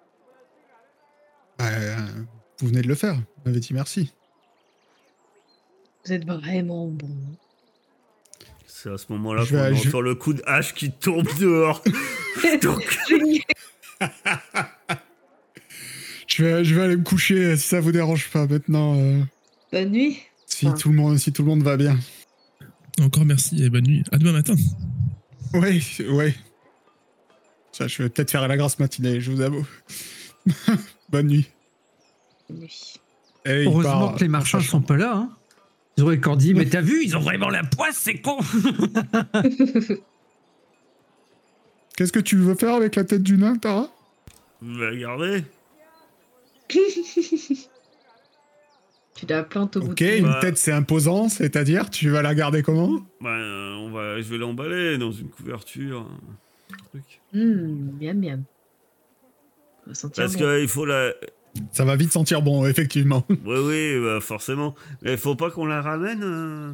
[SPEAKER 2] Euh, vous venez de le faire, vous m'avez dit merci.
[SPEAKER 1] Vous êtes vraiment bon.
[SPEAKER 3] C'est à ce moment-là
[SPEAKER 2] Je
[SPEAKER 3] qu'on
[SPEAKER 2] vais-
[SPEAKER 3] entend
[SPEAKER 2] je-
[SPEAKER 3] le coup de hache qui tombe dehors. Donc,
[SPEAKER 1] Génial.
[SPEAKER 2] Je vais, je vais aller me coucher si ça vous dérange pas maintenant. euh,
[SPEAKER 1] Bonne nuit.
[SPEAKER 2] si,
[SPEAKER 1] Ah.
[SPEAKER 2] tout le monde, si tout le monde va bien.
[SPEAKER 4] Encore merci et bonne nuit. À demain matin.
[SPEAKER 2] Oui, oui. Ça, je vais peut-être faire la grasse matinée, je vous avoue. Bonne nuit.
[SPEAKER 1] Bonne nuit.
[SPEAKER 2] Et il
[SPEAKER 5] Heureusement
[SPEAKER 2] part-
[SPEAKER 5] que les marchands sont pas là. hein. Ils auraient encore dit, mais t'as vu, ils ont vraiment la poisse, c'est con.
[SPEAKER 2] Qu'est-ce que tu veux faire avec la tête du nain, Tara
[SPEAKER 3] vous la gardez.
[SPEAKER 1] tu la plantes au bout
[SPEAKER 2] Ok,
[SPEAKER 1] de ton-
[SPEAKER 2] une
[SPEAKER 3] Bah.
[SPEAKER 2] tête c'est imposant, c'est-à-dire tu vas la garder comment
[SPEAKER 3] Bah, euh, on va, je vais l'emballer dans une couverture. un truc.
[SPEAKER 1] Hmm, miam miam. On va sentir
[SPEAKER 3] Parce
[SPEAKER 1] bon.
[SPEAKER 3] qu'il faut la.
[SPEAKER 2] Ça va vite sentir bon, effectivement.
[SPEAKER 3] Oui, oui, bah, forcément. Mais il faut pas qu'on la ramène. euh.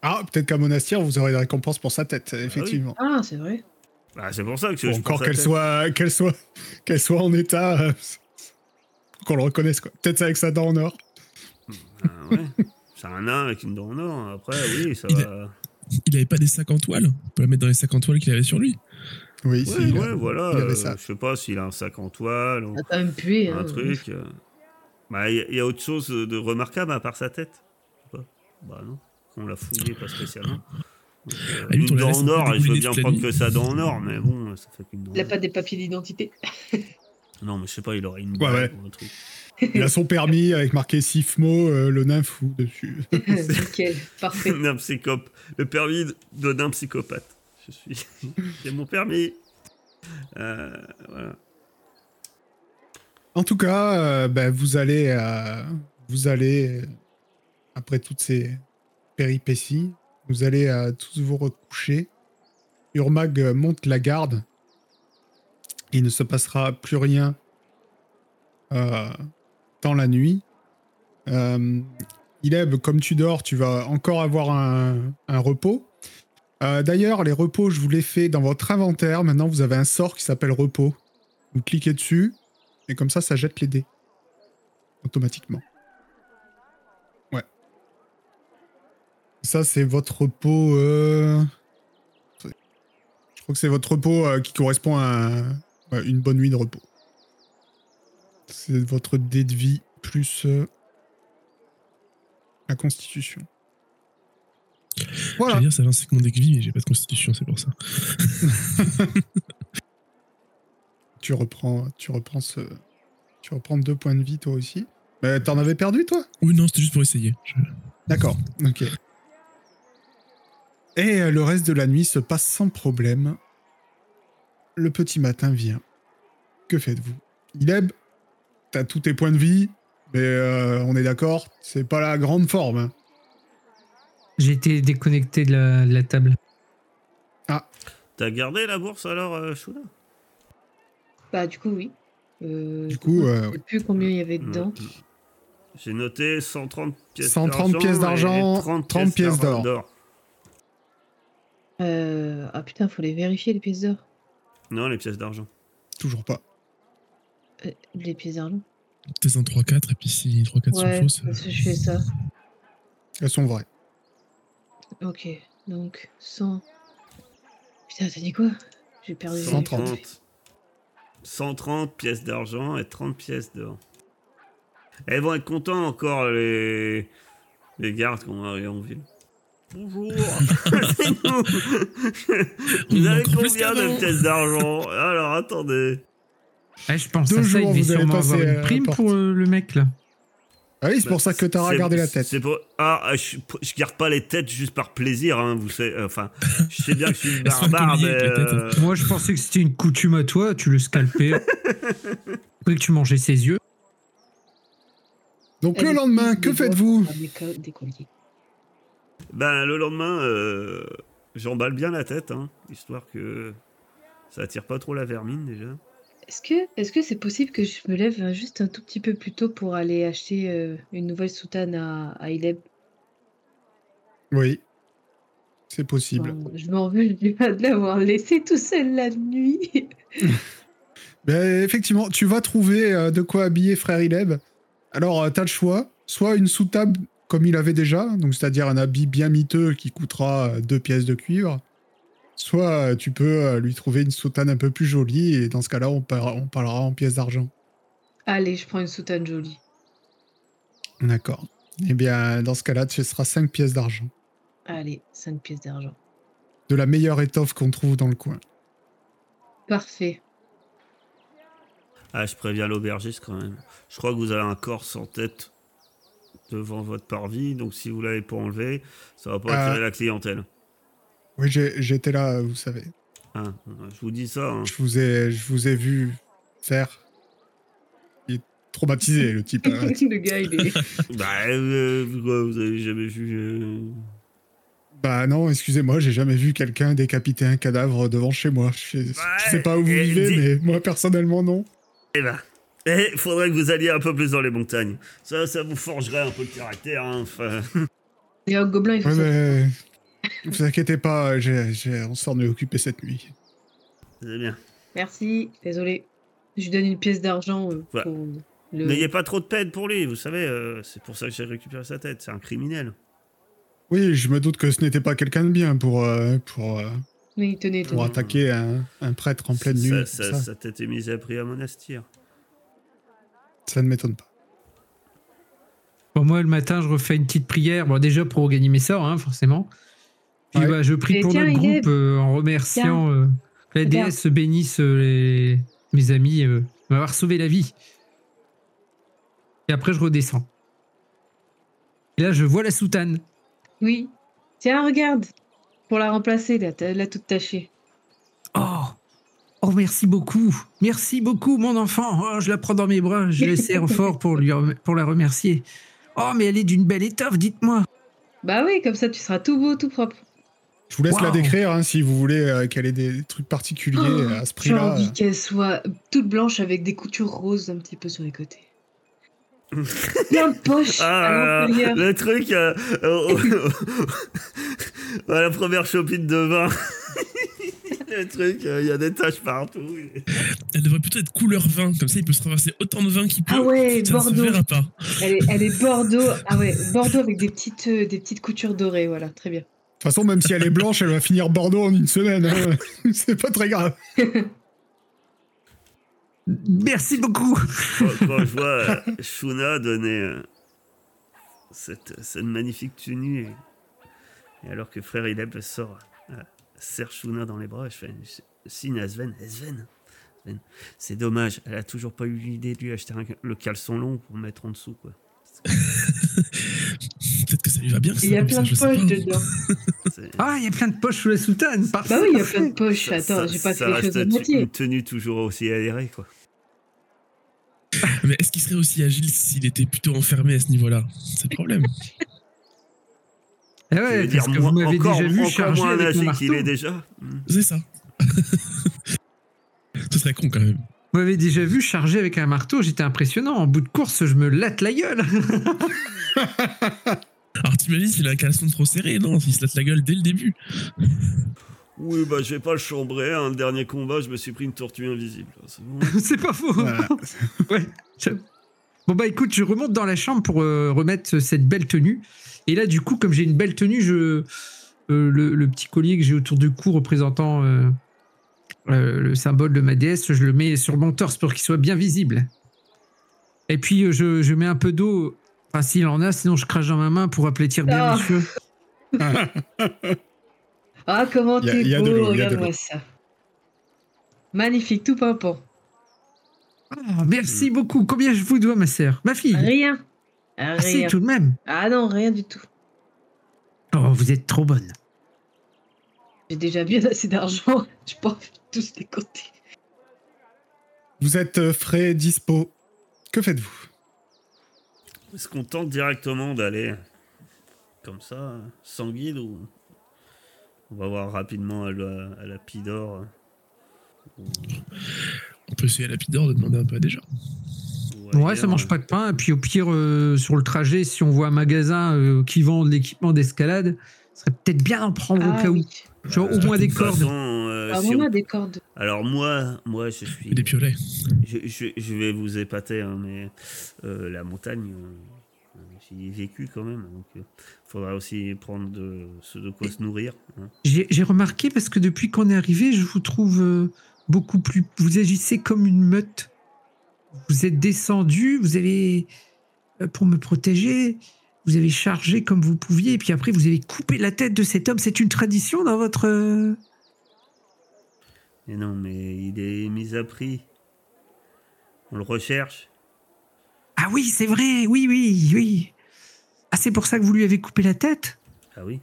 [SPEAKER 2] Ah, peut-être qu'à Monastir, vous aurez des récompenses pour sa tête, effectivement.
[SPEAKER 1] Ah, c'est vrai.
[SPEAKER 3] Bah, c'est pour ça que
[SPEAKER 2] Ou
[SPEAKER 3] je
[SPEAKER 2] encore
[SPEAKER 3] pense à
[SPEAKER 2] qu'elle
[SPEAKER 3] tête.
[SPEAKER 2] soit, qu'elle soit, qu'elle soit en état, euh, qu'on le reconnaisse quoi. Peut-être avec sa dent en or.
[SPEAKER 3] Ah, ouais. C'est un nain avec une dent en or. Après, oui, ça
[SPEAKER 4] Il est-
[SPEAKER 3] va.
[SPEAKER 4] Il avait pas des sacs en toile. On peut la mettre dans les sacs en toile qu'il avait sur lui.
[SPEAKER 2] Oui,
[SPEAKER 3] Ouais,
[SPEAKER 2] si, il a-
[SPEAKER 3] ouais, voilà.
[SPEAKER 2] il avait
[SPEAKER 3] euh,
[SPEAKER 2] ça.
[SPEAKER 3] je sais pas s'il a un sac en toile
[SPEAKER 4] Ah,
[SPEAKER 3] ou
[SPEAKER 1] Ça a quand même pué.
[SPEAKER 3] un
[SPEAKER 1] hein.
[SPEAKER 3] truc. euh. Bah, il y a- il y, a autre chose de remarquable à part sa tête. Je sais pas. Bah, non. On l'a fouillé pas spécialement. Donc, euh,
[SPEAKER 4] Ah, lui, on
[SPEAKER 3] une
[SPEAKER 4] la
[SPEAKER 3] dent
[SPEAKER 4] laisse
[SPEAKER 3] en or,
[SPEAKER 4] dégouliner
[SPEAKER 3] et je veux
[SPEAKER 4] toute
[SPEAKER 3] bien
[SPEAKER 4] la
[SPEAKER 3] prendre
[SPEAKER 4] nuit.
[SPEAKER 3] que sa dent en or, mais bon, ça fait qu'une dent.
[SPEAKER 1] Il a
[SPEAKER 3] en
[SPEAKER 1] pas des papiers d'identité.
[SPEAKER 3] or. Non, mais je sais pas, il aurait une
[SPEAKER 2] Ouais,
[SPEAKER 3] bague ou un truc.
[SPEAKER 2] il a son permis avec marqué Sifmo, euh, le nain fou dessus.
[SPEAKER 1] Nickel, parfait.
[SPEAKER 3] d'un psychopathe. Le permis de- d'un psychopathe. Je suis. J'ai mon permis. Euh, voilà.
[SPEAKER 2] En tout cas, euh, ben, vous allez, euh, vous allez, euh, après toutes ces péripéties, vous allez euh, tous vous recoucher. Urmag euh, monte la garde. Il ne se passera plus rien euh, dans la nuit. Euh, Ileb, comme tu dors, tu vas encore avoir un, un repos. Euh, D'ailleurs, les repos, je vous les fais dans votre inventaire. Maintenant, vous avez un sort qui s'appelle repos. Vous cliquez dessus. Et comme ça, ça jette les dés. Automatiquement. Ouais. Ça, c'est votre repos. euh, Je crois que c'est votre repos euh, qui correspond à un- ouais, une bonne nuit de repos. C'est votre dé de vie plus euh, la constitution. Voilà.
[SPEAKER 4] Je veux dire, ça lance avec mon deck vie, mais j'ai pas de constitution, c'est pour ça.
[SPEAKER 2] Tu reprends, tu reprends ce, tu reprends deux points de vie toi aussi. Mais t'en avais perdu toi
[SPEAKER 4] Oui, non, c'était juste pour essayer. Je-
[SPEAKER 2] D'accord, ok. Et euh, le reste de la nuit se passe sans problème. Le petit matin vient. Que faites-vous Ileb, t'as tous tes points de vie, mais euh, on est d'accord, c'est pas la grande forme. hein.
[SPEAKER 5] J'ai été déconnecté de la, de la table.
[SPEAKER 3] T'as gardé la bourse alors, euh, Shuna
[SPEAKER 1] Bah, du coup, oui. Euh,
[SPEAKER 2] Du coup, euh, Hmm.
[SPEAKER 1] je sais plus combien il y avait dedans.
[SPEAKER 3] J'ai noté 130 pièces
[SPEAKER 2] 130
[SPEAKER 3] d'argent.
[SPEAKER 2] pièces
[SPEAKER 3] et
[SPEAKER 2] d'argent,
[SPEAKER 3] 30
[SPEAKER 2] 30 pièces d'or.
[SPEAKER 1] Euh, Ah putain, faut les vérifier, les pièces d'or.
[SPEAKER 3] Non, les pièces d'argent.
[SPEAKER 2] Toujours pas.
[SPEAKER 1] Euh, les pièces d'argent.
[SPEAKER 4] Peut-être un 3-4, et puis si 3-4
[SPEAKER 1] Ouais,
[SPEAKER 4] sont fausses.
[SPEAKER 1] parce que je fais ça.
[SPEAKER 2] Elles sont vraies.
[SPEAKER 1] Ok, donc 100. Putain, t'as dit quoi J'ai perdu.
[SPEAKER 2] 130.
[SPEAKER 3] 130 pièces d'argent et 30 pièces d'or. Elles vont être contents encore, les, les gardes qu'on va arriver en ville. Bonjour, c'est nous. Vous
[SPEAKER 4] On est
[SPEAKER 3] avez
[SPEAKER 4] encore plus
[SPEAKER 3] combien de
[SPEAKER 4] qu'avant.
[SPEAKER 3] pièces d'argent Alors attendez.
[SPEAKER 5] Eh, je pense
[SPEAKER 2] Deux
[SPEAKER 5] à ça,
[SPEAKER 2] jours,
[SPEAKER 5] il
[SPEAKER 2] vous
[SPEAKER 5] va
[SPEAKER 2] allez
[SPEAKER 5] sûrement
[SPEAKER 2] passer
[SPEAKER 5] avoir
[SPEAKER 2] à
[SPEAKER 5] une
[SPEAKER 2] la
[SPEAKER 5] prime
[SPEAKER 2] porte.
[SPEAKER 5] pour euh, le mec là.
[SPEAKER 2] Ah oui, c'est pour
[SPEAKER 3] Bah,
[SPEAKER 2] ça que t'as
[SPEAKER 3] c'est-
[SPEAKER 2] regardé la tête.
[SPEAKER 3] C'est pour... Ah, je, je garde pas les têtes juste par plaisir, hein, vous savez. Enfin, je sais bien que je suis
[SPEAKER 4] Elles se font
[SPEAKER 3] barbare, mais.
[SPEAKER 4] collier avec les têtes.
[SPEAKER 3] euh,
[SPEAKER 5] Moi, je pensais que c'était une coutume à toi, tu le scalpais. Oui, que tu mangeais ses yeux.
[SPEAKER 2] Donc le lendemain, que faites-vous
[SPEAKER 1] Ah, Des colliers.
[SPEAKER 3] Ben, le lendemain, euh, j'emballe bien la tête, hein, histoire que ça attire pas trop la vermine déjà.
[SPEAKER 1] Est-ce que est-ce que c'est possible que je me lève euh, juste un tout petit peu plus tôt pour aller acheter euh, une nouvelle soutane à, à Ileb
[SPEAKER 2] Oui, c'est possible.
[SPEAKER 1] Enfin, Je m'en veux du mal de l'avoir laissé tout seul la nuit.
[SPEAKER 2] Ben, effectivement, tu vas trouver euh, de quoi habiller frère Ileb. Alors, euh, t'as le choix. Soit une sous-table comme il avait déjà, donc c'est-à-dire un habit bien miteux qui coûtera euh, deux pièces de cuivre. Soit euh, tu peux euh, lui trouver une soutane un peu plus jolie, et dans ce cas-là, on, par- on parlera en pièces d'argent.
[SPEAKER 1] Allez, je prends une soutane jolie.
[SPEAKER 2] D'accord. Eh bien, dans ce cas-là, ce sera cinq pièces d'argent.
[SPEAKER 1] Allez, 5 pièces d'argent.
[SPEAKER 2] De la meilleure étoffe qu'on trouve dans le coin.
[SPEAKER 1] Parfait.
[SPEAKER 3] Ah, je préviens l'aubergiste quand même. Je crois que vous avez un corps sans tête devant votre parvis, donc si vous l'avez pas enlevé, ça va pas
[SPEAKER 2] Ah.
[SPEAKER 3] attirer la clientèle.
[SPEAKER 2] Oui, j'ai- j'étais là, vous savez.
[SPEAKER 3] Hein, je vous dis ça. hein.
[SPEAKER 2] Je vous ai, je vous ai vu faire. Il est traumatisé, le type. hein.
[SPEAKER 1] le gars, il est.
[SPEAKER 3] Bah, euh, vous, quoi, vous avez jamais vu. euh,
[SPEAKER 2] bah non, excusez-moi, j'ai jamais vu quelqu'un décapiter un cadavre devant chez moi. Je, sais- je sais pas où vous
[SPEAKER 3] Ouais, et dis-
[SPEAKER 2] vivez, mais moi, personnellement, non.
[SPEAKER 3] Eh ben, eh, faudrait que vous alliez un peu plus dans les montagnes. Ça, ça vous forgerait un peu le caractère. Hein. Enfin,
[SPEAKER 1] Et un gobelin, il fait
[SPEAKER 2] Ouais,
[SPEAKER 1] ça.
[SPEAKER 2] mais. vous inquiétez pas, j'ai- j'ai- on s'en est occupé cette nuit.
[SPEAKER 3] c'est bien.
[SPEAKER 1] Merci, désolé. Je lui donne une pièce d'argent euh,
[SPEAKER 3] Ouais.
[SPEAKER 1] pour le.
[SPEAKER 3] N'ayez pas trop de peine pour lui, vous savez. euh, c'est pour ça que j'ai récupéré sa tête. C'est un criminel.
[SPEAKER 2] Oui, je me doute que ce n'était pas quelqu'un de bien pour, euh, pour, euh,
[SPEAKER 1] Oui, tenez,
[SPEAKER 2] pour
[SPEAKER 1] tenez.
[SPEAKER 3] Ouais.
[SPEAKER 2] attaquer un, un prêtre en pleine
[SPEAKER 3] Sa-
[SPEAKER 2] nuit. comme
[SPEAKER 3] sa-
[SPEAKER 2] Ça, ça,
[SPEAKER 3] Sa tête est mise à prix à monastir.
[SPEAKER 2] ne m'étonne pas.
[SPEAKER 5] Bon, moi, le matin, je refais une petite prière. Bon, déjà pour gagner mes sorts, hein, forcément. Puis
[SPEAKER 2] Ouais.
[SPEAKER 5] bah, je prie
[SPEAKER 1] Mais
[SPEAKER 5] pour
[SPEAKER 1] tiens,
[SPEAKER 5] notre
[SPEAKER 1] il est- Eh
[SPEAKER 5] groupe euh, en remerciant euh, que la
[SPEAKER 1] Regarde.
[SPEAKER 5] déesse bénisse euh, les... mes amis euh, de m'avoir sauvé la vie. Et après, je redescends. Et là, je vois la soutane.
[SPEAKER 1] Oui. Tiens, regarde. Pour la remplacer, là, t'as- là toute tachée.
[SPEAKER 5] Oh Oh, merci beaucoup Merci beaucoup, mon enfant Oh, Je la prends dans mes bras, je la serre fort pour, lui rem- pour la remercier. Oh, mais elle est d'une belle étoffe, dites-moi
[SPEAKER 1] Bah oui, comme ça, tu seras tout beau, tout propre.
[SPEAKER 2] Je vous laisse la
[SPEAKER 5] Waouh.
[SPEAKER 2] décrire hein, si vous voulez euh, qu'elle ait des trucs particuliers
[SPEAKER 1] Oh,
[SPEAKER 2] euh, à ce
[SPEAKER 1] J'ai
[SPEAKER 2] prix-là.
[SPEAKER 1] envie qu'elle soit toute blanche avec des coutures roses un petit peu sur les côtés. Bien de poche
[SPEAKER 3] Ah,
[SPEAKER 1] à l'intérieur.
[SPEAKER 3] le truc. euh, euh, euh, à Bah, la première chopine de vin. le truc, euh, il y a des taches partout.
[SPEAKER 4] Elle devrait plutôt être couleur vin, comme ça il peut se traverser autant de vin qu'il peut.
[SPEAKER 1] Ah ouais,
[SPEAKER 4] ça ne se
[SPEAKER 1] Bordeaux.
[SPEAKER 4] verra pas.
[SPEAKER 1] Elle est, elle est bordeaux. Ah ouais, bordeaux avec des petites, euh, des petites coutures dorées. Voilà, très bien.
[SPEAKER 2] De toute façon, même si elle est blanche, elle va finir Bordeaux en une semaine. hein. C'est pas très grave.
[SPEAKER 5] Merci beaucoup
[SPEAKER 3] Quand, quand je vois euh, Shuna donner euh, cette, cette magnifique tenue, et, et alors que frère Ileb sort, euh, serre Shuna dans les bras, je fais un signe à Sven. Eh, Sven, Sven, c'est dommage, elle a toujours pas eu l'idée de lui acheter un- le caleçon long pour mettre en dessous. Quoi.
[SPEAKER 4] Peut-être que ça lui va bien.
[SPEAKER 1] Il y a
[SPEAKER 4] ça,
[SPEAKER 1] plein
[SPEAKER 4] comme
[SPEAKER 1] de
[SPEAKER 4] ça, je sais
[SPEAKER 1] poches
[SPEAKER 4] pas.
[SPEAKER 1] dedans.
[SPEAKER 3] C'est-
[SPEAKER 5] Ah, il y a plein de poches sous la soutane
[SPEAKER 1] Bah oui, il y a plein de poches.
[SPEAKER 3] ça-
[SPEAKER 1] Attends,
[SPEAKER 3] ça-
[SPEAKER 1] j'ai pas fait
[SPEAKER 3] ça
[SPEAKER 1] les
[SPEAKER 3] reste
[SPEAKER 1] choses à
[SPEAKER 3] une-
[SPEAKER 1] moitié.
[SPEAKER 3] une tenue toujours aussi aérée, quoi.
[SPEAKER 4] Mais est-ce qu'il serait aussi agile s'il était plutôt enfermé à ce niveau-là C'est le problème.
[SPEAKER 5] Ah
[SPEAKER 3] Je veux
[SPEAKER 5] ouais,
[SPEAKER 3] dire,
[SPEAKER 5] parce que
[SPEAKER 3] moins-
[SPEAKER 5] vous m'avez
[SPEAKER 3] encore,
[SPEAKER 5] déjà vu
[SPEAKER 3] encore
[SPEAKER 5] charger
[SPEAKER 3] moins
[SPEAKER 5] avec mon
[SPEAKER 3] âgé
[SPEAKER 5] marteau.
[SPEAKER 3] qu'il est déjà. Mm.
[SPEAKER 4] C'est ça. Ce serait con quand même.
[SPEAKER 5] Vous m'avez déjà vu charger avec un marteau, j'étais impressionnant. En bout de course, je me latte la gueule
[SPEAKER 4] Alors t'imagines s'il a un caleçon trop serré, non Il se latte la gueule dès le début.
[SPEAKER 3] Oui, bah je vais pas le chambrer. hein. Le dernier combat, je me suis pris une tortue invisible. C'est bon.
[SPEAKER 5] C'est pas faux
[SPEAKER 2] Voilà.
[SPEAKER 5] Ouais, j'avoue. Bon bah écoute, je remonte dans la chambre pour euh, remettre cette belle tenue. Et là, du coup, comme j'ai une belle tenue, je euh, le, le petit collier que j'ai autour du cou représentant euh, euh, le symbole de ma déesse, je le mets sur mon torse pour qu'il soit bien visible. Et puis euh, je, je mets un peu d'eau, enfin s'il en a, sinon je crache dans ma main pour aplatir bien
[SPEAKER 1] Ah.
[SPEAKER 5] monsieur.
[SPEAKER 1] Ah, comment
[SPEAKER 2] Y a-
[SPEAKER 1] t'es
[SPEAKER 2] y a de
[SPEAKER 1] beau,
[SPEAKER 2] l'eau, y a de
[SPEAKER 1] regarde-moi
[SPEAKER 2] l'eau.
[SPEAKER 1] ça. Magnifique, tout pimpant.
[SPEAKER 5] Ah, merci beaucoup. Combien je vous dois, ma sœur Ma fille
[SPEAKER 1] Rien.
[SPEAKER 5] Ah, si,
[SPEAKER 1] Rien.
[SPEAKER 5] tout de même.
[SPEAKER 1] Ah non, rien du tout.
[SPEAKER 5] Oh, vous êtes trop bonne.
[SPEAKER 1] J'ai déjà bien assez d'argent. Je peux tous les côtés.
[SPEAKER 2] Vous êtes euh, frais, dispo. Que faites-vous
[SPEAKER 3] Est-ce qu'on tente directement d'aller comme ça, sans guide ou on va voir rapidement à la, à la Pidor ou-
[SPEAKER 4] On peut essayer à la Pidor de demander un peu à des gens.
[SPEAKER 3] ou
[SPEAKER 5] Ouais,
[SPEAKER 3] ailleurs,
[SPEAKER 5] ça mange
[SPEAKER 3] euh,
[SPEAKER 5] pas de pain. Et puis au pire, euh, sur le trajet, si on voit un magasin euh, qui vend de l'équipement d'escalade, ce serait peut-être bien d'en prendre au
[SPEAKER 1] Ah
[SPEAKER 5] cas
[SPEAKER 1] oui.
[SPEAKER 5] où. Genre
[SPEAKER 3] euh,
[SPEAKER 5] au moins
[SPEAKER 3] de
[SPEAKER 5] des
[SPEAKER 3] toute
[SPEAKER 5] cordes.
[SPEAKER 3] façon, euh,
[SPEAKER 1] Alors,
[SPEAKER 3] si
[SPEAKER 1] on
[SPEAKER 3] on-
[SPEAKER 1] a des cordes.
[SPEAKER 3] Alors moi, moi je suis.
[SPEAKER 4] Des piolets.
[SPEAKER 3] Je, je- je vais vous épater, hein, mais euh, la montagne, euh, j'y ai vécu quand même. Donc, euh, faudra aussi prendre de, ce de quoi se nourrir. hein.
[SPEAKER 5] J'ai j'ai remarqué parce que depuis qu'on est arrivé, je vous trouve euh, beaucoup plus. Vous agissez comme une meute. Vous êtes descendu, vous avez. euh, pour me protéger, vous avez chargé comme vous pouviez, et puis après, vous avez coupé la tête de cet homme. C'est une tradition dans votre. euh,
[SPEAKER 3] Mais non, mais il est mis à prix. On le recherche.
[SPEAKER 5] Ah oui, c'est vrai, oui, oui, oui. Ah, c'est pour ça que vous lui avez coupé la tête
[SPEAKER 3] Ah oui.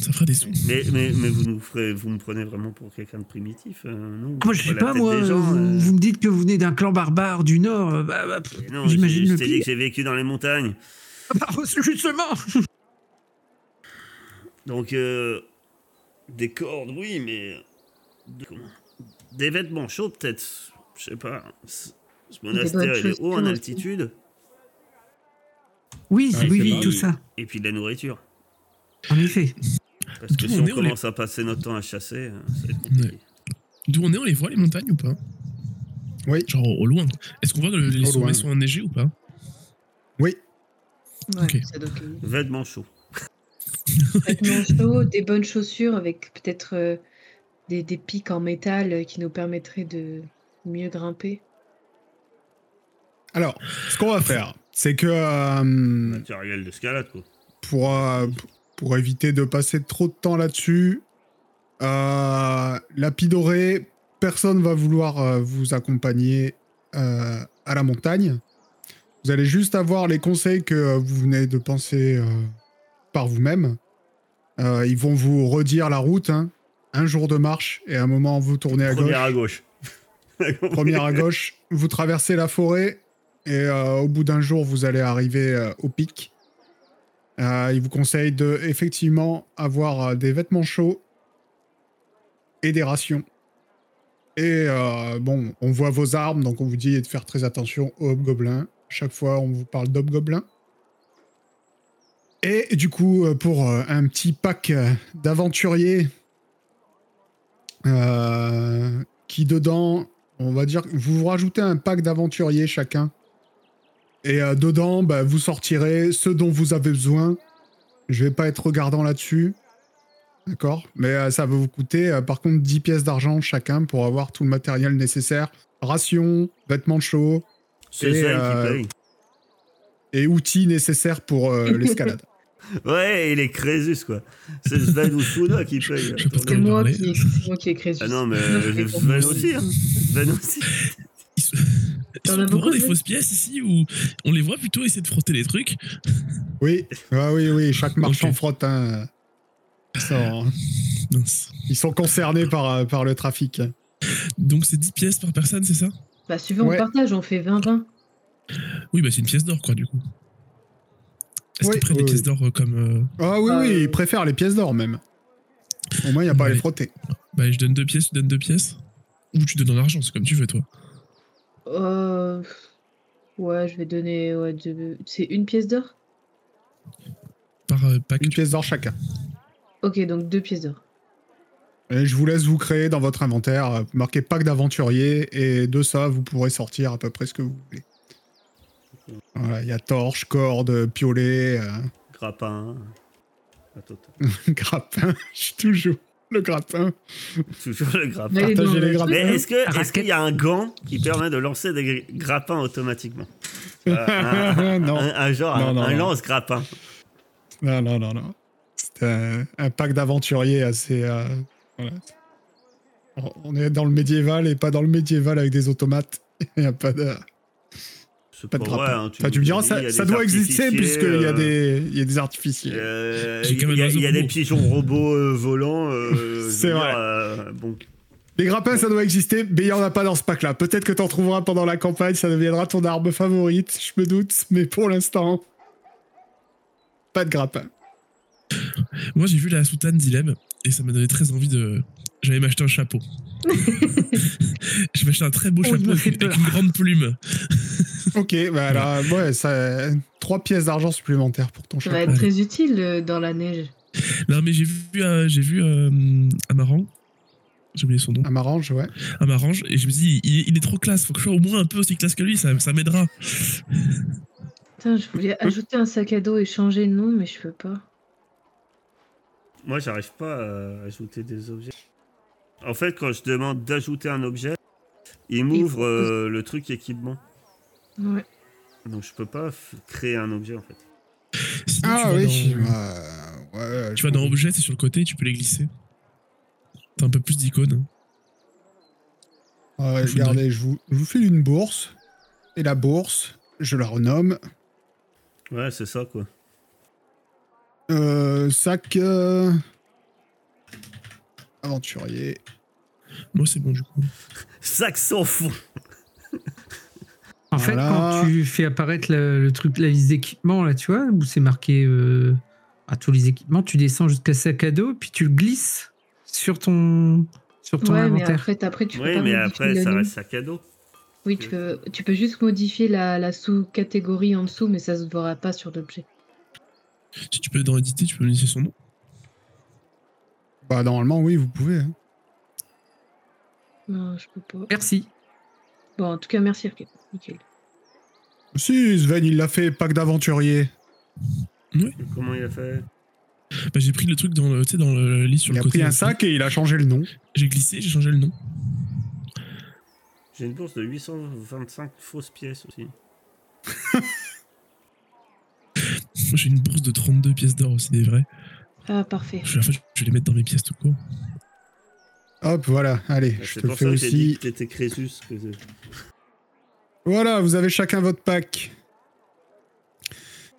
[SPEAKER 4] Ça fera des sous.
[SPEAKER 3] Mais, mais, mais vous nous ferez, vous me prenez vraiment pour quelqu'un de primitif. euh, non,
[SPEAKER 5] Ah, Moi, je
[SPEAKER 3] on
[SPEAKER 5] sais
[SPEAKER 3] voit la
[SPEAKER 5] pas,
[SPEAKER 3] tête
[SPEAKER 5] moi.
[SPEAKER 3] des gens,
[SPEAKER 5] vous,
[SPEAKER 3] euh.
[SPEAKER 5] vous me dites que vous venez d'un clan barbare du Nord. euh, Bah, bah, pff,
[SPEAKER 3] Mais Non,
[SPEAKER 5] J'imagine
[SPEAKER 3] je, je
[SPEAKER 5] le
[SPEAKER 3] t'ai dit
[SPEAKER 5] pire.
[SPEAKER 3] que j'ai vécu dans les montagnes.
[SPEAKER 5] bah, justement
[SPEAKER 3] Donc, euh, des cordes, oui, mais. de- comment Des vêtements chauds, peut-être. Je sais pas. Ce ce monastère,
[SPEAKER 1] bonnes
[SPEAKER 3] il est
[SPEAKER 1] chaussures
[SPEAKER 3] haut en
[SPEAKER 1] aussi.
[SPEAKER 3] altitude.
[SPEAKER 2] Ouais,
[SPEAKER 5] Oui, oui,
[SPEAKER 2] c'est
[SPEAKER 5] oui,
[SPEAKER 2] pas-
[SPEAKER 5] tout ça.
[SPEAKER 3] Et puis de la nourriture.
[SPEAKER 5] En effet.
[SPEAKER 3] Parce que
[SPEAKER 4] D'où
[SPEAKER 3] si
[SPEAKER 4] on
[SPEAKER 3] on
[SPEAKER 4] est, on
[SPEAKER 3] commence à passer notre temps à chasser, euh, ça va être compliqué.
[SPEAKER 4] D'où on est, on les voit les montagnes ou pas
[SPEAKER 2] Oui.
[SPEAKER 4] Genre au au loin. Est-ce qu'on voit que le- les
[SPEAKER 2] Au
[SPEAKER 4] sommets
[SPEAKER 2] loin.
[SPEAKER 4] sont enneigés ou pas
[SPEAKER 1] Ouais,
[SPEAKER 4] Ok.
[SPEAKER 1] ça doit être-
[SPEAKER 3] Vêtements chauds.
[SPEAKER 1] vêtements chauds, des bonnes chaussures avec peut-être euh, des, des pics en métal euh, qui nous permettraient de mieux grimper.
[SPEAKER 2] Alors, ce qu'on va faire, c'est que euh,
[SPEAKER 3] Matériel d'escalade, quoi.
[SPEAKER 2] pour, euh, pour éviter de passer trop de temps là-dessus, euh, lapidoré, personne va vouloir euh, vous accompagner euh, à la montagne. Vous allez juste avoir les conseils que euh, vous venez de penser euh, par vous-même. Euh, ils vont vous redire la route, hein. un jour de marche et à un moment vous tournez à gauche.
[SPEAKER 3] Première à gauche.
[SPEAKER 2] Première à gauche, vous traversez la forêt et euh, au bout d'un jour, vous allez arriver euh, au pic. Euh, il vous conseille de effectivement avoir euh, des vêtements chauds et des rations. Et euh, bon, on voit vos armes, donc on vous dit de faire très attention aux hobgoblins. Chaque fois, on vous parle d'hobgoblins. Et du coup, euh, pour euh, un petit pack euh, d'aventuriers euh, qui dedans, on va dire, que vous vous rajoutez un pack d'aventuriers chacun. Et euh, dedans, bah, vous sortirez ce dont vous avez besoin. Je vais pas être regardant là-dessus. D'accord Mais euh, ça va vous coûter, euh, par contre, 10 pièces d'argent chacun pour avoir tout le matériel nécessaire. Rations, vêtements chauds
[SPEAKER 3] C'est
[SPEAKER 2] Et,
[SPEAKER 3] ça
[SPEAKER 2] euh,
[SPEAKER 3] qui
[SPEAKER 2] et outils nécessaires pour euh, l'escalade.
[SPEAKER 3] paye. Ouais, il est Crésus, quoi. C'est Sven ou Souda qui paye.
[SPEAKER 4] Je pense
[SPEAKER 1] C'est
[SPEAKER 4] Comme
[SPEAKER 1] moi,
[SPEAKER 4] parler.
[SPEAKER 1] qui- c'est moi qui ai créé
[SPEAKER 3] Ah
[SPEAKER 1] ce-
[SPEAKER 3] non, mais
[SPEAKER 1] Non, je
[SPEAKER 3] euh,
[SPEAKER 1] comprends.
[SPEAKER 3] Sven aussi. Hein. Sven aussi.
[SPEAKER 4] Ils se- ils
[SPEAKER 1] T'en
[SPEAKER 4] sont
[SPEAKER 1] as
[SPEAKER 4] au courant
[SPEAKER 1] beaucoup,
[SPEAKER 4] des
[SPEAKER 1] oui.
[SPEAKER 4] fausses pièces ici ou on les voit plutôt essayer de frotter les trucs
[SPEAKER 2] Oui, ah oui, oui, chaque marchand
[SPEAKER 4] Ok.
[SPEAKER 2] frotte. hein. Ils sont-
[SPEAKER 4] Mince.
[SPEAKER 2] ils sont concernés par, euh, par le trafic.
[SPEAKER 4] Donc c'est 10 pièces par personne, c'est ça
[SPEAKER 1] Bah, suivant,
[SPEAKER 2] Ouais.
[SPEAKER 1] on partage, on fait 20-20.
[SPEAKER 4] Oui, bah c'est une pièce d'or, quoi, du coup. Est-ce
[SPEAKER 2] Oui,
[SPEAKER 4] qu'ils prennent
[SPEAKER 2] oui,
[SPEAKER 4] des pièces d'or euh, comme. euh,
[SPEAKER 2] Ah oui,
[SPEAKER 1] Euh,
[SPEAKER 2] oui, ils préfèrent les pièces d'or même. Au moins, il n'y a pas à les
[SPEAKER 4] Ouais.
[SPEAKER 2] frotter.
[SPEAKER 4] Bah, je donne deux pièces, tu donnes deux pièces Ou tu donnes en argent, c'est comme tu veux, toi.
[SPEAKER 1] Euh, Ouais, je vais donner. ouais, deux- C'est une pièce d'or
[SPEAKER 4] Par euh, pack.
[SPEAKER 2] Une pièce d'or chacun.
[SPEAKER 1] Ok, donc deux pièces d'or.
[SPEAKER 2] Et je vous laisse vous créer dans votre inventaire, euh, marquez pack d'aventurier, et de ça, vous pourrez sortir à peu près ce que vous voulez. Voilà, il y a torche, corde, piolet, euh,
[SPEAKER 3] Grappin. hein. Attends,
[SPEAKER 2] grappin, je suis toujours le grappin.
[SPEAKER 3] toujours le grappin.
[SPEAKER 1] Mais
[SPEAKER 2] Partagez
[SPEAKER 1] non,
[SPEAKER 2] les
[SPEAKER 1] mais-
[SPEAKER 2] grappins.
[SPEAKER 3] Mais est-ce que- est-ce
[SPEAKER 5] raquette.
[SPEAKER 3] qu'il y a un gant qui permet de lancer des gr- grappins automatiquement Euh, un, un-
[SPEAKER 2] non,
[SPEAKER 3] un genre, un,
[SPEAKER 2] Non, non,
[SPEAKER 3] un
[SPEAKER 2] non.
[SPEAKER 3] lance-grappin.
[SPEAKER 2] non, non, non, non. T'as un, un pack d'aventuriers assez. euh, voilà. On- On est dans le médiéval et pas dans le médiéval avec des automates. Il y a pas de.
[SPEAKER 3] C'est
[SPEAKER 2] Pas de drapeau.
[SPEAKER 3] vrai, hein,
[SPEAKER 2] Enfin, tu me diras,
[SPEAKER 3] dis, il y
[SPEAKER 2] ça,
[SPEAKER 3] a
[SPEAKER 2] ça
[SPEAKER 3] des
[SPEAKER 2] doit exister
[SPEAKER 3] artificiers,
[SPEAKER 2] puisqu'il y a
[SPEAKER 3] euh,
[SPEAKER 2] des, il y a des artificiers.
[SPEAKER 3] euh,
[SPEAKER 4] C'est
[SPEAKER 3] Il
[SPEAKER 4] quand même
[SPEAKER 3] y a,
[SPEAKER 4] un
[SPEAKER 3] il y a
[SPEAKER 4] robot.
[SPEAKER 3] des pigeons robots euh, volants. euh, je veux
[SPEAKER 2] C'est
[SPEAKER 3] dire,
[SPEAKER 2] vrai.
[SPEAKER 3] euh, bon,
[SPEAKER 2] Les grappins, ça doit exister, mais il n'y en a pas dans ce pack-là. Peut-être que t'en trouveras pendant la campagne, ça deviendra ton arme favorite, je me doute, mais pour l'instant, pas de grappin.
[SPEAKER 4] Moi, j'ai vu la soutane d'Ilem et ça m'a donné très envie de. J'allais m'acheter un chapeau. je m'achetais un très beau
[SPEAKER 5] Oh, il
[SPEAKER 4] chapeau
[SPEAKER 5] me
[SPEAKER 4] avec,
[SPEAKER 5] fait
[SPEAKER 4] une- avec
[SPEAKER 5] peur.
[SPEAKER 4] une grande plume.
[SPEAKER 2] Ok, bah là, ouais, ça, trois pièces d'argent supplémentaires pour ton
[SPEAKER 1] Ça
[SPEAKER 2] chat.
[SPEAKER 1] va être très utile euh, dans la neige.
[SPEAKER 4] Non, mais j'ai vu, euh, j'ai vu euh, Amaran. J'ai oublié son nom.
[SPEAKER 2] Un m'arrange, ouais.
[SPEAKER 4] Amarange. Et je me dis, il, il est trop classe. Faut que je sois au moins un peu aussi classe que lui. Ça, ça m'aidera.
[SPEAKER 1] Putain, je voulais ajouter un sac à dos et changer de nom, mais je peux pas.
[SPEAKER 3] moi, j'arrive pas à ajouter des objets. En fait, quand je demande d'ajouter un objet, il m'ouvre euh, le truc équipement.
[SPEAKER 1] Ouais.
[SPEAKER 3] Donc, je peux pas f- créer un objet en fait.
[SPEAKER 4] Sinon,
[SPEAKER 2] Ah
[SPEAKER 4] tu vas
[SPEAKER 2] oui,
[SPEAKER 4] dans-
[SPEAKER 2] euh, ouais,
[SPEAKER 4] Tu vas dans Objet, c'est sur le côté, tu peux les glisser. T'as un peu plus d'icônes. hein.
[SPEAKER 2] Ouais, regardez, je vous, je vous file une bourse, et la bourse, je la renomme
[SPEAKER 3] Ouais, c'est ça quoi.
[SPEAKER 2] euh, sac euh, aventurier.
[SPEAKER 4] Moi, c'est bon du coup.
[SPEAKER 3] Sac sans fond.
[SPEAKER 5] En fait,
[SPEAKER 2] Voilà.
[SPEAKER 5] quand tu fais apparaître le, le truc, la liste d'équipements, là, tu vois, où c'est marqué euh, à tous les équipements, tu descends jusqu'à sac à dos, puis tu le glisses sur ton, sur ton
[SPEAKER 1] Ouais, mais
[SPEAKER 5] inventaire.
[SPEAKER 1] après, après tu peux
[SPEAKER 3] Oui,
[SPEAKER 1] pas
[SPEAKER 3] mais
[SPEAKER 1] modifier
[SPEAKER 3] après,
[SPEAKER 1] le
[SPEAKER 3] ça
[SPEAKER 1] nom.
[SPEAKER 3] reste sac à dos.
[SPEAKER 1] Oui, tu peux, tu peux juste modifier la, la sous-catégorie en dessous, mais ça se verra pas sur l'objet.
[SPEAKER 4] Si tu peux dans éditer, tu peux glisser son nom.
[SPEAKER 2] Bah normalement, oui, vous pouvez. hein.
[SPEAKER 1] Non, je peux pas.
[SPEAKER 5] Merci.
[SPEAKER 1] Bon, en tout cas, merci, Arcade. Nickel.
[SPEAKER 2] Si, Sven, il l'a fait, pack d'aventurier.
[SPEAKER 3] Et Comment il a fait
[SPEAKER 4] Bah, j'ai pris le truc dans le, tu sais, dans le lit sur
[SPEAKER 2] Il
[SPEAKER 4] le
[SPEAKER 2] a
[SPEAKER 4] côté.
[SPEAKER 2] pris un sac et il a changé le nom.
[SPEAKER 4] J'ai glissé, j'ai changé le nom.
[SPEAKER 3] J'ai une bourse de 825 fausses pièces aussi.
[SPEAKER 4] J'ai une bourse de 32 pièces d'or aussi, des vrais.
[SPEAKER 1] Ah, parfait.
[SPEAKER 4] Je, en fait, je vais les mettre dans mes pièces tout court.
[SPEAKER 2] Hop, voilà, allez, je
[SPEAKER 3] Ah, Bah,
[SPEAKER 2] te
[SPEAKER 3] C'est
[SPEAKER 2] le
[SPEAKER 3] pour
[SPEAKER 2] fais
[SPEAKER 3] ça que j'ai dit
[SPEAKER 2] aussi.
[SPEAKER 3] que t'étais Crésus. que c'est-
[SPEAKER 2] Voilà, vous avez chacun votre pack.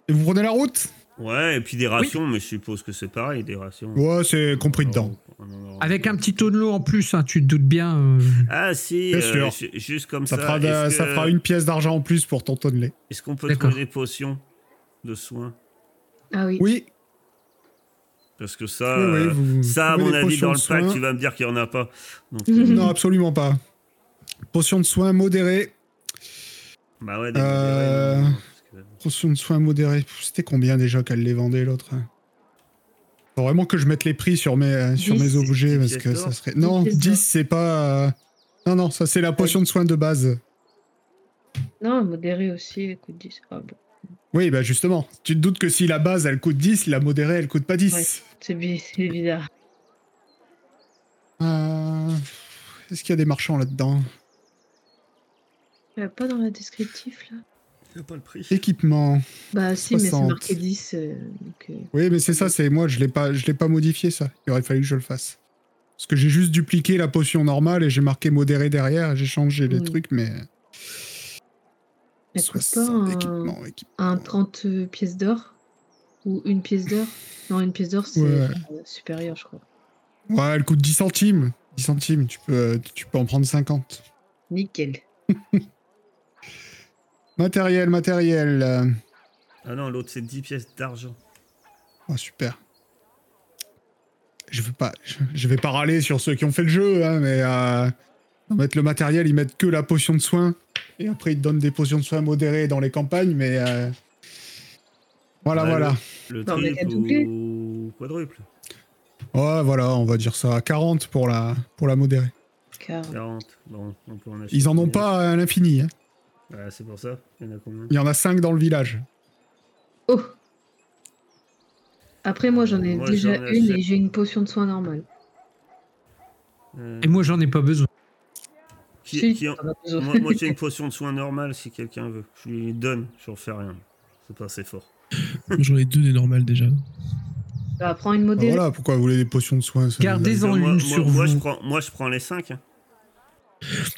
[SPEAKER 2] Et vous prenez la route
[SPEAKER 3] Ouais, et puis des rations, mais je suppose que c'est pareil, des rations.
[SPEAKER 2] Ouais, c'est compris dedans.
[SPEAKER 3] Euh,
[SPEAKER 5] Avec un petit tonneau en plus, hein, tu te doutes bien. euh,
[SPEAKER 3] Ah si,
[SPEAKER 2] Bien
[SPEAKER 3] euh,
[SPEAKER 2] sûr.
[SPEAKER 3] ju- juste comme ça.
[SPEAKER 2] Ça, fera, de-
[SPEAKER 3] Est-ce
[SPEAKER 2] ça
[SPEAKER 3] que- Euh,
[SPEAKER 2] fera une pièce d'argent en plus pour ton tonnelet.
[SPEAKER 3] Est-ce qu'on peut
[SPEAKER 5] D'accord.
[SPEAKER 3] trouver des potions de soins
[SPEAKER 1] Ah oui.
[SPEAKER 2] Oui,
[SPEAKER 3] Parce que ça,
[SPEAKER 2] oui, oui,
[SPEAKER 3] euh,
[SPEAKER 2] vous-
[SPEAKER 3] ça à
[SPEAKER 2] vous
[SPEAKER 3] mon
[SPEAKER 2] trouvez des
[SPEAKER 3] avis,
[SPEAKER 2] potions
[SPEAKER 3] dans
[SPEAKER 2] de
[SPEAKER 3] le pack,
[SPEAKER 2] soin.
[SPEAKER 3] tu vas me dire qu'il y en a pas. Donc,
[SPEAKER 1] Mhm.
[SPEAKER 2] Non, absolument pas. Potion de soin modérée.
[SPEAKER 3] bah ouais, des
[SPEAKER 2] Euh,
[SPEAKER 3] modérés, non, non, parce que-
[SPEAKER 2] Potion de soin modérée. Pff, C'était combien déjà qu'elle les vendait l'autre hein Faut vraiment que je mette les prix sur mes, euh, sur
[SPEAKER 1] Dix.
[SPEAKER 2] mes objets
[SPEAKER 3] Dix
[SPEAKER 2] parce
[SPEAKER 3] pièces
[SPEAKER 2] que
[SPEAKER 3] d'or.
[SPEAKER 2] ça serait. Non,
[SPEAKER 1] pièces
[SPEAKER 2] 10
[SPEAKER 1] d'or.
[SPEAKER 2] c'est pas. euh, Non, non, ça c'est la potion de soin de base.
[SPEAKER 1] Non, modéré aussi, écoute 10. Ah bon,
[SPEAKER 2] Oui, bah justement. Tu te doutes que si la base elle coûte 10, la modérée elle coûte pas 10.
[SPEAKER 1] Ouais. c'est bi- c'est bizarre.
[SPEAKER 2] Euh, Est-ce qu'il y a des marchands là-dedans
[SPEAKER 1] Il y a pas dans la descriptif, là
[SPEAKER 3] Y a pas le prix.
[SPEAKER 2] Équipement.
[SPEAKER 1] Bah si, mais c'est
[SPEAKER 2] 60.
[SPEAKER 1] marqué 10. euh, donc, euh,
[SPEAKER 2] Oui, mais c'est ça, c'est moi, je l'ai pas, je l'ai pas modifié ça. Il aurait fallu que je le fasse. Parce que j'ai juste dupliqué la potion normale et j'ai marqué modéré derrière, et j'ai changé les
[SPEAKER 1] Mm.
[SPEAKER 2] trucs, mais.
[SPEAKER 1] elle coûte pas hein.
[SPEAKER 2] 60
[SPEAKER 1] un,
[SPEAKER 2] équipements, équipements.
[SPEAKER 1] un 30 pièces d'or Ou une pièce d'or Non, une pièce d'or, c'est
[SPEAKER 2] Ouais.
[SPEAKER 1] euh, supérieur, je crois.
[SPEAKER 2] Ouais, elle coûte 10 centimes. 10 centimes, tu peux, euh, tu peux en prendre 50.
[SPEAKER 1] Nickel.
[SPEAKER 2] Matériel, matériel. euh,
[SPEAKER 3] Ah non, l'autre c'est 10 pièces d'argent.
[SPEAKER 2] Oh, super. Je veux pas, je, je vais pas râler sur ceux qui ont fait le jeu, hein, mais euh, ils mettent le matériel, ils mettent que la potion de soin, et après ils te donnent des potions de soin modérées dans les campagnes, mais euh, voilà,
[SPEAKER 3] Ouais,
[SPEAKER 2] voilà.
[SPEAKER 3] Le
[SPEAKER 1] Bah, on est qu'à
[SPEAKER 3] triple
[SPEAKER 1] doubler.
[SPEAKER 3] ou quadruple.
[SPEAKER 2] Ouais, voilà, on va dire ça à 40 pour la, pour la modérée.
[SPEAKER 1] Car...
[SPEAKER 3] 40. Bon, on peut en acheter.
[SPEAKER 2] Ils en ont
[SPEAKER 3] combien
[SPEAKER 2] pas à l'infini. hein.
[SPEAKER 3] Ah, c'est pour ça. Il y en a combien
[SPEAKER 2] Il y en a 5 dans le village.
[SPEAKER 1] Oh Après, moi, j'en ai
[SPEAKER 3] Moi,
[SPEAKER 1] déjà
[SPEAKER 3] j'en ai
[SPEAKER 1] une
[SPEAKER 3] acheté.
[SPEAKER 1] et j'ai une potion de soin normale.
[SPEAKER 3] Euh,
[SPEAKER 5] et moi, j'en ai pas besoin.
[SPEAKER 3] qui-
[SPEAKER 1] Si,
[SPEAKER 3] qui en-
[SPEAKER 1] t'en as besoin.
[SPEAKER 3] Moi, moi, j'ai une potion de soin normale si quelqu'un veut. Je lui donne, je refais rien. C'est pas assez fort.
[SPEAKER 4] Moi, j'en ai deux des normales déjà.
[SPEAKER 1] Bah, prends une modérée.
[SPEAKER 2] Voilà, pourquoi vous voulez des potions de soins ça-
[SPEAKER 5] Gardez- Ils ont
[SPEAKER 3] Moi-
[SPEAKER 5] une
[SPEAKER 3] moi,
[SPEAKER 5] sur
[SPEAKER 3] moi,
[SPEAKER 5] vous.
[SPEAKER 3] je prends, moi, je prends les hein. 5.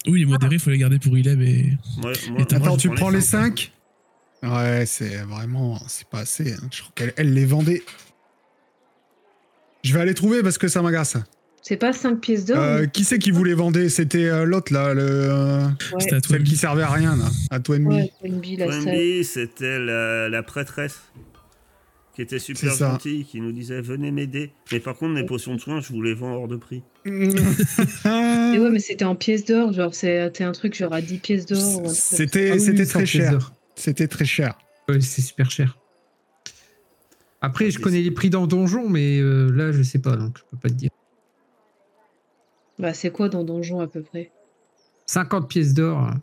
[SPEAKER 4] Oui, les modérés, faut les garder pour Ileb et.
[SPEAKER 3] Moi, moi- moi,
[SPEAKER 2] Attends,
[SPEAKER 3] je
[SPEAKER 2] tu prends les
[SPEAKER 3] cinq. hein.
[SPEAKER 2] 5 Ouais, c'est vraiment. C'est pas assez. hein. Je crois qu'elle elle les vendait. Je vais aller trouver parce que ça m'agace.
[SPEAKER 1] C'est pas 5 pièces d'or
[SPEAKER 2] Euh, qui c'est qui vous les vendait C'était euh, l'autre là, le... euh,
[SPEAKER 1] Ouais.
[SPEAKER 4] C'était à toi.
[SPEAKER 2] celle qui servait à rien là, à toi et demi.
[SPEAKER 1] Ouais, Wendy, la sœur.
[SPEAKER 3] Wendy, c'était la, la prêtresse qui était super
[SPEAKER 2] C'est ça.
[SPEAKER 3] gentille, qui nous disait venez m'aider. Mais par contre, les potions de soins, je vous les vends hors de prix.
[SPEAKER 1] Mais ouais, mais c'était en pièces d'or, genre c'était un truc genre à 10 pièces d'or. ou un truc.
[SPEAKER 2] C'était
[SPEAKER 5] Ah oui,
[SPEAKER 2] c'était
[SPEAKER 5] oui,
[SPEAKER 2] très
[SPEAKER 5] sans
[SPEAKER 2] cher.
[SPEAKER 5] plaisir.
[SPEAKER 2] C'était très cher.
[SPEAKER 5] Ouais, c'est super cher. Après, je connais les prix dans Donjon, mais euh, là, je sais pas, donc je peux pas te dire.
[SPEAKER 1] Bah, c'est quoi dans Donjon à peu près
[SPEAKER 5] 50 pièces d'or. hein.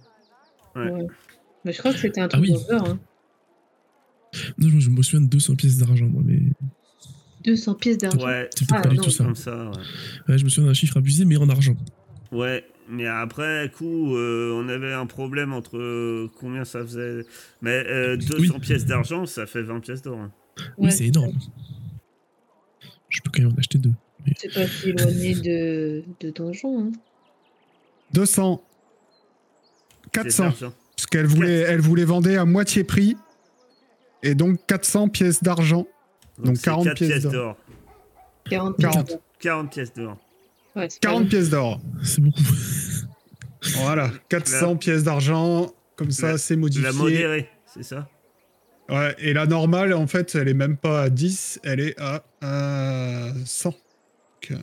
[SPEAKER 3] Ouais.
[SPEAKER 1] Mais je crois que c'était un truc
[SPEAKER 4] Ah oui.
[SPEAKER 1] d'or. Hein.
[SPEAKER 4] Non, je- je me souviens de 200 pièces d'argent, moi, mais.
[SPEAKER 1] 200 pièces d'argent.
[SPEAKER 3] Ouais,
[SPEAKER 4] C'est
[SPEAKER 2] Ah,
[SPEAKER 4] peut-être
[SPEAKER 1] pas du
[SPEAKER 3] un
[SPEAKER 1] tout
[SPEAKER 3] truc
[SPEAKER 4] ça.
[SPEAKER 3] Comme ça ouais.
[SPEAKER 4] Ouais, je me souviens d'un chiffre abusé, mais en argent.
[SPEAKER 3] Ouais, mais après coup, euh, on avait un problème entre euh, combien ça faisait. Mais euh, 200
[SPEAKER 4] Oui.
[SPEAKER 3] pièces d'argent, ça fait 20 pièces d'or. hein.
[SPEAKER 1] Ouais,
[SPEAKER 4] Oui, c'est énorme. Je peux quand même en acheter deux.
[SPEAKER 1] C'est pas si éloigné de, de Donjon. Hein.
[SPEAKER 2] 200.
[SPEAKER 3] Pièces
[SPEAKER 2] 400.
[SPEAKER 3] d'argent.
[SPEAKER 2] Parce qu'elle voulait, elle voulait vendre à moitié prix. Et donc 400 pièces d'argent. Donc
[SPEAKER 3] c'est
[SPEAKER 2] 40
[SPEAKER 3] quatre
[SPEAKER 2] pièces d'or.
[SPEAKER 1] 40 pièces
[SPEAKER 2] 40.
[SPEAKER 1] d'or.
[SPEAKER 3] 40 pièces d'or.
[SPEAKER 1] Ouais, c'est pas
[SPEAKER 2] 40 pièces d'or.
[SPEAKER 4] C'est beaucoup.
[SPEAKER 2] Voilà. 400 pièces d'argent. Comme ça,
[SPEAKER 3] La-
[SPEAKER 2] c'est
[SPEAKER 3] La
[SPEAKER 2] modifié.
[SPEAKER 3] modérée, c'est ça
[SPEAKER 2] Ouais, et la normale, en fait, elle est même pas à 10, elle est à euh, 100. Donc, euh,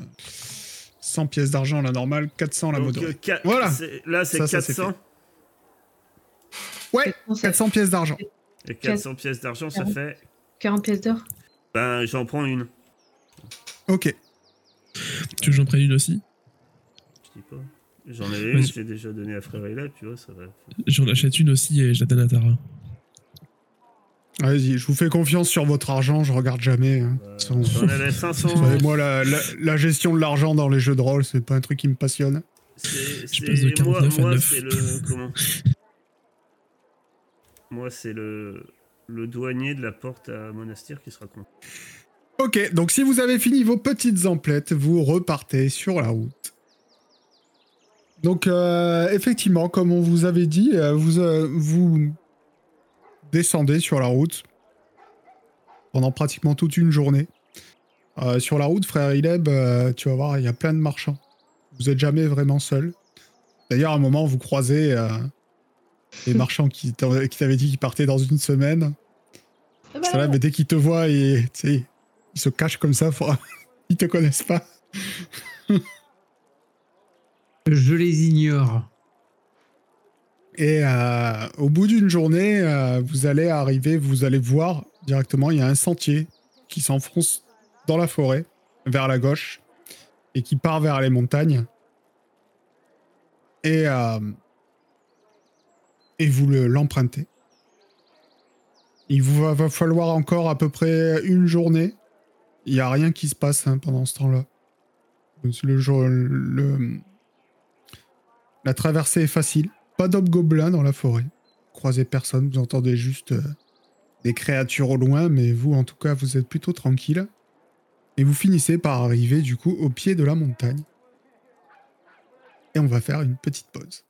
[SPEAKER 2] 100 pièces d'argent la normale, 400 la
[SPEAKER 3] Donc,
[SPEAKER 2] modérée.
[SPEAKER 3] euh, quatre-
[SPEAKER 2] Voilà.
[SPEAKER 3] c'est- Là, c'est
[SPEAKER 2] Ça, ça, c'est
[SPEAKER 3] 400.
[SPEAKER 1] mal.
[SPEAKER 2] Ouais,
[SPEAKER 1] 400, ça-
[SPEAKER 2] 400 pièces d'argent.
[SPEAKER 3] Et 400 pièces d'argent, ça
[SPEAKER 1] Quarante.
[SPEAKER 3] fait.
[SPEAKER 1] 40 pièces d'or
[SPEAKER 3] Ben, j'en prends une.
[SPEAKER 2] Ok.
[SPEAKER 4] Tu veux que j'en prenne une aussi
[SPEAKER 3] Je dis pas. J'en ai
[SPEAKER 4] Mais
[SPEAKER 3] une,
[SPEAKER 4] je-
[SPEAKER 3] j'ai déjà donné à Frère Hélène, tu vois, ça va.
[SPEAKER 4] J'en achète une aussi et je la donne à Tara.
[SPEAKER 2] Vas-y, je vous fais confiance sur votre argent, je regarde jamais. hein. De toute façon,
[SPEAKER 3] Euh, J'en avais 500.
[SPEAKER 2] vous savez, moi, la, la- la gestion de l'argent dans les jeux de rôle, c'est pas un truc qui me passionne.
[SPEAKER 3] C'est
[SPEAKER 4] Je passe de
[SPEAKER 3] c'est- moi,
[SPEAKER 4] 49 à
[SPEAKER 3] moi
[SPEAKER 4] 9.
[SPEAKER 3] c'est le. Comment Moi, c'est le. Le douanier de la porte à monastère qui se raconte.
[SPEAKER 2] Ok, donc si vous avez fini vos petites emplettes, vous repartez sur la route. Donc euh, effectivement, comme on vous avait dit, euh, vous, euh, vous descendez sur la route pendant pratiquement toute une journée. Euh, sur la route, frère Ileb, euh, tu vas voir, il y a plein de marchands. Vous n'êtes jamais vraiment seul. D'ailleurs, à un moment, vous croisez euh, les marchands qui t'avaient qui t'avaient dit qu'ils partaient dans une semaine.
[SPEAKER 1] Ah bah
[SPEAKER 2] Parce que là,
[SPEAKER 1] non.
[SPEAKER 2] mais dès qu'ils te voient, ils, tu sais, ils se cachent comme ça, faut- ils te connaissent pas.
[SPEAKER 5] Je les ignore.
[SPEAKER 2] Et euh, au bout d'une journée, euh, vous allez arriver, vous allez voir directement, il y a un sentier qui s'enfonce dans la forêt, vers la gauche, et qui part vers les montagnes. Et, euh, et vous le- l'empruntez. il vous va, va falloir encore à peu près une journée. Il n'y a rien qui se passe hein, pendant ce temps-là. Le jour, le, la traversée est facile. Pas d'homme gobelin dans la forêt. Vous Croisez personne, vous entendez juste euh, des créatures au loin, mais vous, en tout cas, vous êtes plutôt tranquille. Et vous finissez par arriver, du coup, au pied de la montagne. Et on va faire une petite pause.